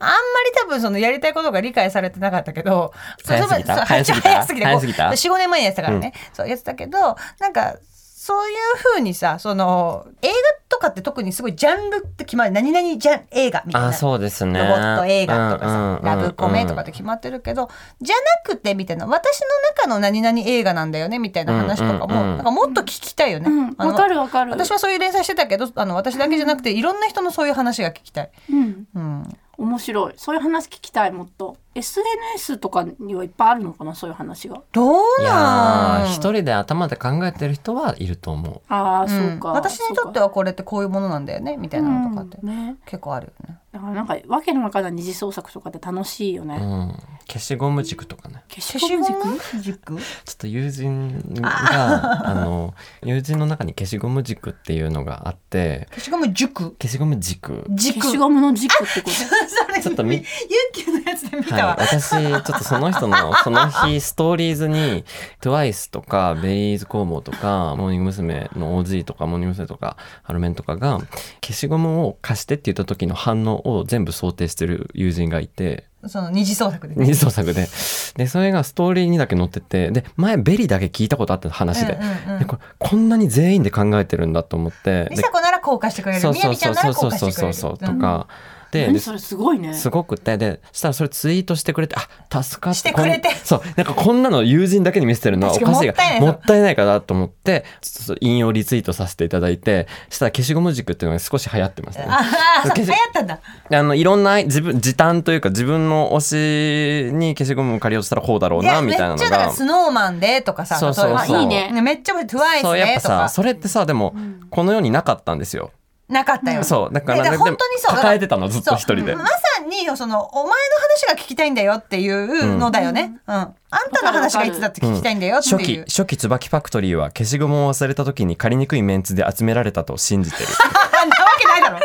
Speaker 3: あんまり多分そのやりたいことが理解されてなかったけど
Speaker 2: 早すぎた
Speaker 3: そう
Speaker 2: 早すぎた
Speaker 3: 早すぎた
Speaker 2: 早すぎた
Speaker 3: 45年前にやってたからね、そうやってたけどなんかそういうふうにさその映画とかって特にすごいジャンルって決まる何々ジャン映画みたいな
Speaker 2: あそうですね
Speaker 3: ロボット映画とかさ、
Speaker 2: うんうんうんうん
Speaker 3: ラブコメとかって決まってるけどじゃなくてみたいな私の中の何々映画なんだよねみたいな話とかも、
Speaker 2: うんうんうん
Speaker 3: なんかもっと聞きたいよね。
Speaker 6: うん
Speaker 3: あの
Speaker 6: わかるわかる
Speaker 3: 私はそういう連載してたけどあの私だけじゃなくていろんな人のそういう話が聞きたい。
Speaker 6: うん
Speaker 3: うん、
Speaker 6: 面白いそういう話聞きたいもっと SNS とかにはいっぱいあるのかなそういう話が
Speaker 3: どう
Speaker 2: いや
Speaker 3: なん
Speaker 2: ー一人で頭で考えてる人はいると思う
Speaker 6: ああ、
Speaker 3: うん
Speaker 6: そうか
Speaker 3: 私にとって
Speaker 6: は
Speaker 3: はこれってこういうものなんだよねみたいなのとかって、
Speaker 6: ね
Speaker 3: 結構あるよね。
Speaker 6: だからなんかわけのわからない二次創作とかって楽しいよね、
Speaker 2: うん、消しゴム軸とかね
Speaker 6: 消
Speaker 3: 消
Speaker 6: し
Speaker 3: し
Speaker 6: ゴム
Speaker 3: ゴ
Speaker 6: 軸
Speaker 3: ム軸
Speaker 2: ちょっと友人があの友人の中に消しゴム軸っていうのがあって
Speaker 3: 消しゴム塾
Speaker 2: 消しゴム 軸
Speaker 3: 軸
Speaker 6: 消しゴムの軸ってこと
Speaker 3: それ
Speaker 2: ちょっとみ
Speaker 3: ユッキーのやつで見た
Speaker 2: は
Speaker 3: わ
Speaker 2: い、。私ちょっとその人 のその日ストーリーズに TWICE とかベリーズ工房とかモーニング娘。の OG とかモーニング娘。とかハロメンとかが消しゴムを貸してって言った時の反応を全部想定してる友人がいて
Speaker 3: その二次創作でね、
Speaker 2: 二次創作ででそれがストーリーにだけ載っててで前ベリーだけ聞いたことあった話で,、
Speaker 3: うんうんうん
Speaker 2: でこれこんなに全員で考えてるんだと思ってで
Speaker 3: 美佐子ならこう貸してくれる。
Speaker 2: そう
Speaker 3: みや
Speaker 2: そう
Speaker 3: みちゃ
Speaker 2: そ
Speaker 3: ん
Speaker 2: う
Speaker 3: な
Speaker 2: そ
Speaker 3: ら
Speaker 2: う
Speaker 3: こ
Speaker 2: そうう
Speaker 3: 貸し
Speaker 2: そう
Speaker 3: てくれ
Speaker 2: そ
Speaker 3: る。
Speaker 2: うそうとか、で
Speaker 6: 何それすごいね
Speaker 2: すごくてでしたらそれツイートしてくれてあ助かって
Speaker 3: してくれて
Speaker 2: こんそうなんかこんなの友人だけに見せてるのはお
Speaker 3: 確
Speaker 2: か
Speaker 3: か
Speaker 2: しい
Speaker 3: に
Speaker 2: が
Speaker 3: もったいない
Speaker 2: もったいないかなと思ってちょっと引用リツイートさせていただいてしたら消しゴム軸っていうのが少し流行ってました
Speaker 3: うん。
Speaker 2: ね
Speaker 3: ああ、そう
Speaker 2: 消
Speaker 3: 流
Speaker 2: し
Speaker 3: 行ったんだ。
Speaker 2: であのいろんな自分時短というか自分の推しに消しゴムを借りようとしたらこうだろう
Speaker 3: いや
Speaker 2: なみ
Speaker 3: めった
Speaker 2: い
Speaker 3: ち
Speaker 2: なの
Speaker 3: ゃだから
Speaker 2: が
Speaker 3: スノーマンでとかさ、
Speaker 2: そうそう
Speaker 3: 例えば
Speaker 2: そう
Speaker 6: いいね
Speaker 3: めっちゃめっちゃ TWICE
Speaker 2: そうやっ
Speaker 3: ね
Speaker 2: ぱ
Speaker 3: と
Speaker 2: さ
Speaker 3: か
Speaker 2: それってさでもこの世になかったんですよ
Speaker 3: なかったよ。
Speaker 2: そうだから
Speaker 3: だから
Speaker 2: でも
Speaker 3: 本当にそう
Speaker 2: 抱えてたのずっと一人
Speaker 3: そ
Speaker 2: で
Speaker 3: うまさにそのお前の話が聞きたいんだよっていうのだよね。うん。あんたの話がいつだって聞きたいんだよって
Speaker 2: 初
Speaker 3: い
Speaker 2: 期
Speaker 3: う。
Speaker 2: 初期椿ファクトリーは消しゴムを忘れた時に借りにくいメンツで集められたと信じてる
Speaker 3: あなわけないだろ。なわ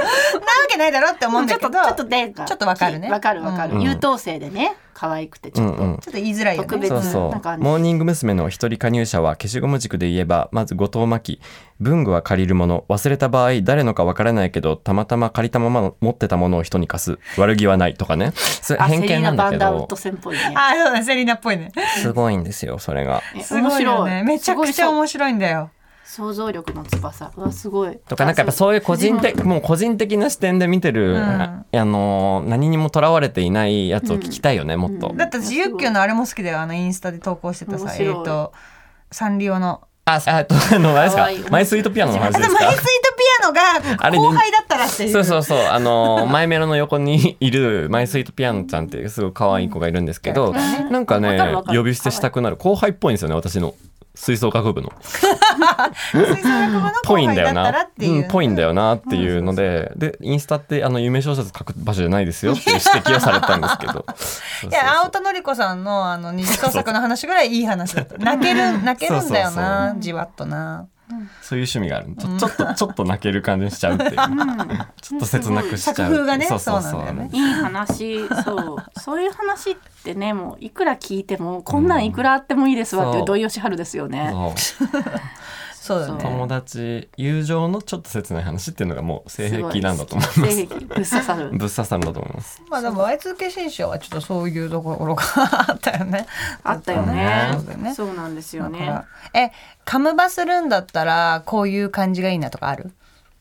Speaker 3: けないだろって思うん
Speaker 6: ちょ
Speaker 3: だ
Speaker 6: っ
Speaker 3: けど。
Speaker 6: とちょっとで
Speaker 3: ちょっとわかるね
Speaker 6: わかるわかる、
Speaker 2: うん
Speaker 6: 優等生でね可愛くてち
Speaker 2: う
Speaker 6: ょっ
Speaker 2: ん
Speaker 6: と、
Speaker 2: うん
Speaker 3: ちょっと言いづらいよね。
Speaker 6: 特別
Speaker 2: そう
Speaker 6: うんなんか
Speaker 2: そ
Speaker 6: あ
Speaker 2: う
Speaker 6: の
Speaker 2: モーニング娘。の一人加入者は消しゴム軸で言えばまず後藤真希文具は借りるもの忘れた場合誰のかわからないけどたまたま借りたまま持ってたものを人に貸す悪気はないとかねそれ
Speaker 6: あセ
Speaker 2: 偏
Speaker 6: リー
Speaker 2: 見
Speaker 6: ナ・
Speaker 2: なん
Speaker 6: バ
Speaker 2: だ
Speaker 6: ン
Speaker 2: け
Speaker 6: ダーウッ
Speaker 2: ど
Speaker 6: ド戦っぽいね
Speaker 3: あそうだ、セリーナっぽいね。
Speaker 2: すごいんですよそれが。
Speaker 6: え
Speaker 3: すごいよね。めちゃくちゃ
Speaker 6: すごい
Speaker 3: 面白いんだよ。
Speaker 6: そう想像力の翼うわすごい
Speaker 2: とかなんかやっぱそういう個人的もう個人的な視点で見てる、
Speaker 3: ん
Speaker 2: ああのー何にもとらわれていないやつを聞きたいよね、もっと、
Speaker 6: うん
Speaker 3: だって私ユッキョのあれも好きだよあのインスタで投稿してたさ
Speaker 6: 面
Speaker 3: えっ、
Speaker 6: 白い
Speaker 3: とサンリオの
Speaker 2: あ、あえっと、あの、あれです
Speaker 6: か
Speaker 2: か
Speaker 6: わいい
Speaker 2: マイスイートピアノの
Speaker 3: あ
Speaker 2: 話
Speaker 3: と
Speaker 2: で
Speaker 3: マイ
Speaker 2: す
Speaker 3: スイー
Speaker 2: か
Speaker 3: トピア
Speaker 2: あ
Speaker 3: ノ
Speaker 2: れ
Speaker 3: が後輩だったらっていう
Speaker 2: そうそうそう、あの、マイメロの横にいるマイスイートピアノちゃんっていうすごい可愛い子がいるんですけど、なんか
Speaker 6: わかる
Speaker 2: ね
Speaker 6: わ、かる
Speaker 2: 呼び捨てしたくなる後輩っぽいんですよね、私の。吹奏楽部の。
Speaker 3: 吹奏楽部の
Speaker 2: ぽい
Speaker 3: 後
Speaker 2: んだ
Speaker 3: 輩
Speaker 2: よ
Speaker 3: だったら
Speaker 2: な
Speaker 3: っ。て
Speaker 2: う
Speaker 3: い
Speaker 2: ん、
Speaker 3: う
Speaker 2: ぽいんだよなっていうので、で、インスタって、あの、夢小説書く場所じゃないですよっていう指摘をされたんですけ ど。そうそうそう
Speaker 3: いや青田のり子さんのあの二次創作の話ぐらいいい話だった泣ける泣けるんだよ
Speaker 2: そう
Speaker 3: なじわっとな
Speaker 2: そういう趣味があるちょちょっと、ちょっと泣ける感じにしちゃうっていう。ちょっと切なくしちゃう。
Speaker 3: 作風がね
Speaker 2: そうそうそう。
Speaker 3: そうなんだよね
Speaker 6: いい話そうそういう話ってねもういくら聞いてもこんなんいくらあってもいいですわってい
Speaker 2: そう
Speaker 6: う土井善晴ですよね
Speaker 2: そう
Speaker 3: そうだ
Speaker 6: そう
Speaker 3: ね
Speaker 2: 友達友情のちょっと切ない話っていうのがもう性
Speaker 6: すご
Speaker 2: 癖なんだと思います
Speaker 6: 性癖ぶっ刺さる
Speaker 2: ぶっ刺さるんだと思います
Speaker 3: まあでも Y2K 新書はちょっとそういうところがあったよね
Speaker 6: あったよ
Speaker 3: そうだよね
Speaker 6: ねそうなんですよ
Speaker 3: だか
Speaker 6: ね
Speaker 3: らえカムバするんだったらこういう感じがいいなとかある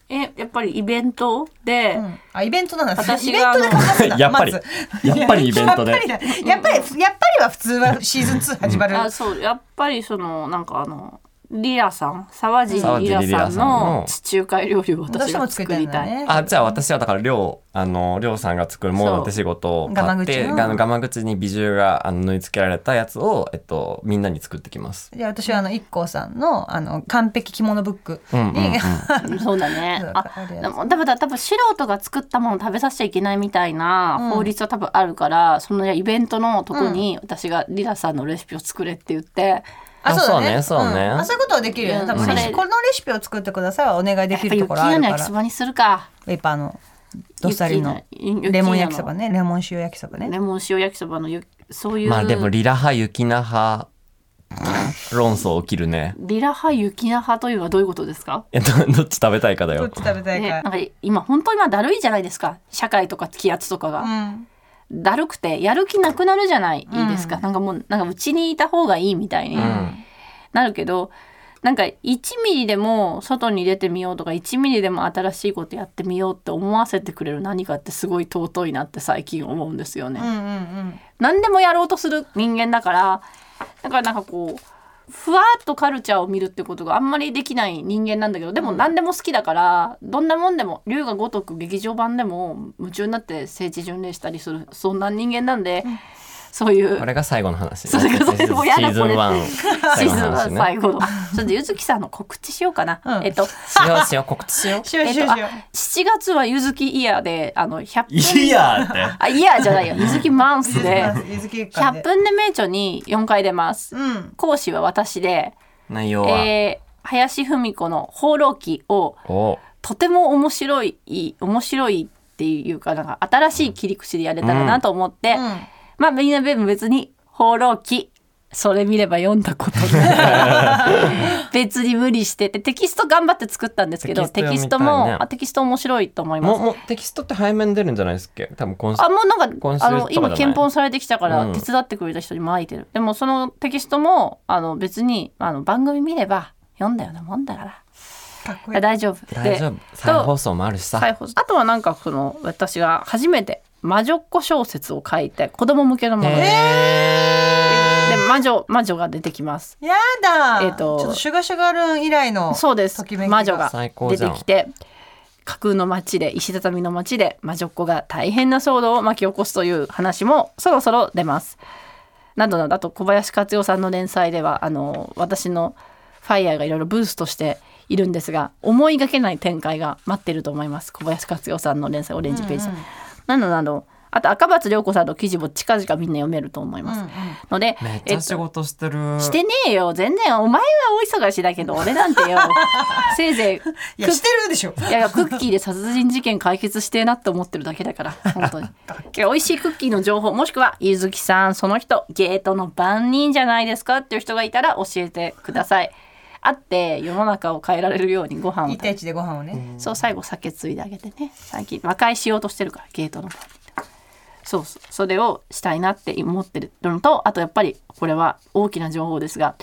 Speaker 1: えやっぱりイベントで、
Speaker 3: うんあイベントなんですね。
Speaker 1: 私
Speaker 3: イベントで書かせた。
Speaker 2: やっぱり
Speaker 3: まず
Speaker 2: やっぱりイベントで
Speaker 3: やっぱりだやっぱりやっぱりは普通はシーズン2始まる。
Speaker 1: あそうやっぱりそのなんかあのリラさん沢尻リラ
Speaker 2: 沢尻リ
Speaker 1: さ
Speaker 2: ラ
Speaker 1: ん
Speaker 2: さんの
Speaker 1: の地中海料理を
Speaker 3: どうして
Speaker 1: 私
Speaker 3: も
Speaker 1: が
Speaker 3: 作り
Speaker 1: 作
Speaker 3: たい
Speaker 1: り
Speaker 3: の
Speaker 1: たい。
Speaker 3: ね。
Speaker 2: あじゃあ私はだから亮あの亮さんが作るもの手仕事を買って
Speaker 3: そう
Speaker 2: がガマ口に美獣があの縫い付けられたやつを、えっと、みんなに作ってきます。
Speaker 3: じゃあ私はあの一光さんのあの完璧着物ブックに、
Speaker 2: うんうんうん
Speaker 1: そうだね
Speaker 3: そう。
Speaker 1: あ
Speaker 3: あるや、つ
Speaker 1: でもだから多分素人が作ったものを食べさせちゃいけないみたいな法律は多分あるから、そのイベントのとこに私がリラさんのレシピを作れって言って、
Speaker 3: あ
Speaker 2: あ
Speaker 3: そうだね。
Speaker 2: そうねそうね
Speaker 3: んあそういうことはできるよね。多分
Speaker 1: うん
Speaker 3: それ
Speaker 1: それ
Speaker 3: このレシピを作ってくださいはお願いで
Speaker 1: やっ
Speaker 3: きる
Speaker 1: ぱり
Speaker 3: と
Speaker 1: 雪
Speaker 3: ころあ
Speaker 1: 菜
Speaker 3: るか
Speaker 1: の焼き
Speaker 3: ら
Speaker 1: そ。ばにするか。
Speaker 3: ペーパーのどっさりの
Speaker 1: 雪菜
Speaker 3: レモン焼きそばね、レモン塩焼きそばね。
Speaker 1: レモン塩焼きそばのゆそういう、
Speaker 2: まあでもリラ派雪菜派論争起きるね。
Speaker 1: リラ派雪菜派というのはどういうことですか？
Speaker 2: えどどっち食べたいかだ
Speaker 3: どっ
Speaker 2: よ
Speaker 3: ち。食べたい
Speaker 1: ね、なん
Speaker 3: か。
Speaker 1: か今本当今だるいじゃないですか社会とか気圧とか
Speaker 3: う
Speaker 1: が、
Speaker 3: ん。
Speaker 1: だるくてやる気なくなるじゃないですか、なんかもうなんかうちにいた方がいいみたいに
Speaker 2: ん
Speaker 1: なるけど、なんか1ミリでも外に出てみようとか1ミリでも新しいことやってみようって思わせてくれる何かってすごい尊いなって最近思うんですよね。
Speaker 3: うんうんうん。
Speaker 1: 何でもやろうとする人間だからだからなんかこうふわっとカルチャーを見るってことがあんまりできない人間なんだけどでも何でも好きだから、どんなもんでも龍が如く劇場版でも夢中になって聖地巡礼したりするそんな人間なんで、そういう
Speaker 2: これが最後の話。
Speaker 1: それが最後
Speaker 2: シ
Speaker 1: やだ
Speaker 2: ーズン1。
Speaker 1: シ
Speaker 2: 最後
Speaker 1: ーズ
Speaker 2: の
Speaker 1: ンは
Speaker 2: 話ね。
Speaker 1: 最後の、ちょっとゆずきさんの告知しようかな、
Speaker 3: うん
Speaker 1: えっと
Speaker 2: しようしよう告知しよう。
Speaker 3: しよう
Speaker 1: えっ
Speaker 3: しよ
Speaker 1: と
Speaker 3: うしよう
Speaker 1: あ。7月はゆずきイヤーであの100分
Speaker 2: いやーって。
Speaker 1: あイヤーじゃないよゆずきマンスで
Speaker 3: 水切り感で
Speaker 1: 100分で名著に4回出ます
Speaker 3: うん。
Speaker 1: 講師は私で、
Speaker 2: 内容は。
Speaker 1: えー、林芙美子の「放浪記」を
Speaker 2: お
Speaker 1: とても面白い面白いっていうかなんか新しい切り口でやれたらなと思って、
Speaker 3: うん。
Speaker 1: まあみんな別に「放浪記」それ見れば読ん だことない別に無理しててテキスト頑張って作ったんですけど
Speaker 2: テ
Speaker 1: テキ
Speaker 2: キ
Speaker 1: ス
Speaker 2: ス
Speaker 1: ト
Speaker 2: ト読みたいね
Speaker 1: もあテキスト面白いと思いま
Speaker 2: も
Speaker 1: す。
Speaker 2: もうテキストって早めに出るんじゃないですっけ多分今週
Speaker 1: あもうなん
Speaker 2: 今週
Speaker 1: かあ
Speaker 2: と
Speaker 1: の
Speaker 2: かじゃ
Speaker 1: 今
Speaker 2: ない
Speaker 1: 検本されてきたから
Speaker 2: うん
Speaker 1: 手伝ってくれた人に巻いてる、でもそのテキストもあの別にあの番組見れば読んだようなもんだから
Speaker 3: かっこいい。
Speaker 1: 大丈夫
Speaker 2: 大丈夫
Speaker 1: で
Speaker 2: 再放送もあるし
Speaker 1: 再
Speaker 2: さ
Speaker 1: 放送あとはなんかその私が初めて魔女っ子小説を書いて子供向けのものでで魔女魔女が出てきます
Speaker 3: やだ。
Speaker 1: えっと
Speaker 3: ちょっとシュガシュガルン以来の。
Speaker 1: そうです
Speaker 3: ときめき
Speaker 1: 魔女が
Speaker 2: 最高
Speaker 1: 出
Speaker 2: じゃ
Speaker 1: て
Speaker 2: ん
Speaker 1: きて架空の街で石畳の街で魔女っ子が大変な騒動を巻き起こすという話もそろそろ出ますなどなどあと小林克代さんの連載ではあの私のファイヤーがいろいろブーストしているんですが思いがけない展開が待ってると思います小林克代さんの連載オレンジページ、などなどあと赤松涼子さんの記事も近々みんな読めると思います、ので
Speaker 2: めっち
Speaker 1: えっ
Speaker 2: ゃ
Speaker 1: と
Speaker 2: 仕事してる
Speaker 1: してねえよ全然お前は大忙しだけど俺なんてよせいぜ
Speaker 3: い
Speaker 1: い
Speaker 3: や
Speaker 1: クッ
Speaker 3: してるでしょ。
Speaker 1: いやいやクッキーで殺人事件解決してえなって思ってるだけだから本当にいや美味しいクッキーの情報もしくはゆずきさんその人ゲートの番人じゃないですかっていう人がいたら教えてください会って世の中を変えられるようにご飯を
Speaker 3: 一
Speaker 1: 食べ
Speaker 3: 対一でご飯をね。
Speaker 1: そう最後酒ついであげてね最近和解しようとしてるからゲートの番人そうそうそれをしたいなって思ってるのとあとやっぱりこれは大きな情報ですが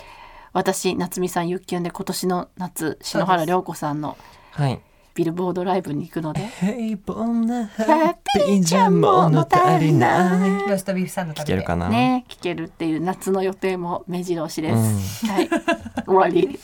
Speaker 1: 私夏美さんゆっきゅんで今年の夏篠原涼子さんの
Speaker 2: はい
Speaker 1: ビルボードライブに行くので
Speaker 2: 平凡な
Speaker 1: ハ
Speaker 2: ハ
Speaker 1: ッ
Speaker 2: ッ
Speaker 1: ピ
Speaker 2: ピー
Speaker 1: ーじ
Speaker 2: じ
Speaker 1: ゃ
Speaker 2: ゃ
Speaker 1: 物
Speaker 2: 物
Speaker 1: 足
Speaker 2: 足
Speaker 1: り
Speaker 2: り
Speaker 1: な
Speaker 2: ない
Speaker 3: ローストビーフサンド食べ
Speaker 2: いけるかな、
Speaker 1: ね聞けるっていう夏の予定も目白押しです、はい終わり、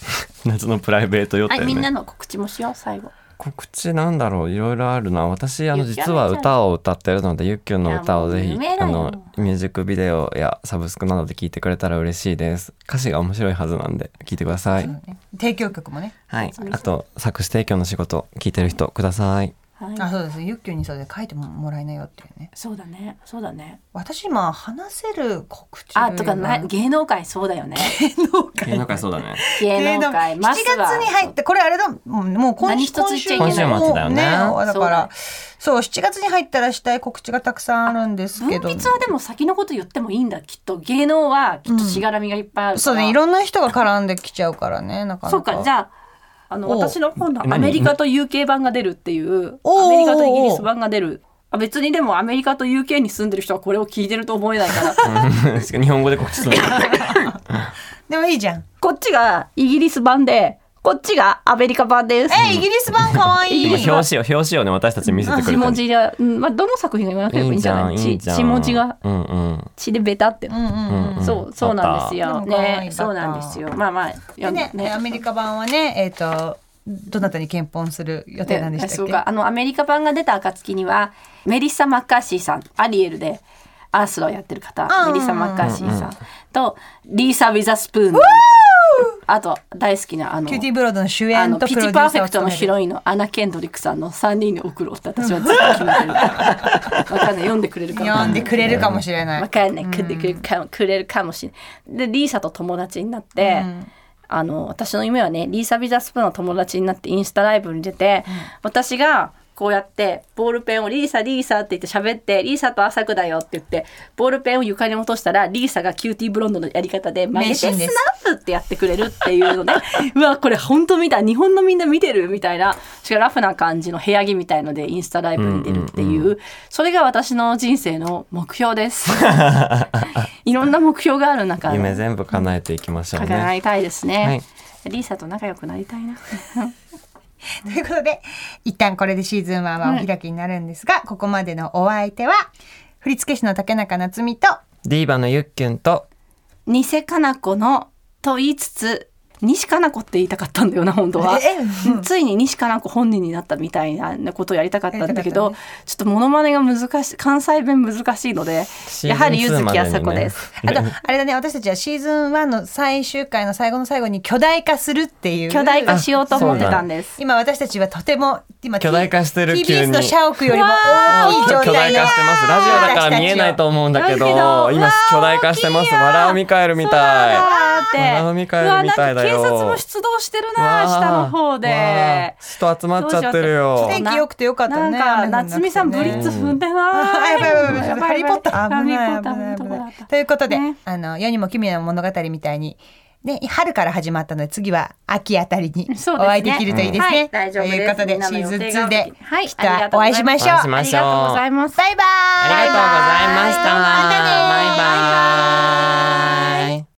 Speaker 2: 夏のプライベート予
Speaker 1: は
Speaker 2: 定
Speaker 1: いみん
Speaker 2: ね
Speaker 1: なの告知もしよう最後
Speaker 2: 告知なんだろういろいろあるな私あの
Speaker 1: ゆっきゅん
Speaker 2: 実は歌を歌ってるのでゆっきゅんの歌をぜ
Speaker 1: い
Speaker 2: ひ
Speaker 1: やもう有名だ
Speaker 2: あ
Speaker 1: よ
Speaker 2: のミュージックビデオやサブスクなどで聴いてくれたら嬉しいです歌詞が面白いはずなんで聴いてください、
Speaker 3: 提供曲もね。
Speaker 2: はいあと作詞提供の仕事聴いてる人ください
Speaker 1: はい
Speaker 3: あ、そうです。ユッキュにそれで書いてももらえないよっていうね。
Speaker 1: そうだねそうだね
Speaker 3: 私今話せる告知
Speaker 1: あとかな芸能界そうだよね
Speaker 2: 芸能界そうだね
Speaker 1: 芸能界
Speaker 3: 7
Speaker 1: ま
Speaker 3: 月
Speaker 1: ずは
Speaker 3: に入ってこれあれだもうもう今
Speaker 1: 何
Speaker 3: 週
Speaker 1: 一つ言っちゃいけ
Speaker 2: ない今週末だよね
Speaker 3: だ
Speaker 1: そう
Speaker 3: か
Speaker 1: だ
Speaker 3: らそう7月に入ったらしたい告知がたくさんあるんですけ
Speaker 1: 分
Speaker 3: ど
Speaker 1: 泌はでも先のこと言ってもいいんだきっと芸能はきっとしがらみがいっぱいあるか
Speaker 3: そ
Speaker 1: ら、
Speaker 3: うねいろんな人が絡んできちゃうからねなかなか
Speaker 1: そうかじ
Speaker 3: ゃ
Speaker 1: ゃああの
Speaker 3: おう
Speaker 1: 私の本の
Speaker 2: 何
Speaker 1: アメリカと UK 版が出るっていう
Speaker 3: おう
Speaker 1: アメリカとイギリス版が出るあ別にでもアメリカと UK に住んでる人はこれを聞いてると思えないから
Speaker 2: 確 かに日本語で告知するの
Speaker 3: でもいいじゃん
Speaker 1: こっちがイギリス版でこっちがアメリカ版です。
Speaker 3: えイギリス版かわいい
Speaker 2: 今表紙を表紙をね私たち見せてくれ
Speaker 1: 血
Speaker 2: た
Speaker 1: 文字が、うんまあ、どの作品が言わなければいいんじゃな
Speaker 2: い
Speaker 1: い
Speaker 2: い
Speaker 1: 血
Speaker 2: じゃん
Speaker 1: 血文字が
Speaker 2: うんうん
Speaker 1: 血でベタってな
Speaker 3: うんうんうん
Speaker 1: そうそうなんですよ
Speaker 3: でも可愛い
Speaker 1: ね
Speaker 3: バター
Speaker 1: そうなんですよまあまあ
Speaker 3: で
Speaker 1: よ
Speaker 3: ねアメリカ版はねえっ、とどなたに検本する予定なんでしたっけ
Speaker 1: そうかあのアメリカ版が出た暁にはメリッサ・マッカーシーさんアリエルでアースラをやってる方
Speaker 3: うん
Speaker 1: メリッサ・マッカーシーさんとリーサ・ウィザスプーンあと大好きなあの
Speaker 3: キューティーブロードの主
Speaker 1: あ
Speaker 3: 演
Speaker 1: の
Speaker 3: と
Speaker 1: ピ
Speaker 3: プ
Speaker 1: ッ
Speaker 3: ロデュ
Speaker 1: チ
Speaker 3: ー
Speaker 1: パーフ
Speaker 3: サ
Speaker 1: ェ
Speaker 3: ーを
Speaker 1: クトの
Speaker 3: 務める
Speaker 1: ヒロインのアナ・ケンドリックさんの3人に送ろうって私はずっと決め てるわかんない読んでくれるか
Speaker 3: 読ん
Speaker 1: な
Speaker 3: でくれるかもしれない
Speaker 1: わかんないくれるかもくれるかもしれないでリーサと友達になって、あの私の夢はねリーサ・ビザスプーンの友達になってインスタライブに出て、私がこうやってボールペンを「リーサリーサ」って言って喋って「リーサと朝子だよ」って言ってボールペンを床に落としたらリーサがキューティーブロンドのやり方で曲げて
Speaker 3: 名シ
Speaker 1: ス
Speaker 3: ー
Speaker 1: ナ
Speaker 3: ンです
Speaker 1: ップってやってくれるっていうので うわこれ本当見た日本のみんな見てるみたいなしかもラフな感じの部屋着みたいのでインスタライブに出るっていう,、それが私の人生の目標です。いろんな目標がある中
Speaker 2: 夢全部叶えていきましょうね
Speaker 1: 輝いたいですね。
Speaker 2: はい
Speaker 1: リーサと仲良くなりたいな。
Speaker 3: ということで一旦これでシーズン1はお開きになるんですが、ここまでのお相手は振付師の竹中夏実と
Speaker 2: ディーバのゆっきゅんと
Speaker 1: 偽かな子のと言いつつ西かな子って言いたかったんだよな本当は
Speaker 3: えうん。
Speaker 1: ついに西かな子本人になったみたいなことをやりたかったん
Speaker 3: や
Speaker 1: だけど、
Speaker 3: りたかったね
Speaker 1: ちょっとモノマネが難しい関西弁難しいので
Speaker 2: シーズン
Speaker 1: やはりゆず
Speaker 2: 2ま
Speaker 1: き
Speaker 2: で
Speaker 1: あ
Speaker 2: にね
Speaker 1: さこです。
Speaker 3: あとあれだね私たちはシーズン1の最終回の最後の最後に巨大化するっていう
Speaker 1: 巨大化しようと思ってたんです。
Speaker 3: 今私たちはとても今
Speaker 2: 巨大化してる
Speaker 3: TBS
Speaker 2: 急に
Speaker 3: の社屋よりも
Speaker 1: わ
Speaker 3: 大きい状
Speaker 2: 巨大
Speaker 3: 態の
Speaker 2: 化してますラジオだから見えないと思うんだけど
Speaker 1: だけど
Speaker 2: 今巨大化してます笑うミカエルみたい
Speaker 1: あーって
Speaker 2: 笑うミカエルみたいだよ
Speaker 1: うわなんか警察も出動してるな下の方
Speaker 2: わ
Speaker 1: で
Speaker 2: あ。人集まっちゃってるよ
Speaker 3: 天気良くてよかったね
Speaker 1: なんか夏美さんブリッツ踏んでな
Speaker 3: あ
Speaker 1: い。
Speaker 3: やばいやばいやばいハリー・ポッター
Speaker 1: ハ
Speaker 3: 危
Speaker 1: リー
Speaker 3: な
Speaker 1: ポ
Speaker 3: い
Speaker 1: ッ
Speaker 3: 危
Speaker 1: タ
Speaker 3: ない危な
Speaker 1: ー危ない危ない
Speaker 3: いということで、
Speaker 1: ね
Speaker 3: あの世にも奇妙な物語みたいにね、春から始まったので次は秋あたりに
Speaker 1: そ
Speaker 3: お
Speaker 1: うですね
Speaker 3: 会いできるといいです
Speaker 1: は
Speaker 3: ね。
Speaker 1: い大丈夫です
Speaker 3: ということで
Speaker 1: みんな
Speaker 3: シ
Speaker 1: の
Speaker 3: ー
Speaker 1: 予
Speaker 3: ズン
Speaker 1: 定が
Speaker 3: 2
Speaker 1: 合う
Speaker 3: で
Speaker 1: 時にはい
Speaker 3: きたお会いしましょう。
Speaker 2: ありがとうございました
Speaker 1: ありがとうございます。
Speaker 3: バイバーイ
Speaker 2: ありがとうございます